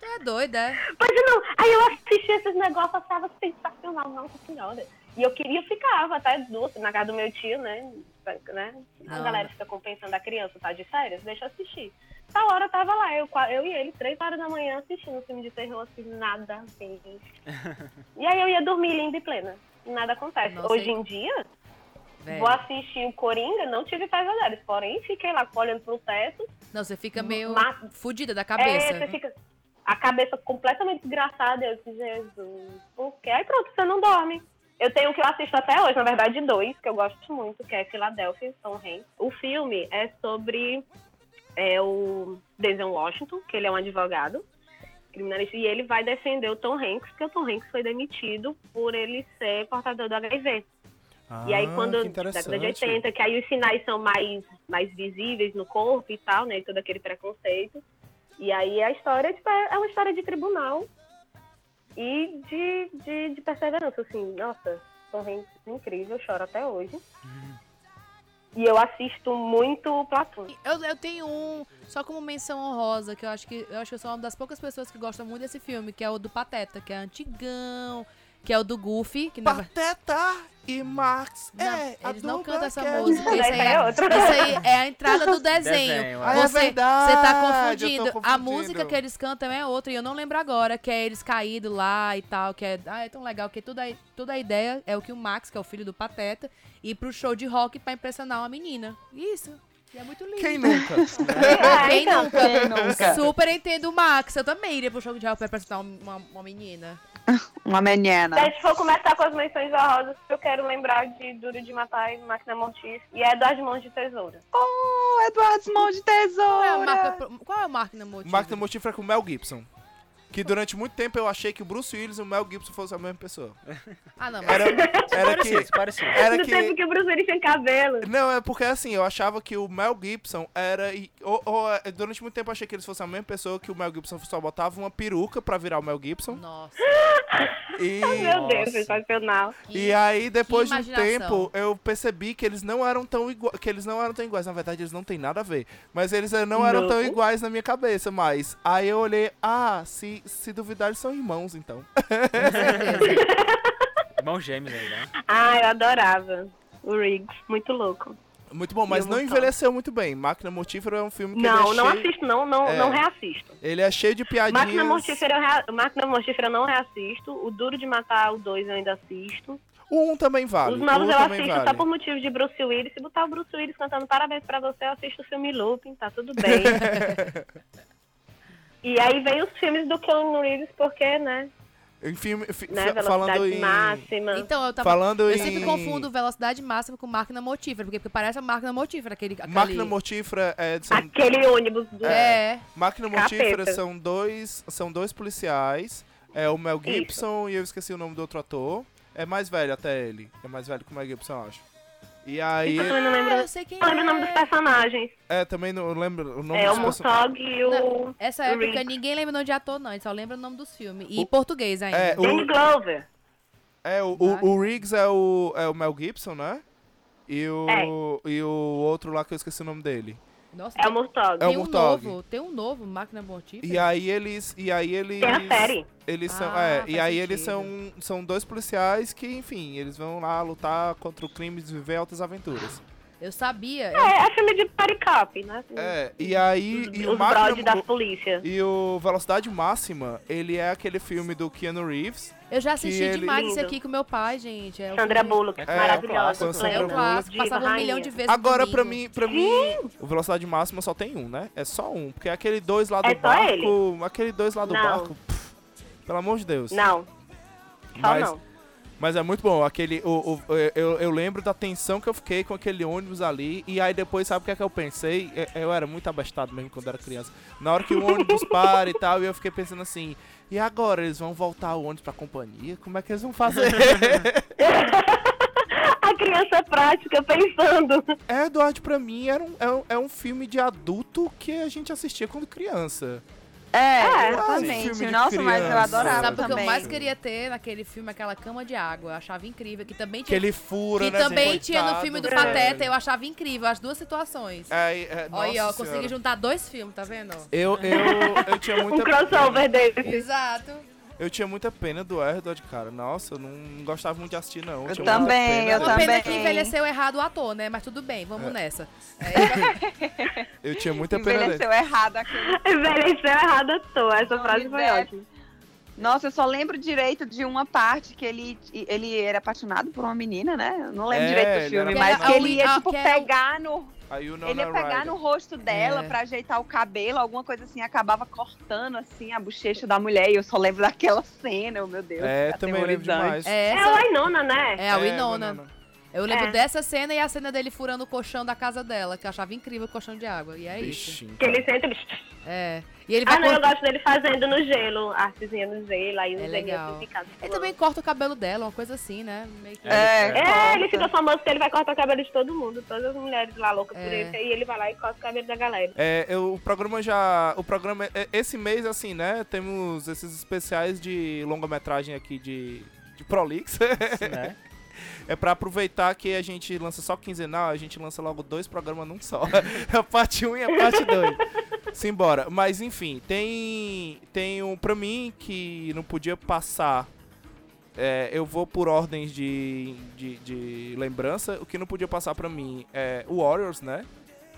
[SPEAKER 3] Tu é doida, é?
[SPEAKER 4] Pois não, aí eu assistia esses negócios, eu achava sensacional, nossa senhora. E eu queria, eu ficava até duas, na casa do meu tio, né? né? A
[SPEAKER 3] Não.
[SPEAKER 4] galera fica compensando a criança, tá de férias, deixa eu assistir. Essa hora eu tava lá, eu, qua- eu e ele, três horas da manhã, assistindo filme de terror, assim, nada a
[SPEAKER 3] *laughs*
[SPEAKER 4] ver. E aí eu ia dormir linda e plena. Nada acontece.
[SPEAKER 3] Nossa,
[SPEAKER 4] Hoje
[SPEAKER 3] hein?
[SPEAKER 4] em dia,
[SPEAKER 3] é? Velho.
[SPEAKER 4] vou assistir o Coringa, não tive pesadelos. Porém, fiquei lá olhando pro teto.
[SPEAKER 3] Não, você fica meio
[SPEAKER 4] Mas-
[SPEAKER 3] fudida da
[SPEAKER 4] É, você
[SPEAKER 3] cabeça. né?
[SPEAKER 4] fica a cabeça completamente desgraçada. Eu disse, Jesus, por quê? Aí pronto, você não dorme. Eu tenho um que eu assisto até hoje, na verdade, dois, que eu gosto muito, que é Filadélfia e Tom Hanks. O filme é sobre é, o Denzel Washington, que ele é um advogado criminalista, e ele vai defender o Tom Hanks, porque o Tom Hanks foi demitido por ele ser portador do HIV. E aí,
[SPEAKER 5] Ah,
[SPEAKER 4] quando.
[SPEAKER 5] que
[SPEAKER 4] Na década de
[SPEAKER 5] interessante.
[SPEAKER 4] 80, que aí os sinais são mais, mais visíveis no corpo e tal, né? Todo aquele preconceito. E aí a história tipo, é é uma história de tribunal e de, de, de perseverança, assim. Nossa, Tom Hanks é incrível, eu choro até hoje. E eu assisto muito o
[SPEAKER 3] *laughs*
[SPEAKER 4] Platão.
[SPEAKER 3] Eu, eu tenho um, só como menção honrosa, que eu acho que eu acho que eu sou uma das poucas pessoas que gosta muito desse filme, que é o do Pateta, que é antigão, que é o do Goofy, que na ver-
[SPEAKER 5] Pateta e Max.
[SPEAKER 3] Não,
[SPEAKER 5] é, a
[SPEAKER 3] eles não
[SPEAKER 5] dupla
[SPEAKER 3] cantam essa
[SPEAKER 5] que é-
[SPEAKER 3] música,
[SPEAKER 4] Daí
[SPEAKER 3] isso aí,
[SPEAKER 4] pega
[SPEAKER 3] é,
[SPEAKER 4] outra.
[SPEAKER 3] isso aí é a entrada do desenho.
[SPEAKER 2] Desenho,
[SPEAKER 5] Ah,
[SPEAKER 2] é.
[SPEAKER 5] é
[SPEAKER 3] Você,
[SPEAKER 5] verdade,
[SPEAKER 3] você tá
[SPEAKER 5] eu
[SPEAKER 3] confundindo.
[SPEAKER 5] tô
[SPEAKER 3] A
[SPEAKER 5] confundindo.
[SPEAKER 3] música que eles cantam é outra, e eu não lembro agora, que é eles caídos lá e tal, que é, ah, é tão legal, que toda, a- toda a ideia é o que o Max, que é o filho do Pateta, ir pro show de rock pra impressionar uma menina. Isso. E é muito lindo.
[SPEAKER 5] Quem nunca?
[SPEAKER 1] É,
[SPEAKER 4] Ah,
[SPEAKER 3] Quem
[SPEAKER 4] então,
[SPEAKER 3] nunca?
[SPEAKER 1] Quem nunca?
[SPEAKER 3] Super entendo o Max. Eu também iria pro jogo de Harry Potter pra apresentar um, uma, uma menina.
[SPEAKER 1] Uma menina.
[SPEAKER 4] Se a gente for começar com as menções horrorosas, eu quero lembrar de Duro de Matar e Máquina Mortis e é das mãos de tesoura.
[SPEAKER 1] Oh, Eduardo Mão de
[SPEAKER 3] Qual é a
[SPEAKER 1] Tesoura.
[SPEAKER 3] marca? Qual é a máquina motiva?
[SPEAKER 5] Máquina Mortífera com o Mel Gibson. Que durante muito tempo eu achei que o Bruce Willis e o Mel Gibson fossem a mesma pessoa.
[SPEAKER 3] Ah, não. *laughs*
[SPEAKER 5] Era, era
[SPEAKER 2] Parecido,
[SPEAKER 5] que.
[SPEAKER 2] parecido.
[SPEAKER 5] Era
[SPEAKER 4] Do tempo
[SPEAKER 5] que.
[SPEAKER 4] que o Bruce Willis tinha cabelo.
[SPEAKER 5] Não, é porque assim, eu achava que o Mel Gibson era. e- Ou, ou, é, durante muito tempo eu achei que eles fossem a mesma pessoa, que o Mel Gibson só botava uma peruca pra virar o Mel
[SPEAKER 3] *laughs*
[SPEAKER 5] Gibson.
[SPEAKER 3] Nossa.
[SPEAKER 5] E.
[SPEAKER 4] Meu Deus,
[SPEAKER 2] Nossa.
[SPEAKER 4] sensacional.
[SPEAKER 5] E aí, depois de um
[SPEAKER 3] imaginação.
[SPEAKER 5] tempo, eu percebi que eles não eram tão iguais. Que eles não eram tão iguais. Na verdade, eles não têm nada a ver. Mas eles eh, não eram
[SPEAKER 4] Não.
[SPEAKER 5] tão iguais na minha cabeça, mas. Aí eu olhei, ah, se, se duvidar, eles são irmãos, então.
[SPEAKER 3] Com certeza.
[SPEAKER 2] Mão gêmeos aí, né?
[SPEAKER 4] Ah, eu adorava o Riggs, muito louco.
[SPEAKER 5] Muito bom, mas
[SPEAKER 4] Eu
[SPEAKER 5] não
[SPEAKER 4] vou
[SPEAKER 5] envelheceu muito bem. Máquina Mortífera é um filme que
[SPEAKER 4] Não,
[SPEAKER 5] ele é
[SPEAKER 4] não
[SPEAKER 5] cheio.
[SPEAKER 4] assisto, não, não,
[SPEAKER 5] É.
[SPEAKER 4] não reassisto.
[SPEAKER 5] Ele é cheio de piadinhas.
[SPEAKER 4] Máquina Mortífera, eu rea... Máquina Mortífera eu não reassisto. O Duro de Matar, o 2 eu ainda assisto.
[SPEAKER 5] O um também vale.
[SPEAKER 4] Os
[SPEAKER 5] o
[SPEAKER 4] novos
[SPEAKER 5] um
[SPEAKER 4] eu
[SPEAKER 5] também
[SPEAKER 4] assisto tá
[SPEAKER 5] vale.
[SPEAKER 4] só por motivo de Bruce Willis. Se botar o Bruce Willis cantando parabéns pra você, eu assisto o filme Lupin, tá
[SPEAKER 5] *laughs*
[SPEAKER 4] tudo bem. e aí vem os filmes do Keanu Reeves, porque, né?
[SPEAKER 5] *laughs* Em filme, fi-
[SPEAKER 4] né
[SPEAKER 5] fa-
[SPEAKER 4] velocidade
[SPEAKER 5] falando em.
[SPEAKER 4] máxima.
[SPEAKER 3] Então, eu tava.
[SPEAKER 5] Falando
[SPEAKER 3] Eu
[SPEAKER 5] em.
[SPEAKER 3] sempre confundo velocidade máxima com máquina motífera, porque, porque parece a máquina motífera, aquele. aquele...
[SPEAKER 5] Máquina Mortífera é. são-
[SPEAKER 4] Aquele ônibus do.
[SPEAKER 3] É.
[SPEAKER 5] Máquina Mortífera
[SPEAKER 4] Ah, Capeta.
[SPEAKER 5] são dois, são dois policiais. É o Mel Gibson e eu esqueci o nome do outro ator. É mais velho até ele. É mais velho que o Mel Gibson, eu acho. E aí.
[SPEAKER 4] Eu também não lembro,
[SPEAKER 3] Ah, eu sei quem
[SPEAKER 4] não lembro o nome dos
[SPEAKER 3] é.
[SPEAKER 4] personagens.
[SPEAKER 5] É, também não lembro o nome
[SPEAKER 4] é o
[SPEAKER 5] dos personagens.
[SPEAKER 4] Murtog e o
[SPEAKER 3] Essa
[SPEAKER 4] Rick.
[SPEAKER 3] época ninguém lembra o nome de ator, não. A gente só lembra o nome dos filmes. E em português ainda.
[SPEAKER 5] É,
[SPEAKER 4] Danny
[SPEAKER 5] o,
[SPEAKER 4] Glover.
[SPEAKER 5] é, o, o, o Riggs é o, é o Mel Gibson, né? E o, e o outro lá que eu esqueci o nome dele.
[SPEAKER 3] Nossa,
[SPEAKER 4] É o Murtog.
[SPEAKER 5] É
[SPEAKER 3] tem
[SPEAKER 5] o
[SPEAKER 3] um
[SPEAKER 5] Murtaugh.
[SPEAKER 3] novo. Tem um novo, máquina motífera.
[SPEAKER 5] E aí eles. E aí eles.
[SPEAKER 4] Tem a série.
[SPEAKER 5] Eles são,
[SPEAKER 3] Ah,
[SPEAKER 5] é,
[SPEAKER 3] faz
[SPEAKER 5] e aí eles são,
[SPEAKER 3] sentido.
[SPEAKER 5] são dois policiais que, enfim, eles vão lá lutar contra o crime e viver altas aventuras.
[SPEAKER 3] Eu sabia.
[SPEAKER 4] É,
[SPEAKER 3] eu-
[SPEAKER 4] é filme de paricop, né?
[SPEAKER 5] É, e aí
[SPEAKER 4] Os,
[SPEAKER 5] e
[SPEAKER 4] os
[SPEAKER 5] o
[SPEAKER 4] brode
[SPEAKER 5] máquina,
[SPEAKER 4] das polícias.
[SPEAKER 5] e o Velocidade Máxima, ele é aquele filme do Keanu Reeves.
[SPEAKER 3] Eu, já assisti
[SPEAKER 5] que ele-
[SPEAKER 3] demais isso
[SPEAKER 4] Lindo.
[SPEAKER 3] aqui com meu pai, gente. É o
[SPEAKER 4] Sandra
[SPEAKER 3] filme-
[SPEAKER 4] Bullock,
[SPEAKER 2] É,
[SPEAKER 4] maravilhosa.
[SPEAKER 5] clássico, Sandra
[SPEAKER 3] É o
[SPEAKER 5] Bullock.
[SPEAKER 3] clássico.
[SPEAKER 4] Diva,
[SPEAKER 3] Passava um
[SPEAKER 4] rainha.
[SPEAKER 3] milhão de vezes
[SPEAKER 5] Agora
[SPEAKER 3] comigo.
[SPEAKER 5] pra mim, para mim, o Velocidade Máxima só tem um, né? É só um, porque aquele dois lá do
[SPEAKER 4] É só
[SPEAKER 5] barco,
[SPEAKER 4] ele?
[SPEAKER 5] aquele dois lá do
[SPEAKER 4] Não.
[SPEAKER 5] barco. pff, pelo amor de Deus.
[SPEAKER 4] Não. Só
[SPEAKER 5] Mas-
[SPEAKER 4] não. *laughs*
[SPEAKER 5] Mas é muito bom, aquele. O, o- eu, eu lembro da tensão que eu fiquei com aquele ônibus ali. E aí depois, sabe o que é que eu pensei? Eu- Eu era muito abastado mesmo quando era criança. Na hora que o
[SPEAKER 4] *laughs*
[SPEAKER 5] ônibus para e tal, e eu fiquei pensando assim, e agora? Eles vão voltar o ônibus pra companhia? Como é que eles vão
[SPEAKER 4] *laughs*
[SPEAKER 5] fazer?
[SPEAKER 4] A criança prática pensando.
[SPEAKER 5] é, Eduardo, pra mim era um, é, um, é um filme de adulto que a gente assistia quando criança.
[SPEAKER 1] É,
[SPEAKER 4] É,
[SPEAKER 5] esse filme
[SPEAKER 1] exatamente.
[SPEAKER 5] de
[SPEAKER 1] Nossa, mas eu
[SPEAKER 5] criança.
[SPEAKER 1] adorava
[SPEAKER 3] Sabe o que eu
[SPEAKER 1] também.
[SPEAKER 3] mais queria ter naquele filme? Aquela cama de água. Eu achava incrível. Que também
[SPEAKER 5] Que
[SPEAKER 3] tinha,
[SPEAKER 5] ele fura,
[SPEAKER 3] que
[SPEAKER 5] né?
[SPEAKER 3] também
[SPEAKER 5] coitado,
[SPEAKER 3] tinha no
[SPEAKER 4] É.
[SPEAKER 3] filme do
[SPEAKER 5] velho.
[SPEAKER 3] Pateta. Eu achava incrível as duas situações.
[SPEAKER 5] É, é, nossa
[SPEAKER 3] Olha aí, ó.
[SPEAKER 5] senhora.
[SPEAKER 3] Consegui juntar dois filmes, tá
[SPEAKER 4] *laughs*
[SPEAKER 3] vendo?
[SPEAKER 5] eu, eu, eu tinha
[SPEAKER 4] Um
[SPEAKER 5] muita
[SPEAKER 4] crossover dele.
[SPEAKER 3] Exato.
[SPEAKER 5] Eu tinha muita pena do Erdod, cara. Nossa, eu não gostava muito de assistir, não.
[SPEAKER 1] Eu
[SPEAKER 5] tinha
[SPEAKER 1] também,
[SPEAKER 5] muita pena.
[SPEAKER 1] eu
[SPEAKER 3] Uma
[SPEAKER 1] também.
[SPEAKER 3] pena que envelheceu errado o ator, né? Mas tudo bem, vamos nessa. É,
[SPEAKER 5] Eu tinha muita pena dele.
[SPEAKER 1] Envelheceu errado aquele
[SPEAKER 5] É.
[SPEAKER 4] *laughs* Envelheceu errado à toa. Essa
[SPEAKER 1] Não,
[SPEAKER 4] frase foi
[SPEAKER 1] Lisete.
[SPEAKER 4] ótima.
[SPEAKER 1] Nossa, eu só lembro direito de uma parte que ele, ele era apaixonado por uma menina, né? Eu não lembro
[SPEAKER 5] É,
[SPEAKER 1] direito
[SPEAKER 5] ele
[SPEAKER 1] do filme,
[SPEAKER 5] era
[SPEAKER 1] mas que
[SPEAKER 3] apaixonado.
[SPEAKER 1] ele ia,
[SPEAKER 3] Ah,
[SPEAKER 1] tipo,
[SPEAKER 3] que é o-
[SPEAKER 1] pegar no.
[SPEAKER 5] Aí o
[SPEAKER 1] Ele ia pegar no rosto dela pra ajeitar o cabelo, alguma coisa assim, acabava cortando assim a bochecha da mulher. E eu só lembro daquela cena, oh, meu Deus.
[SPEAKER 5] É, também lembro demais.
[SPEAKER 1] aterrorizante.
[SPEAKER 3] é
[SPEAKER 4] É
[SPEAKER 3] essa,
[SPEAKER 4] a Lainona, né?
[SPEAKER 3] é a Winona. Eu lembro
[SPEAKER 4] É.
[SPEAKER 3] dessa cena e a cena dele furando o colchão da casa dela, que eu achava incrível o colchão de água. E é isso.
[SPEAKER 5] Bichinho.
[SPEAKER 4] Que ele senta.
[SPEAKER 3] É. E ele vai
[SPEAKER 4] Ah, não, eu
[SPEAKER 3] cor-
[SPEAKER 4] gosto dele fazendo no gelo, a artezinha no gelo, aí o
[SPEAKER 3] É
[SPEAKER 4] gelinho
[SPEAKER 3] legal.
[SPEAKER 4] assim ficado.
[SPEAKER 3] Ele também corta o cabelo dela, uma coisa assim, né? Meio que-
[SPEAKER 1] É,
[SPEAKER 4] É, ele
[SPEAKER 1] corta.
[SPEAKER 4] fica famoso que ele vai cortar o cabelo de todo mundo, todas as mulheres lá loucas por
[SPEAKER 3] É.
[SPEAKER 4] ele, e ele vai lá e corta o cabelo da galera.
[SPEAKER 5] É, eu- o programa já. O programa. é- Esse mês, assim, né? Temos esses especiais de longa-metragem aqui de. De Prolix. *laughs*
[SPEAKER 2] Isso, né?
[SPEAKER 5] É pra aproveitar que a gente lança só quinzenal, a gente lança logo dois programas num só. *laughs* a parte 1 um e a parte 2. Simbora. Mas enfim, tem. Tem um. Pra mim que não podia passar. é, eu vou por ordens de, de, de lembrança. O que não podia passar pra mim é o Warriors, né?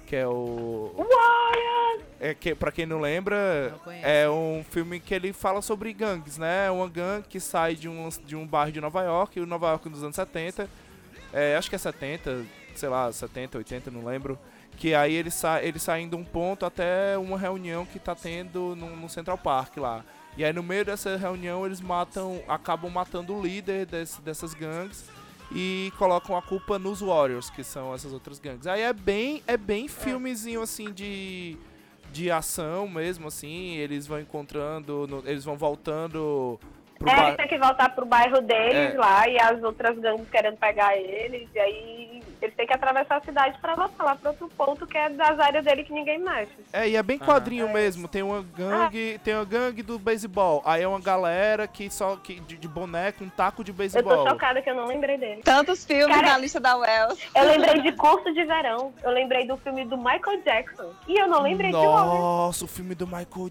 [SPEAKER 5] Que é o. Warriors! É que, pra quem não lembra,
[SPEAKER 3] Não conheço.
[SPEAKER 5] é um filme que ele fala sobre gangues, né? Uma gangue que sai de um, de um bairro de Nova York, o Nova York dos anos 70. É, acho que é 70, sei lá, 70, 80, não lembro. Que aí ele sai, ele sai indo um ponto até uma reunião que tá tendo no, no Central Park lá. E aí no meio dessa reunião eles matam, acabam matando o líder desse- dessas gangues e colocam a culpa nos Warriors, que são essas outras gangues. Aí é bem, é bem filmezinho assim de de ação mesmo assim, eles vão encontrando, no- eles vão voltando pro
[SPEAKER 4] é,
[SPEAKER 5] ba-
[SPEAKER 4] ele tem que voltar pro bairro deles
[SPEAKER 5] É.
[SPEAKER 4] lá e as outras gangues querendo pegar eles. E aí ele tem que atravessar a cidade pra voltar lá pra outro ponto que é das áreas dele que ninguém mexe.
[SPEAKER 5] É, e é bem
[SPEAKER 3] Ah.
[SPEAKER 2] Aham.
[SPEAKER 5] quadrinho mesmo. Tem
[SPEAKER 4] Ah.
[SPEAKER 5] uma gangue, tem uma gangue do beisebol. Aí é uma galera que só que de, de boneco, um taco de
[SPEAKER 4] Eu tô
[SPEAKER 5] beisebol.
[SPEAKER 4] chocada que eu não lembrei
[SPEAKER 5] é.
[SPEAKER 4] dele.
[SPEAKER 1] Tantos filmes
[SPEAKER 4] Cara,
[SPEAKER 1] na lista da Wells.
[SPEAKER 4] Eu lembrei de Curso de Verão. Eu lembrei do filme do Michael Jackson. E eu não lembrei de um homem.
[SPEAKER 5] Nossa, o filme do Michael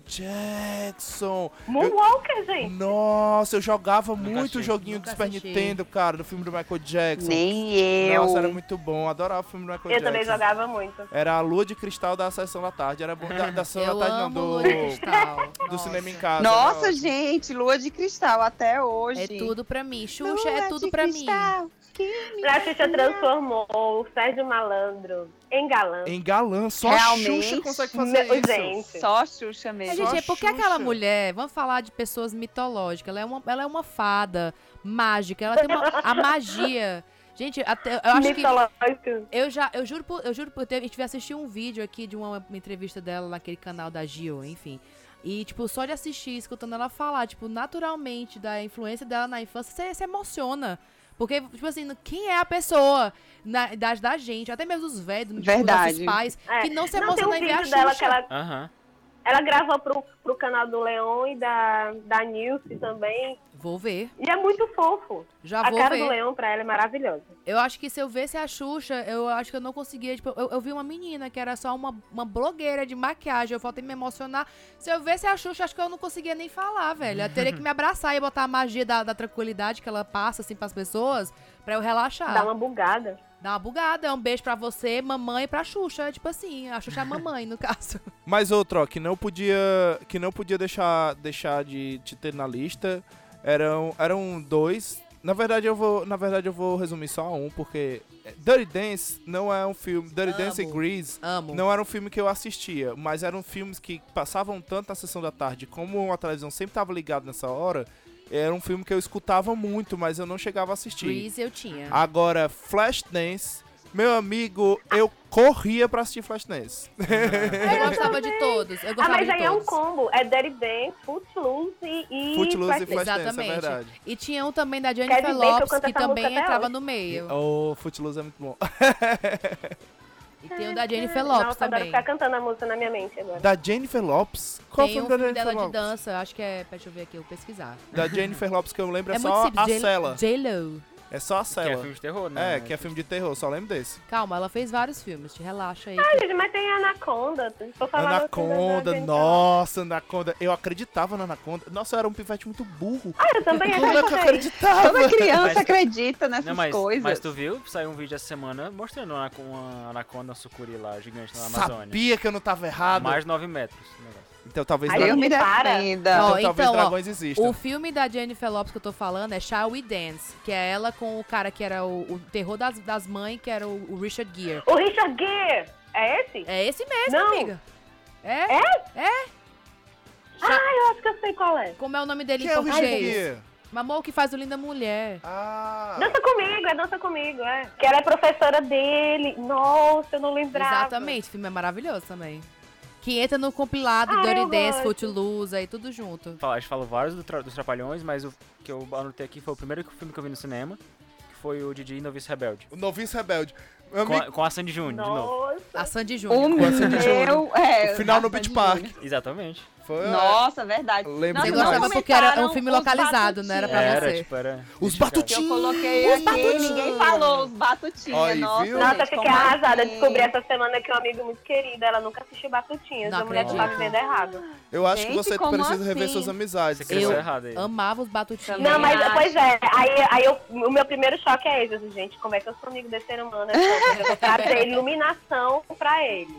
[SPEAKER 5] Jackson.
[SPEAKER 4] Moonwalker, gente.
[SPEAKER 5] Nossa, eu jogava muito o
[SPEAKER 2] achei.
[SPEAKER 5] joguinho do
[SPEAKER 3] Nunca
[SPEAKER 5] Super
[SPEAKER 3] assisti.
[SPEAKER 5] Nintendo, cara, do filme do Michael Jackson.
[SPEAKER 1] Nem eu.
[SPEAKER 5] Nossa, era muito bom. Adorava o filme do Michael
[SPEAKER 4] Eu
[SPEAKER 5] Jackson.
[SPEAKER 4] também jogava muito.
[SPEAKER 5] Era a lua de cristal da sessão da tarde. Era bom da, da sessão
[SPEAKER 3] Eu
[SPEAKER 5] da tarde,
[SPEAKER 3] amo
[SPEAKER 5] não,
[SPEAKER 3] Lua de
[SPEAKER 5] do,
[SPEAKER 3] Cristal.
[SPEAKER 5] do
[SPEAKER 3] Nossa.
[SPEAKER 5] cinema em casa. né?
[SPEAKER 1] Nossa,
[SPEAKER 5] não.
[SPEAKER 1] gente, lua de cristal até hoje.
[SPEAKER 3] É tudo pra mim.
[SPEAKER 1] Lua
[SPEAKER 3] Xuxa é tudo
[SPEAKER 1] de
[SPEAKER 3] pra mim.
[SPEAKER 1] cristal, que me
[SPEAKER 4] A Xuxa transformou o Sérgio Malandro em galã.
[SPEAKER 5] Em galã, só
[SPEAKER 1] Realmente.
[SPEAKER 5] Xuxa consegue
[SPEAKER 4] Me-
[SPEAKER 5] fazer isso.
[SPEAKER 4] Gente,
[SPEAKER 1] Só Xuxa
[SPEAKER 3] Mas,
[SPEAKER 1] mesmo.
[SPEAKER 5] Só
[SPEAKER 3] gente, é porque
[SPEAKER 5] Xuxa.
[SPEAKER 3] aquela mulher, vamos falar de pessoas mitológicas, ela é uma, ela é uma fada mágica, ela tem uma, a magia. Gente, até, eu acho que
[SPEAKER 4] mitológico.
[SPEAKER 3] eu já, eu juro por, eu juro por Deus, a gente vai assistir um vídeo aqui de uma, uma entrevista dela naquele canal da Gil, enfim. E, tipo, só de assistir, escutando ela falar, tipo, naturalmente, da influência dela na infância, você se emociona. Porque, tipo assim, no- quem é a pessoa na idade da gente, até mesmo os velhos, tipo,
[SPEAKER 1] Verdade.
[SPEAKER 3] nossos pais,
[SPEAKER 4] É.
[SPEAKER 3] que não se
[SPEAKER 4] Não, tem um
[SPEAKER 3] emocionam em ver a
[SPEAKER 4] vídeo
[SPEAKER 3] Xuxa.
[SPEAKER 4] dela que ela,
[SPEAKER 2] Aham.
[SPEAKER 4] ela gravou pro, pro canal do Leon e da, da Nilce também.
[SPEAKER 3] Vou ver,
[SPEAKER 4] E é muito fofo.
[SPEAKER 3] já
[SPEAKER 4] a
[SPEAKER 3] Ah, vou
[SPEAKER 4] cara
[SPEAKER 3] ver.
[SPEAKER 4] do Leon pra ela é maravilhosa.
[SPEAKER 3] Eu acho que se eu visse a Xuxa, eu acho que eu não conseguia. Tipo, eu, eu vi uma menina que era só uma, uma blogueira de maquiagem. Eu faltei me emocionar. Se eu visse a Xuxa, acho que eu não conseguia nem falar, velho. Eu teria que me abraçar e botar a magia da, da tranquilidade que ela passa, assim, pras pessoas, pra eu relaxar.
[SPEAKER 4] Dá uma bugada.
[SPEAKER 3] Dá uma bugada. É um beijo pra você, mamãe, e pra Xuxa. É tipo assim, a Xuxa é a mamãe, no caso.
[SPEAKER 5] Mas outro, ó, que não podia, que não podia deixar, deixar de, de ter na lista, eram, eram dois. Na verdade eu vou, na verdade eu vou resumir só a um, porque Dirty Dance não é um filme, Dirty Dance e
[SPEAKER 3] Amo.
[SPEAKER 5] Grease
[SPEAKER 3] Amo.
[SPEAKER 5] não era um filme que eu assistia, mas eram filmes que passavam tanto na sessão da tarde, como a televisão sempre tava ligada nessa hora, era um filme que eu escutava muito, mas eu não chegava a assistir.
[SPEAKER 3] Grease eu tinha.
[SPEAKER 4] Ah.
[SPEAKER 5] Agora, Flashdance, meu amigo, eu corria pra assistir Flashdance.
[SPEAKER 3] Eu gostava de todos. Eu
[SPEAKER 4] Ah,
[SPEAKER 3] gostava
[SPEAKER 4] mas
[SPEAKER 3] de
[SPEAKER 4] aí é um
[SPEAKER 3] todos.
[SPEAKER 4] combo. É Dirty Dance, Footloose e...
[SPEAKER 5] Footloose e
[SPEAKER 4] Flashdance.
[SPEAKER 5] Flashdance, é
[SPEAKER 3] Exatamente.
[SPEAKER 5] verdade.
[SPEAKER 3] E tinha um também da Jennifer
[SPEAKER 4] Kevin Bacon
[SPEAKER 3] Lopes,
[SPEAKER 4] canta
[SPEAKER 3] que
[SPEAKER 4] essa música
[SPEAKER 3] também
[SPEAKER 4] até
[SPEAKER 3] entrava
[SPEAKER 4] hoje.
[SPEAKER 3] no meio.
[SPEAKER 5] O Footloose é muito bom.
[SPEAKER 3] E tem o da Jennifer Lopes
[SPEAKER 4] Nossa, adoro
[SPEAKER 3] também.
[SPEAKER 4] ficar cantando a música na minha mente agora.
[SPEAKER 5] Da Jennifer Lopes? Qual
[SPEAKER 3] tem
[SPEAKER 5] foi
[SPEAKER 3] um
[SPEAKER 5] o filme da
[SPEAKER 3] filme
[SPEAKER 5] Jennifer
[SPEAKER 3] dela de
[SPEAKER 5] Lopes?
[SPEAKER 3] dança, acho que é. Deixa eu ver aqui, eu vou pesquisar.
[SPEAKER 5] Da Jennifer Lopes que eu lembro é,
[SPEAKER 3] é
[SPEAKER 5] só
[SPEAKER 3] muito
[SPEAKER 5] a
[SPEAKER 3] simples.
[SPEAKER 5] Cela.
[SPEAKER 3] J-Lo.
[SPEAKER 5] É só a
[SPEAKER 2] Que é
[SPEAKER 5] Cela.
[SPEAKER 2] filme de terror, né?
[SPEAKER 5] É, que é filme de terror, só lembro desse.
[SPEAKER 3] Calma, ela fez vários filmes, te relaxa aí.
[SPEAKER 4] Ah, gente, mas tem Anaconda. Tô falando assim
[SPEAKER 5] Anaconda, nossa, Anaconda. Eu acreditava na Anaconda. Nossa, eu era um pivete muito burro.
[SPEAKER 4] Ah, eu também
[SPEAKER 5] Como é que eu
[SPEAKER 4] acreditei.
[SPEAKER 5] acreditava?
[SPEAKER 1] Toda criança
[SPEAKER 2] Mas-
[SPEAKER 1] acredita nessas
[SPEAKER 2] Não, mas,
[SPEAKER 1] coisas.
[SPEAKER 2] mas tu viu? Saiu um vídeo essa semana mostrando uma, uma anaconda, uma sucuri lá, gigante na Amazônia.
[SPEAKER 5] Sabia que eu não tava errado.
[SPEAKER 2] Mais 9 metros. o negócio.
[SPEAKER 5] Então talvez,
[SPEAKER 4] Aí
[SPEAKER 5] dra-
[SPEAKER 1] Deus
[SPEAKER 4] eu-
[SPEAKER 1] me
[SPEAKER 4] Para.
[SPEAKER 1] defenda.
[SPEAKER 3] Ó,
[SPEAKER 5] então, talvez
[SPEAKER 3] então, ó,
[SPEAKER 5] dragões existam.
[SPEAKER 3] O filme da Jennifer Lopes que eu tô falando é Shall We Dance, que é ela com o cara que era o, o terror das, das mães, que era o, o Richard Gere.
[SPEAKER 4] O Richard Gere. É esse?
[SPEAKER 3] É esse mesmo,
[SPEAKER 4] Não.
[SPEAKER 3] amiga. É?
[SPEAKER 4] Eu acho que eu sei qual é.
[SPEAKER 3] Como é o nome dele
[SPEAKER 5] Que
[SPEAKER 3] em
[SPEAKER 5] é o Richard
[SPEAKER 3] português?
[SPEAKER 5] Gere?
[SPEAKER 3] Mamou que faz o Linda Mulher.
[SPEAKER 5] Ah.
[SPEAKER 4] Dança comigo, é dança comigo, é. Que ela é professora dele. Nossa, eu não lembrava.
[SPEAKER 3] Exatamente, o filme é maravilhoso também. Que entra no compilado
[SPEAKER 4] Ah, eu
[SPEAKER 3] Dirty Dance,
[SPEAKER 4] gosto.
[SPEAKER 3] Footloose, aí tudo junto.
[SPEAKER 2] Fala- A gente falou vários do tra- dos Trapalhões, mas o que eu anotei aqui foi o primeiro filme que eu vi no cinema, que foi o Didi e Novice Rebelde.
[SPEAKER 5] O Noviço Rebelde. Meu
[SPEAKER 2] Com
[SPEAKER 5] amigo,
[SPEAKER 2] a, com a Sandy Júnior, de novo.
[SPEAKER 3] A
[SPEAKER 4] Nossa.
[SPEAKER 3] Sandy
[SPEAKER 1] O
[SPEAKER 3] Júnior.
[SPEAKER 5] Quando você diz
[SPEAKER 1] meu. É,
[SPEAKER 5] o final no
[SPEAKER 1] bastante
[SPEAKER 5] Beach Park.
[SPEAKER 1] lindo.
[SPEAKER 2] Exatamente.
[SPEAKER 5] Foi,
[SPEAKER 1] Nossa, verdade.
[SPEAKER 5] Lembro
[SPEAKER 1] Nossa,
[SPEAKER 3] Você
[SPEAKER 5] Não,
[SPEAKER 3] gostava
[SPEAKER 1] não
[SPEAKER 3] porque era um
[SPEAKER 1] comentaram
[SPEAKER 3] filme
[SPEAKER 1] os
[SPEAKER 3] localizado, não era pra
[SPEAKER 1] batutinhas.
[SPEAKER 2] era,
[SPEAKER 3] você.
[SPEAKER 2] tipo, era...
[SPEAKER 5] Os
[SPEAKER 1] Que
[SPEAKER 5] batutinhos.
[SPEAKER 1] eu coloquei
[SPEAKER 5] Os
[SPEAKER 1] aqui,
[SPEAKER 5] batutinhos.
[SPEAKER 1] ninguém falou os batutinhas.
[SPEAKER 5] Aí,
[SPEAKER 1] nossa,
[SPEAKER 5] viu?
[SPEAKER 4] Nossa, eu
[SPEAKER 1] gente,
[SPEAKER 4] fiquei
[SPEAKER 1] como
[SPEAKER 4] arrasada.
[SPEAKER 1] assim?
[SPEAKER 4] Descobri essa semana que um amigo muito querido, ela nunca assistiu Batutinhas.
[SPEAKER 3] Não
[SPEAKER 4] a mulher tá
[SPEAKER 2] acredito.
[SPEAKER 4] vivendo errado.
[SPEAKER 5] Eu acho que
[SPEAKER 1] Gente,
[SPEAKER 5] você
[SPEAKER 1] como
[SPEAKER 5] precisa rever
[SPEAKER 1] assim?
[SPEAKER 5] suas amizades.
[SPEAKER 2] Você
[SPEAKER 5] Eu-
[SPEAKER 2] cresceu errado aí.
[SPEAKER 3] Amava os batutinhos.
[SPEAKER 1] Também
[SPEAKER 4] Não, mas
[SPEAKER 1] acho.
[SPEAKER 4] pois é. Aí, aí eu- o meu primeiro choque é esse. assim, Gente, como é que eu sou amigo desse ser humano? Eu vou
[SPEAKER 1] *laughs*
[SPEAKER 4] trazer iluminação pra ele.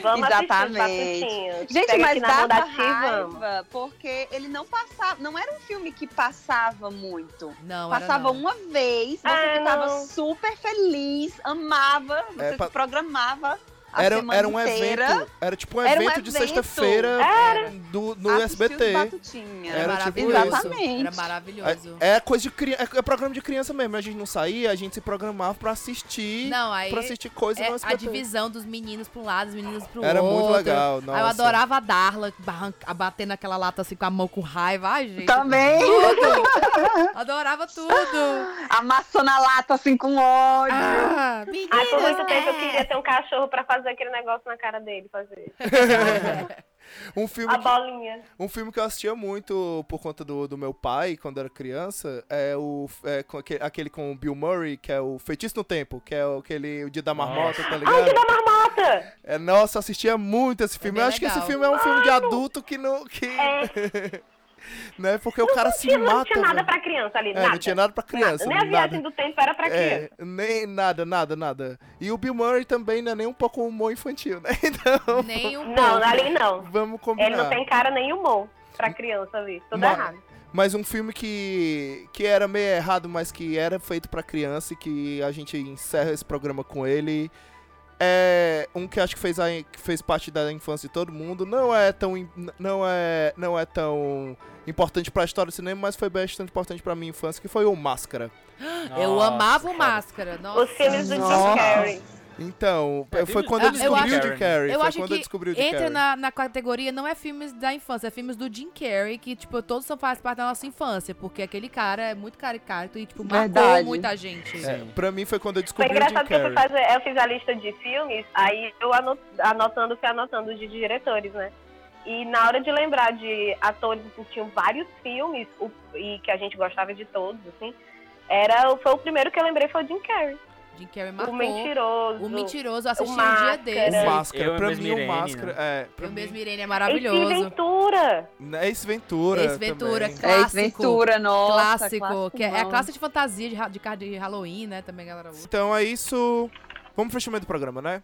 [SPEAKER 4] Vamos
[SPEAKER 1] Exatamente.
[SPEAKER 4] assistir os Batutinhas.
[SPEAKER 1] Gente,
[SPEAKER 4] Pega aqui
[SPEAKER 1] mas
[SPEAKER 4] na mão
[SPEAKER 1] dava
[SPEAKER 4] da Tia, vamos.
[SPEAKER 1] raiva, porque ele não passava, não era um filme que passava muito.
[SPEAKER 3] Não, era
[SPEAKER 1] Passava
[SPEAKER 3] não.
[SPEAKER 1] uma vez, você
[SPEAKER 4] Ah,
[SPEAKER 1] ficava
[SPEAKER 4] não.
[SPEAKER 1] super feliz, amava,
[SPEAKER 5] É,
[SPEAKER 1] você
[SPEAKER 5] pa-
[SPEAKER 1] se programava a
[SPEAKER 5] era,
[SPEAKER 1] semana
[SPEAKER 5] era um
[SPEAKER 1] inteira.
[SPEAKER 5] evento. Era tipo um
[SPEAKER 1] Era um
[SPEAKER 5] evento de
[SPEAKER 1] evento. É?
[SPEAKER 5] sexta-feira
[SPEAKER 4] Era.
[SPEAKER 5] do- no
[SPEAKER 1] assistir os
[SPEAKER 5] SBT.
[SPEAKER 1] Batutinha.
[SPEAKER 5] Era tipo
[SPEAKER 3] maravilhoso.
[SPEAKER 5] isso.
[SPEAKER 1] Exatamente.
[SPEAKER 3] Era maravilhoso.
[SPEAKER 5] É coisa de criança. É programa de criança mesmo. A gente não saía, a gente se programava pra assistir.
[SPEAKER 3] Não, aí
[SPEAKER 5] pra assistir coisa
[SPEAKER 3] é
[SPEAKER 5] no
[SPEAKER 3] a
[SPEAKER 5] SBT.
[SPEAKER 3] divisão dos meninos pra um lado, dos meninos pro
[SPEAKER 5] Era
[SPEAKER 3] outro.
[SPEAKER 5] muito legal.
[SPEAKER 3] Aí
[SPEAKER 5] Nossa.
[SPEAKER 3] eu adorava a Darla barranca- batendo aquela lata assim com a mão com raiva. Ai, gente.
[SPEAKER 4] Tá.
[SPEAKER 1] Também
[SPEAKER 3] Adorava tudo.
[SPEAKER 1] amassando a lata assim com ódio.
[SPEAKER 3] Ah, meninas,
[SPEAKER 4] Ai, por muito tempo eu
[SPEAKER 3] é.
[SPEAKER 4] queria ter um cachorro pra fazer aquele negócio na cara dele, fazer.
[SPEAKER 5] Um filme,
[SPEAKER 4] A
[SPEAKER 5] que-
[SPEAKER 4] bolinha.
[SPEAKER 5] um filme que eu assistia muito por conta do, do meu pai quando era criança é o é, com aquele, aquele com o Bill Murray, que é o Feitiço no Tempo, que é o- aquele o Dia da Marmota, tá ligado?
[SPEAKER 4] Ai, que da marmota!
[SPEAKER 5] É, nossa, eu assistia muito esse filme.
[SPEAKER 3] bem
[SPEAKER 5] eu acho que esse
[SPEAKER 3] legal.
[SPEAKER 5] filme é um filme de adulto que não. Que,
[SPEAKER 4] É,
[SPEAKER 5] né? Porque o cara se
[SPEAKER 4] tinha-
[SPEAKER 5] mata.
[SPEAKER 4] não tinha nada
[SPEAKER 5] velho.
[SPEAKER 4] pra criança ali,
[SPEAKER 5] É,
[SPEAKER 4] nada.
[SPEAKER 5] não tinha nada pra criança.
[SPEAKER 4] Nem a viagem do tempo era pra criança.
[SPEAKER 5] É, nem nada, nada, nada. E o Bill Murray também não é nem um pouco humor infantil, né? *laughs* Então,
[SPEAKER 3] Nem um
[SPEAKER 4] Não,
[SPEAKER 3] pouco.
[SPEAKER 4] ali não.
[SPEAKER 5] vamos combinar.
[SPEAKER 4] Ele não tem cara nem humor pra criança ali. Tudo
[SPEAKER 5] Ma-
[SPEAKER 4] errado.
[SPEAKER 5] Mas um filme que, que era meio errado, mas que era feito pra criança e que a gente encerra esse programa com ele. É um que acho que fez, a, que fez parte da infância de todo mundo. Não é tão im- não é não é tão importante pra história do cinema, mas foi bastante importante pra minha infância, que foi o Máscara.
[SPEAKER 3] Eu
[SPEAKER 2] Nossa,
[SPEAKER 3] amava o
[SPEAKER 2] cara.
[SPEAKER 3] Máscara. Nossa.
[SPEAKER 4] Os filmes do Jim
[SPEAKER 1] Nossa.
[SPEAKER 4] Carrey.
[SPEAKER 5] Então,
[SPEAKER 2] É,
[SPEAKER 5] foi
[SPEAKER 2] eu-
[SPEAKER 5] quando eu,
[SPEAKER 3] eu
[SPEAKER 5] descobri
[SPEAKER 3] acho-
[SPEAKER 5] o Jim Carrey.
[SPEAKER 3] eu
[SPEAKER 5] foi
[SPEAKER 3] acho
[SPEAKER 5] quando
[SPEAKER 3] que
[SPEAKER 5] eu descobri o Jim
[SPEAKER 3] Entra
[SPEAKER 5] Carrey.
[SPEAKER 3] na, na categoria, não é filmes da infância, é filmes do Jim Carrey, que, tipo, todos são faz parte da nossa infância, porque aquele cara é muito caricato e, tipo, marcou
[SPEAKER 1] Verdade.
[SPEAKER 3] muita gente.
[SPEAKER 5] É, pra mim foi quando eu
[SPEAKER 4] Foi
[SPEAKER 5] descobri o Jim
[SPEAKER 4] engraçado que eu, fui
[SPEAKER 5] Carrey.
[SPEAKER 4] fazer, eu fiz a lista de filmes, aí eu ano- anotando, fui anotando de diretores, né? E na hora de lembrar de atores que tinham vários filmes o- e que a gente gostava de todos, assim, era, foi o primeiro que eu lembrei foi o Jim Carrey.
[SPEAKER 3] Jim Carrey
[SPEAKER 4] o
[SPEAKER 3] marcou.
[SPEAKER 4] mentiroso.
[SPEAKER 3] O mentiroso, eu assisti
[SPEAKER 4] O
[SPEAKER 3] um dia
[SPEAKER 4] Máscara.
[SPEAKER 5] O
[SPEAKER 4] Era-
[SPEAKER 3] desse.
[SPEAKER 5] Máscara,
[SPEAKER 2] Eu e
[SPEAKER 5] pra mim
[SPEAKER 2] mesmo
[SPEAKER 5] o
[SPEAKER 2] Irene,
[SPEAKER 5] Máscara. É, pra
[SPEAKER 3] O
[SPEAKER 5] mim, é
[SPEAKER 3] mesmo Irene é
[SPEAKER 4] Esse
[SPEAKER 3] maravilhoso.
[SPEAKER 4] Ventura.
[SPEAKER 5] Ace Ventura.
[SPEAKER 3] Ace Ventura,
[SPEAKER 5] também.
[SPEAKER 1] É
[SPEAKER 3] Clássico.
[SPEAKER 1] isso, Ventura, nossa.
[SPEAKER 3] clássico, que é, é a
[SPEAKER 1] classicão.
[SPEAKER 3] classe de fantasia de, ha- de, ca- de Halloween, né? Também, galera.
[SPEAKER 5] Então é isso. Vamos pro fechamento do programa, né?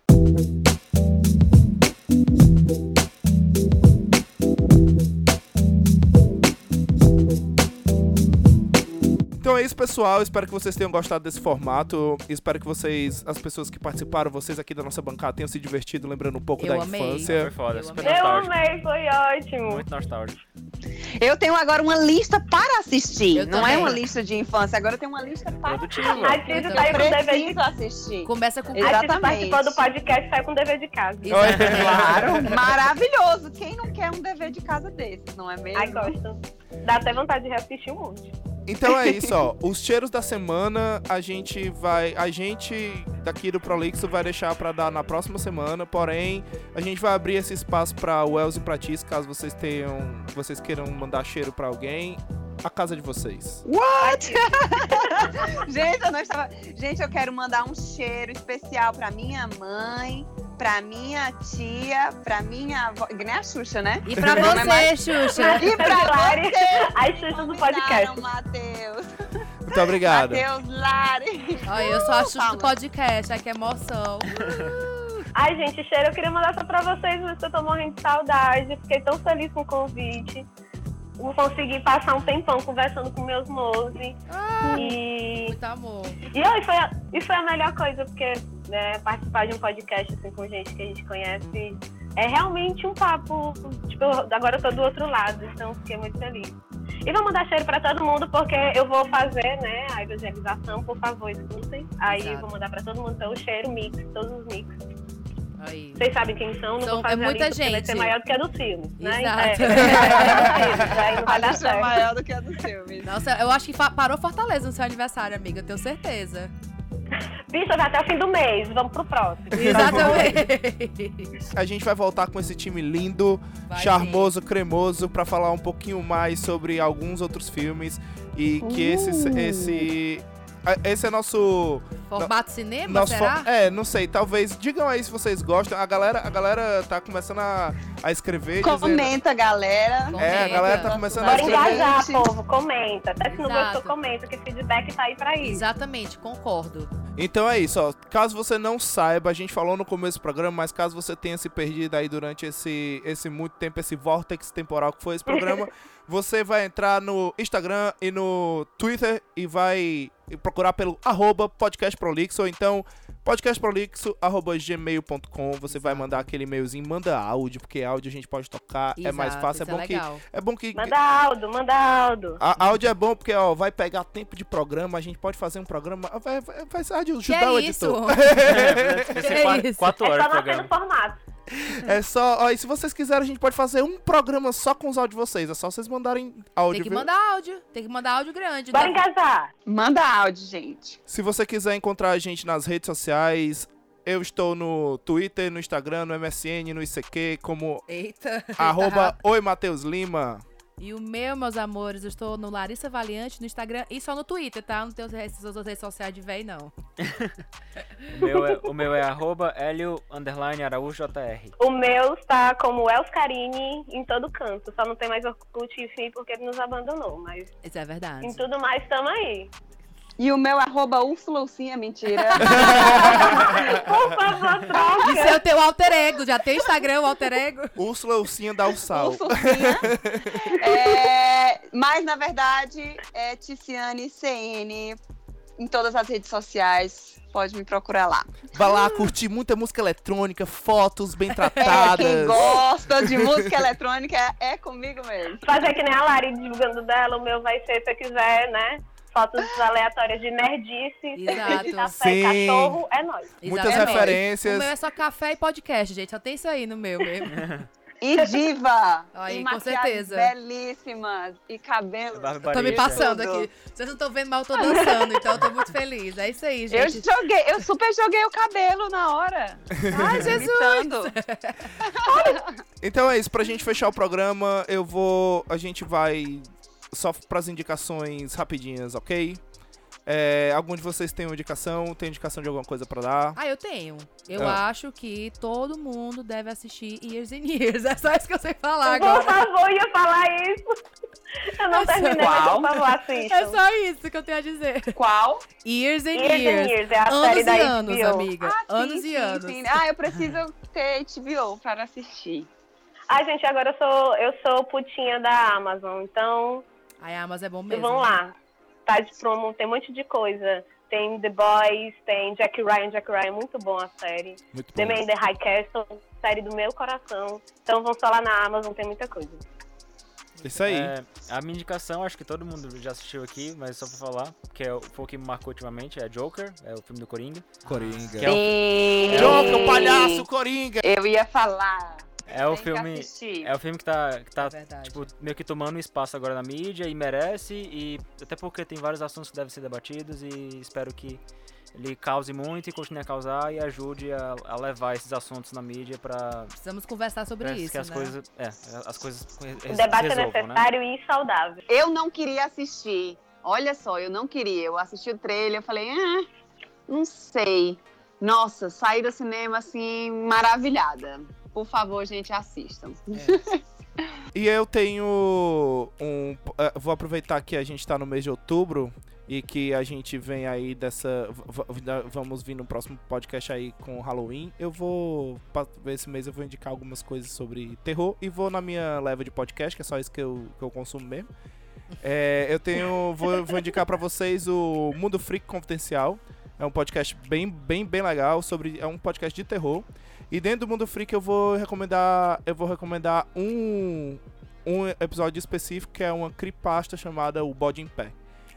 [SPEAKER 5] Então é isso, pessoal. Espero que vocês tenham gostado desse formato. Espero que vocês, as pessoas que participaram, vocês aqui da nossa bancada, tenham se divertido lembrando um pouco
[SPEAKER 3] Eu
[SPEAKER 5] da
[SPEAKER 3] amei.
[SPEAKER 5] infância.
[SPEAKER 2] Foi foda,
[SPEAKER 3] Eu
[SPEAKER 2] super
[SPEAKER 3] amei.
[SPEAKER 4] Eu
[SPEAKER 2] nostálgico.
[SPEAKER 4] amei, foi ótimo.
[SPEAKER 2] Muito nostálgico.
[SPEAKER 1] Eu tenho agora uma lista para assistir.
[SPEAKER 3] Eu
[SPEAKER 1] não
[SPEAKER 3] também.
[SPEAKER 1] é uma lista de infância, agora eu tenho uma lista para
[SPEAKER 2] Produtivo.
[SPEAKER 4] A Cris
[SPEAKER 3] Eu
[SPEAKER 4] tá aí
[SPEAKER 1] eu
[SPEAKER 4] com o dever de
[SPEAKER 1] preciso assistir.
[SPEAKER 3] Começa com
[SPEAKER 1] Exato.
[SPEAKER 4] A Cris
[SPEAKER 1] Exatamente.
[SPEAKER 4] participou do podcast sai com o dever de casa.
[SPEAKER 3] Isso é-
[SPEAKER 1] Claro, *laughs* maravilhoso. Quem não quer um dever de casa desses, não é mesmo?
[SPEAKER 4] Ai, gosto. Dá até vontade de reassistir um monte.
[SPEAKER 5] Então é isso, ó. Os cheiros da semana a gente vai. A gente daqui do Prolixo vai deixar pra dar na próxima semana. Porém, a gente vai abrir esse espaço pra Wells e pra Tis, caso vocês tenham. Vocês queiram mandar cheiro pra alguém. A casa de vocês.
[SPEAKER 1] What? *laughs*
[SPEAKER 4] *laughs*
[SPEAKER 1] Gente, eu não estava... Gente, eu quero mandar um cheiro especial pra minha mãe, pra minha tia, pra minha avó. Nem a Xuxa, né?
[SPEAKER 3] E pra
[SPEAKER 1] Não é
[SPEAKER 3] você, Xuxa.
[SPEAKER 1] E pra
[SPEAKER 4] Lari.
[SPEAKER 1] você,
[SPEAKER 4] As Xuxa do podcast.
[SPEAKER 1] Matheus.
[SPEAKER 5] Muito obrigado.
[SPEAKER 1] Matheus Lari.
[SPEAKER 3] Olha, eu sou a Xuxa do
[SPEAKER 1] Palmas.
[SPEAKER 3] podcast, ai que emoção.
[SPEAKER 4] Ai, gente, cheiro, eu queria mandar só pra vocês, mas eu tô morrendo de saudade. Fiquei tão feliz com o convite. Eu Consegui passar um tempão conversando com meus moze. E,
[SPEAKER 3] Muito amor.
[SPEAKER 4] e, ai, foi, a, e foi a melhor coisa, porque né, participar de um podcast assim, com gente que a gente conhece é realmente um papo. Tipo, eu- agora eu tô do outro lado, então fiquei muito feliz. E vou mandar cheiro pra todo mundo, porque eu vou fazer né, a evangelização, por favor, escutem. Aí
[SPEAKER 3] Exato.
[SPEAKER 4] vou mandar pra todo mundo então, o cheiro, mix, todos os mix.
[SPEAKER 3] Aí.
[SPEAKER 4] Vocês sabem quem são, não
[SPEAKER 3] São-
[SPEAKER 4] vou fazer
[SPEAKER 3] é muita
[SPEAKER 4] a lista, porque Vai ser
[SPEAKER 3] gente.
[SPEAKER 4] maior do que a do filme, né?
[SPEAKER 3] Exato.
[SPEAKER 4] É, é, aí não
[SPEAKER 1] *laughs*
[SPEAKER 4] vai
[SPEAKER 1] A
[SPEAKER 4] dar
[SPEAKER 1] gente é
[SPEAKER 4] certo.
[SPEAKER 1] maior do que a do filme.
[SPEAKER 3] Nossa, eu acho que fa- parou Fortaleza no seu aniversário, amiga, eu tenho certeza.
[SPEAKER 4] Bicho, vai até o fim do mês, vamos pro próximo.
[SPEAKER 5] *laughs*
[SPEAKER 3] Exatamente.
[SPEAKER 5] A gente vai voltar com esse time lindo,
[SPEAKER 3] Vai
[SPEAKER 5] charmoso, cremoso, pra falar um pouquinho mais sobre alguns outros filmes. E que esse.
[SPEAKER 1] Uh.
[SPEAKER 5] esse a- esse é nosso
[SPEAKER 3] sim. Formato cinema,
[SPEAKER 5] Nós
[SPEAKER 3] será?
[SPEAKER 5] fo- É, não sei, talvez. Digam aí se vocês gostam. A galera, a galera tá começando a, a escrever. dizendo-
[SPEAKER 1] Comenta, galera.
[SPEAKER 5] É, a galera tá
[SPEAKER 3] Comenta.
[SPEAKER 5] começando a
[SPEAKER 4] Bora
[SPEAKER 1] Mas,
[SPEAKER 5] escrever.
[SPEAKER 4] engajar,
[SPEAKER 1] gente-
[SPEAKER 4] povo, comenta. Até se não
[SPEAKER 3] Exato.
[SPEAKER 4] gostou, comenta, que feedback tá aí pra isso.
[SPEAKER 3] Exatamente, concordo.
[SPEAKER 5] Então é isso, ó. Caso você não saiba, a gente falou no começo do programa, mas caso você tenha se perdido aí durante esse, esse muito tempo, esse vórtex temporal que foi esse
[SPEAKER 3] *laughs*
[SPEAKER 5] programa, você vai entrar no Instagram e no Twitter e vai procurar pelo arroba podcast Prolix, ou então podcastprolixo.gmail.com. Você vai mandar aquele e-mailzinho, manda áudio, porque áudio a gente pode tocar, é mais
[SPEAKER 3] Exato,
[SPEAKER 5] fácil. É
[SPEAKER 3] isso
[SPEAKER 5] bom, que,
[SPEAKER 3] legal.
[SPEAKER 5] é bom que.
[SPEAKER 4] Manda Aldo, manda Aldo.
[SPEAKER 5] A áudio é bom porque, ó, vai pegar tempo de programa, a gente pode fazer um programa. Vai, vai, vai
[SPEAKER 3] Que
[SPEAKER 5] ajudar o
[SPEAKER 3] é
[SPEAKER 5] editor.
[SPEAKER 3] isso?
[SPEAKER 5] *laughs*
[SPEAKER 2] Vai ser
[SPEAKER 3] É
[SPEAKER 2] quatro,
[SPEAKER 3] isso.
[SPEAKER 2] quatro
[SPEAKER 4] É
[SPEAKER 2] horas
[SPEAKER 4] só
[SPEAKER 2] de
[SPEAKER 4] nascer no
[SPEAKER 2] programa.
[SPEAKER 4] formato.
[SPEAKER 5] É só. Ó, e se vocês quiserem, a gente pode fazer um programa só com os áudios de vocês. É só vocês mandarem áudio.
[SPEAKER 3] Tem que
[SPEAKER 5] viu?
[SPEAKER 3] mandar áudio. Tem que mandar áudio grande.
[SPEAKER 4] Bora
[SPEAKER 3] né?
[SPEAKER 4] engasar.
[SPEAKER 1] Manda áudio, gente.
[SPEAKER 5] Se você quiser encontrar a gente nas redes sociais, eu estou no Twitter, no Instagram, no MSN, no ICQ, como
[SPEAKER 3] Eita.
[SPEAKER 5] arroba Oi Matheus Lima.
[SPEAKER 3] E o meu, meus amores, eu estou no Larissa Valiante, no Instagram e só no Twitter, tá? Não tenho essas outras redes sociais de véi, não.
[SPEAKER 2] O meu é,
[SPEAKER 1] *laughs*
[SPEAKER 2] o meu é arroba Hélio underline Araújo JR.
[SPEAKER 4] O meu está como Elscarini em todo canto. Só não tem mais Orkut, enfim, porque ele nos abandonou. Mas
[SPEAKER 3] Isso é verdade.
[SPEAKER 4] em tudo mais,
[SPEAKER 1] *laughs*
[SPEAKER 4] estamos aí.
[SPEAKER 1] E o meu arroba ufloucinha, mentira.
[SPEAKER 4] Por favor, troca.
[SPEAKER 3] Isso é o teu alter ego. Já tem Instagram, o alter
[SPEAKER 5] *laughs*
[SPEAKER 3] ego.
[SPEAKER 5] Úrsula Ursinha dá
[SPEAKER 1] *laughs*
[SPEAKER 5] o sal.
[SPEAKER 1] Ufloucinha. É, mas, na verdade, é Ticiane CN em todas as redes sociais. Pode me procurar lá.
[SPEAKER 5] Vai lá curtir muita música eletrônica, fotos bem
[SPEAKER 1] É, quem
[SPEAKER 5] tratadas.
[SPEAKER 1] gosta de música eletrônica é comigo mesmo.
[SPEAKER 4] Fazer que nem a Lari divulgando dela, o meu vai ser, se eu quiser, né? Fotos aleatórias de nerdice.
[SPEAKER 3] Exato.
[SPEAKER 4] Café,
[SPEAKER 5] Sim.
[SPEAKER 4] cachorro, é nóis.
[SPEAKER 5] Muitas
[SPEAKER 3] Exatamente. O
[SPEAKER 5] referências.
[SPEAKER 3] meu é só café e podcast, gente. Só tem isso aí no meu mesmo.
[SPEAKER 1] E diva!
[SPEAKER 3] Aí,
[SPEAKER 1] e
[SPEAKER 3] com
[SPEAKER 1] maquiagens
[SPEAKER 3] certeza.
[SPEAKER 1] belíssimas. E cabelo.
[SPEAKER 3] Eu tô me
[SPEAKER 5] né?
[SPEAKER 2] Barbarista.
[SPEAKER 3] passando
[SPEAKER 1] Tudo.
[SPEAKER 3] aqui. Vocês não estão vendo, mas eu tô dançando, então eu tô muito feliz. É isso aí,
[SPEAKER 1] Eu
[SPEAKER 3] gente.
[SPEAKER 1] joguei, eu super joguei o cabelo na hora.
[SPEAKER 3] Ai, Jesus!
[SPEAKER 1] Imitando.
[SPEAKER 5] Então é isso, pra gente fechar o programa, eu vou. A gente vai só pras indicações rapidinhas, ok? É, algum de vocês tem uma indicação? Tem indicação de alguma coisa pra dar?
[SPEAKER 3] Ah, eu tenho. Eu
[SPEAKER 5] Ah.
[SPEAKER 3] acho que todo mundo deve assistir Years and Years. *laughs* É só isso que eu sei falar
[SPEAKER 4] Por
[SPEAKER 3] agora.
[SPEAKER 4] favor, ia falar isso. Eu assim, não
[SPEAKER 3] É
[SPEAKER 4] terminei,
[SPEAKER 1] só-
[SPEAKER 4] mas
[SPEAKER 1] Qual?
[SPEAKER 4] por favor,
[SPEAKER 3] É
[SPEAKER 4] assistam.
[SPEAKER 3] só isso que eu tenho a dizer.
[SPEAKER 1] Qual?
[SPEAKER 3] Years and
[SPEAKER 4] Então. Years
[SPEAKER 3] Years.
[SPEAKER 4] and Years, é a série
[SPEAKER 3] Anos e
[SPEAKER 4] da
[SPEAKER 3] anos,
[SPEAKER 4] HBO.
[SPEAKER 3] amiga.
[SPEAKER 1] Ah, sim,
[SPEAKER 3] anos
[SPEAKER 1] sim,
[SPEAKER 3] e anos.
[SPEAKER 1] sim. Ah, eu preciso ter HBO para assistir.
[SPEAKER 4] Ai, gente, agora eu sou, eu sou putinha da Amazon, então
[SPEAKER 3] Ai, ah, mas é bom mesmo.
[SPEAKER 4] vão lá. Tá de promo, tem um monte de coisa. Tem The Boys, tem Jack Ryan, Jack Ryan, é muito bom a série.
[SPEAKER 5] Muito
[SPEAKER 4] The Man in the High Castle, série do meu coração. Então vão só lá na Amazon, tem muita coisa.
[SPEAKER 5] Isso aí.
[SPEAKER 2] É, a minha indicação, acho que todo mundo já assistiu aqui, mas só pra falar, que é, o- foi o que me marcou ultimamente, é Joker, é o filme do Coringa.
[SPEAKER 5] Coringa.
[SPEAKER 2] Que é, o,
[SPEAKER 5] Joga o um- palhaço, Coringa!
[SPEAKER 1] Eu ia falar.
[SPEAKER 2] é o
[SPEAKER 1] Tem que
[SPEAKER 2] filme.
[SPEAKER 1] assistir.
[SPEAKER 2] É o filme que tá, que tá
[SPEAKER 3] É verdade.
[SPEAKER 2] tipo, meio que tomando espaço agora na mídia e merece, e até porque tem vários assuntos que devem ser debatidos e espero que ele cause muito e continue a causar e ajude a, a levar esses assuntos na mídia pra
[SPEAKER 3] Precisamos conversar sobre
[SPEAKER 2] pra
[SPEAKER 3] isso,
[SPEAKER 2] que as
[SPEAKER 3] né?
[SPEAKER 2] coisas, é, as coisas re-
[SPEAKER 4] O
[SPEAKER 2] re-
[SPEAKER 4] debate é
[SPEAKER 2] resolvam, né?
[SPEAKER 4] necessário e saudável.
[SPEAKER 1] Eu não queria assistir. Olha só, eu não queria. Eu assisti o trailer, eu falei, ah, não sei. Nossa, saí do cinema assim, maravilhada. Por favor, gente, assistam.
[SPEAKER 5] E eu tenho um. eh, Vou aproveitar que a gente tá no mês de outubro e que a gente vem aí dessa. v- v- da- Vamos vir no próximo podcast aí com o Halloween. Eu vou. pa- Esse mês eu vou indicar algumas coisas sobre terror e vou na minha leva de podcast, que é só isso que eu, que eu consumo mesmo. É, eu tenho. Vou, vou indicar pra vocês o Mundo Freak Confidencial. É um podcast bem, bem, bem legal sobre. É um podcast de terror. E dentro do Mundo Freak eu vou recomendar, eu vou recomendar um, um episódio específico que é uma creepypasta chamada O Bode em Pé.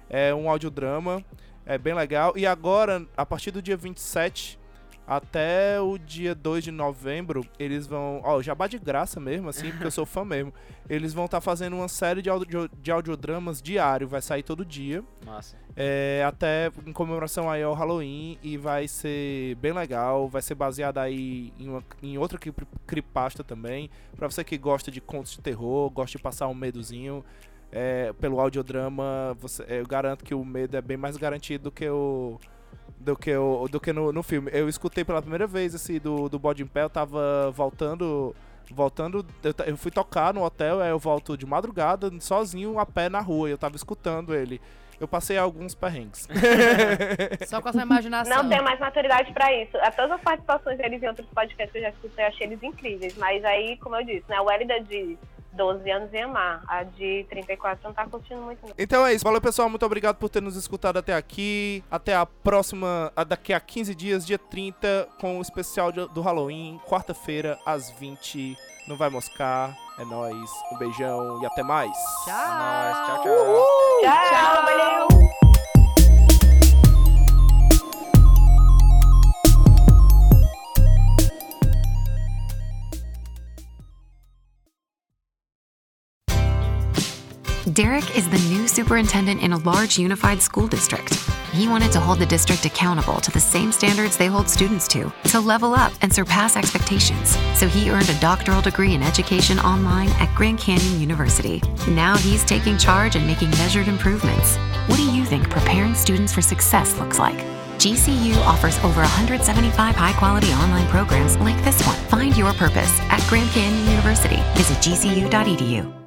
[SPEAKER 5] É um audiodrama, é bem legal. E agora, a partir do dia 27 até o dia 2 de novembro, eles vão, ó, jabá de graça mesmo assim, porque eu sou fã mesmo. Eles vão estar fazendo uma série de, audio, de audiodramas diário, vai sair todo dia.
[SPEAKER 2] Massa.
[SPEAKER 5] É, até em comemoração aí ao Halloween e vai ser bem legal, vai ser baseado aí em, uma, em outra creep- creepypasta também, Pra você que gosta de contos de terror, gosta de passar um medozinho é, pelo audiodrama, você- eu garanto que o medo é bem mais garantido do que o do que, o, do que no, no filme. Eu escutei pela primeira vez esse do, do Bode em Pé, eu tava voltando. Voltando, eu, ta- eu fui tocar no hotel, aí eu volto de madrugada, sozinho, a pé na rua, e eu tava escutando ele. Eu passei alguns perrengues. *laughs*
[SPEAKER 3] Só com a sua imaginação.
[SPEAKER 4] Não tenho mais maturidade pra isso. A todas as participações deles em outros podcasts que eu já escutei, eu achei eles incríveis. Mas aí, como eu disse, né, o Hélida diz, 12 anos em amar. A de 34 não tá curtindo muito, não.
[SPEAKER 5] Então é isso. Valeu, pessoal. Muito obrigado por ter nos escutado até aqui. Até a próxima, a daqui a 15 dias, dia 30, com o especial de- do Halloween, quarta-feira, às 20. Não vai moscar. É nóis. Um beijão e até mais.
[SPEAKER 3] Ah,
[SPEAKER 2] É
[SPEAKER 3] Tchau.
[SPEAKER 2] nóis, tchau, tchau.
[SPEAKER 4] Tchau, valeu!
[SPEAKER 6] Derek is the new superintendent in a large unified school district. He wanted to hold the district accountable to the same standards they hold students to, to level up and surpass expectations. So he earned a doctoral degree in education online at Grand Canyon University. Now he's taking charge and making measured improvements. What do you think preparing students for success looks like? GCU offers over 175 high quality online programs like this one. Find your purpose at Grand Canyon University. Visit gcu.edu.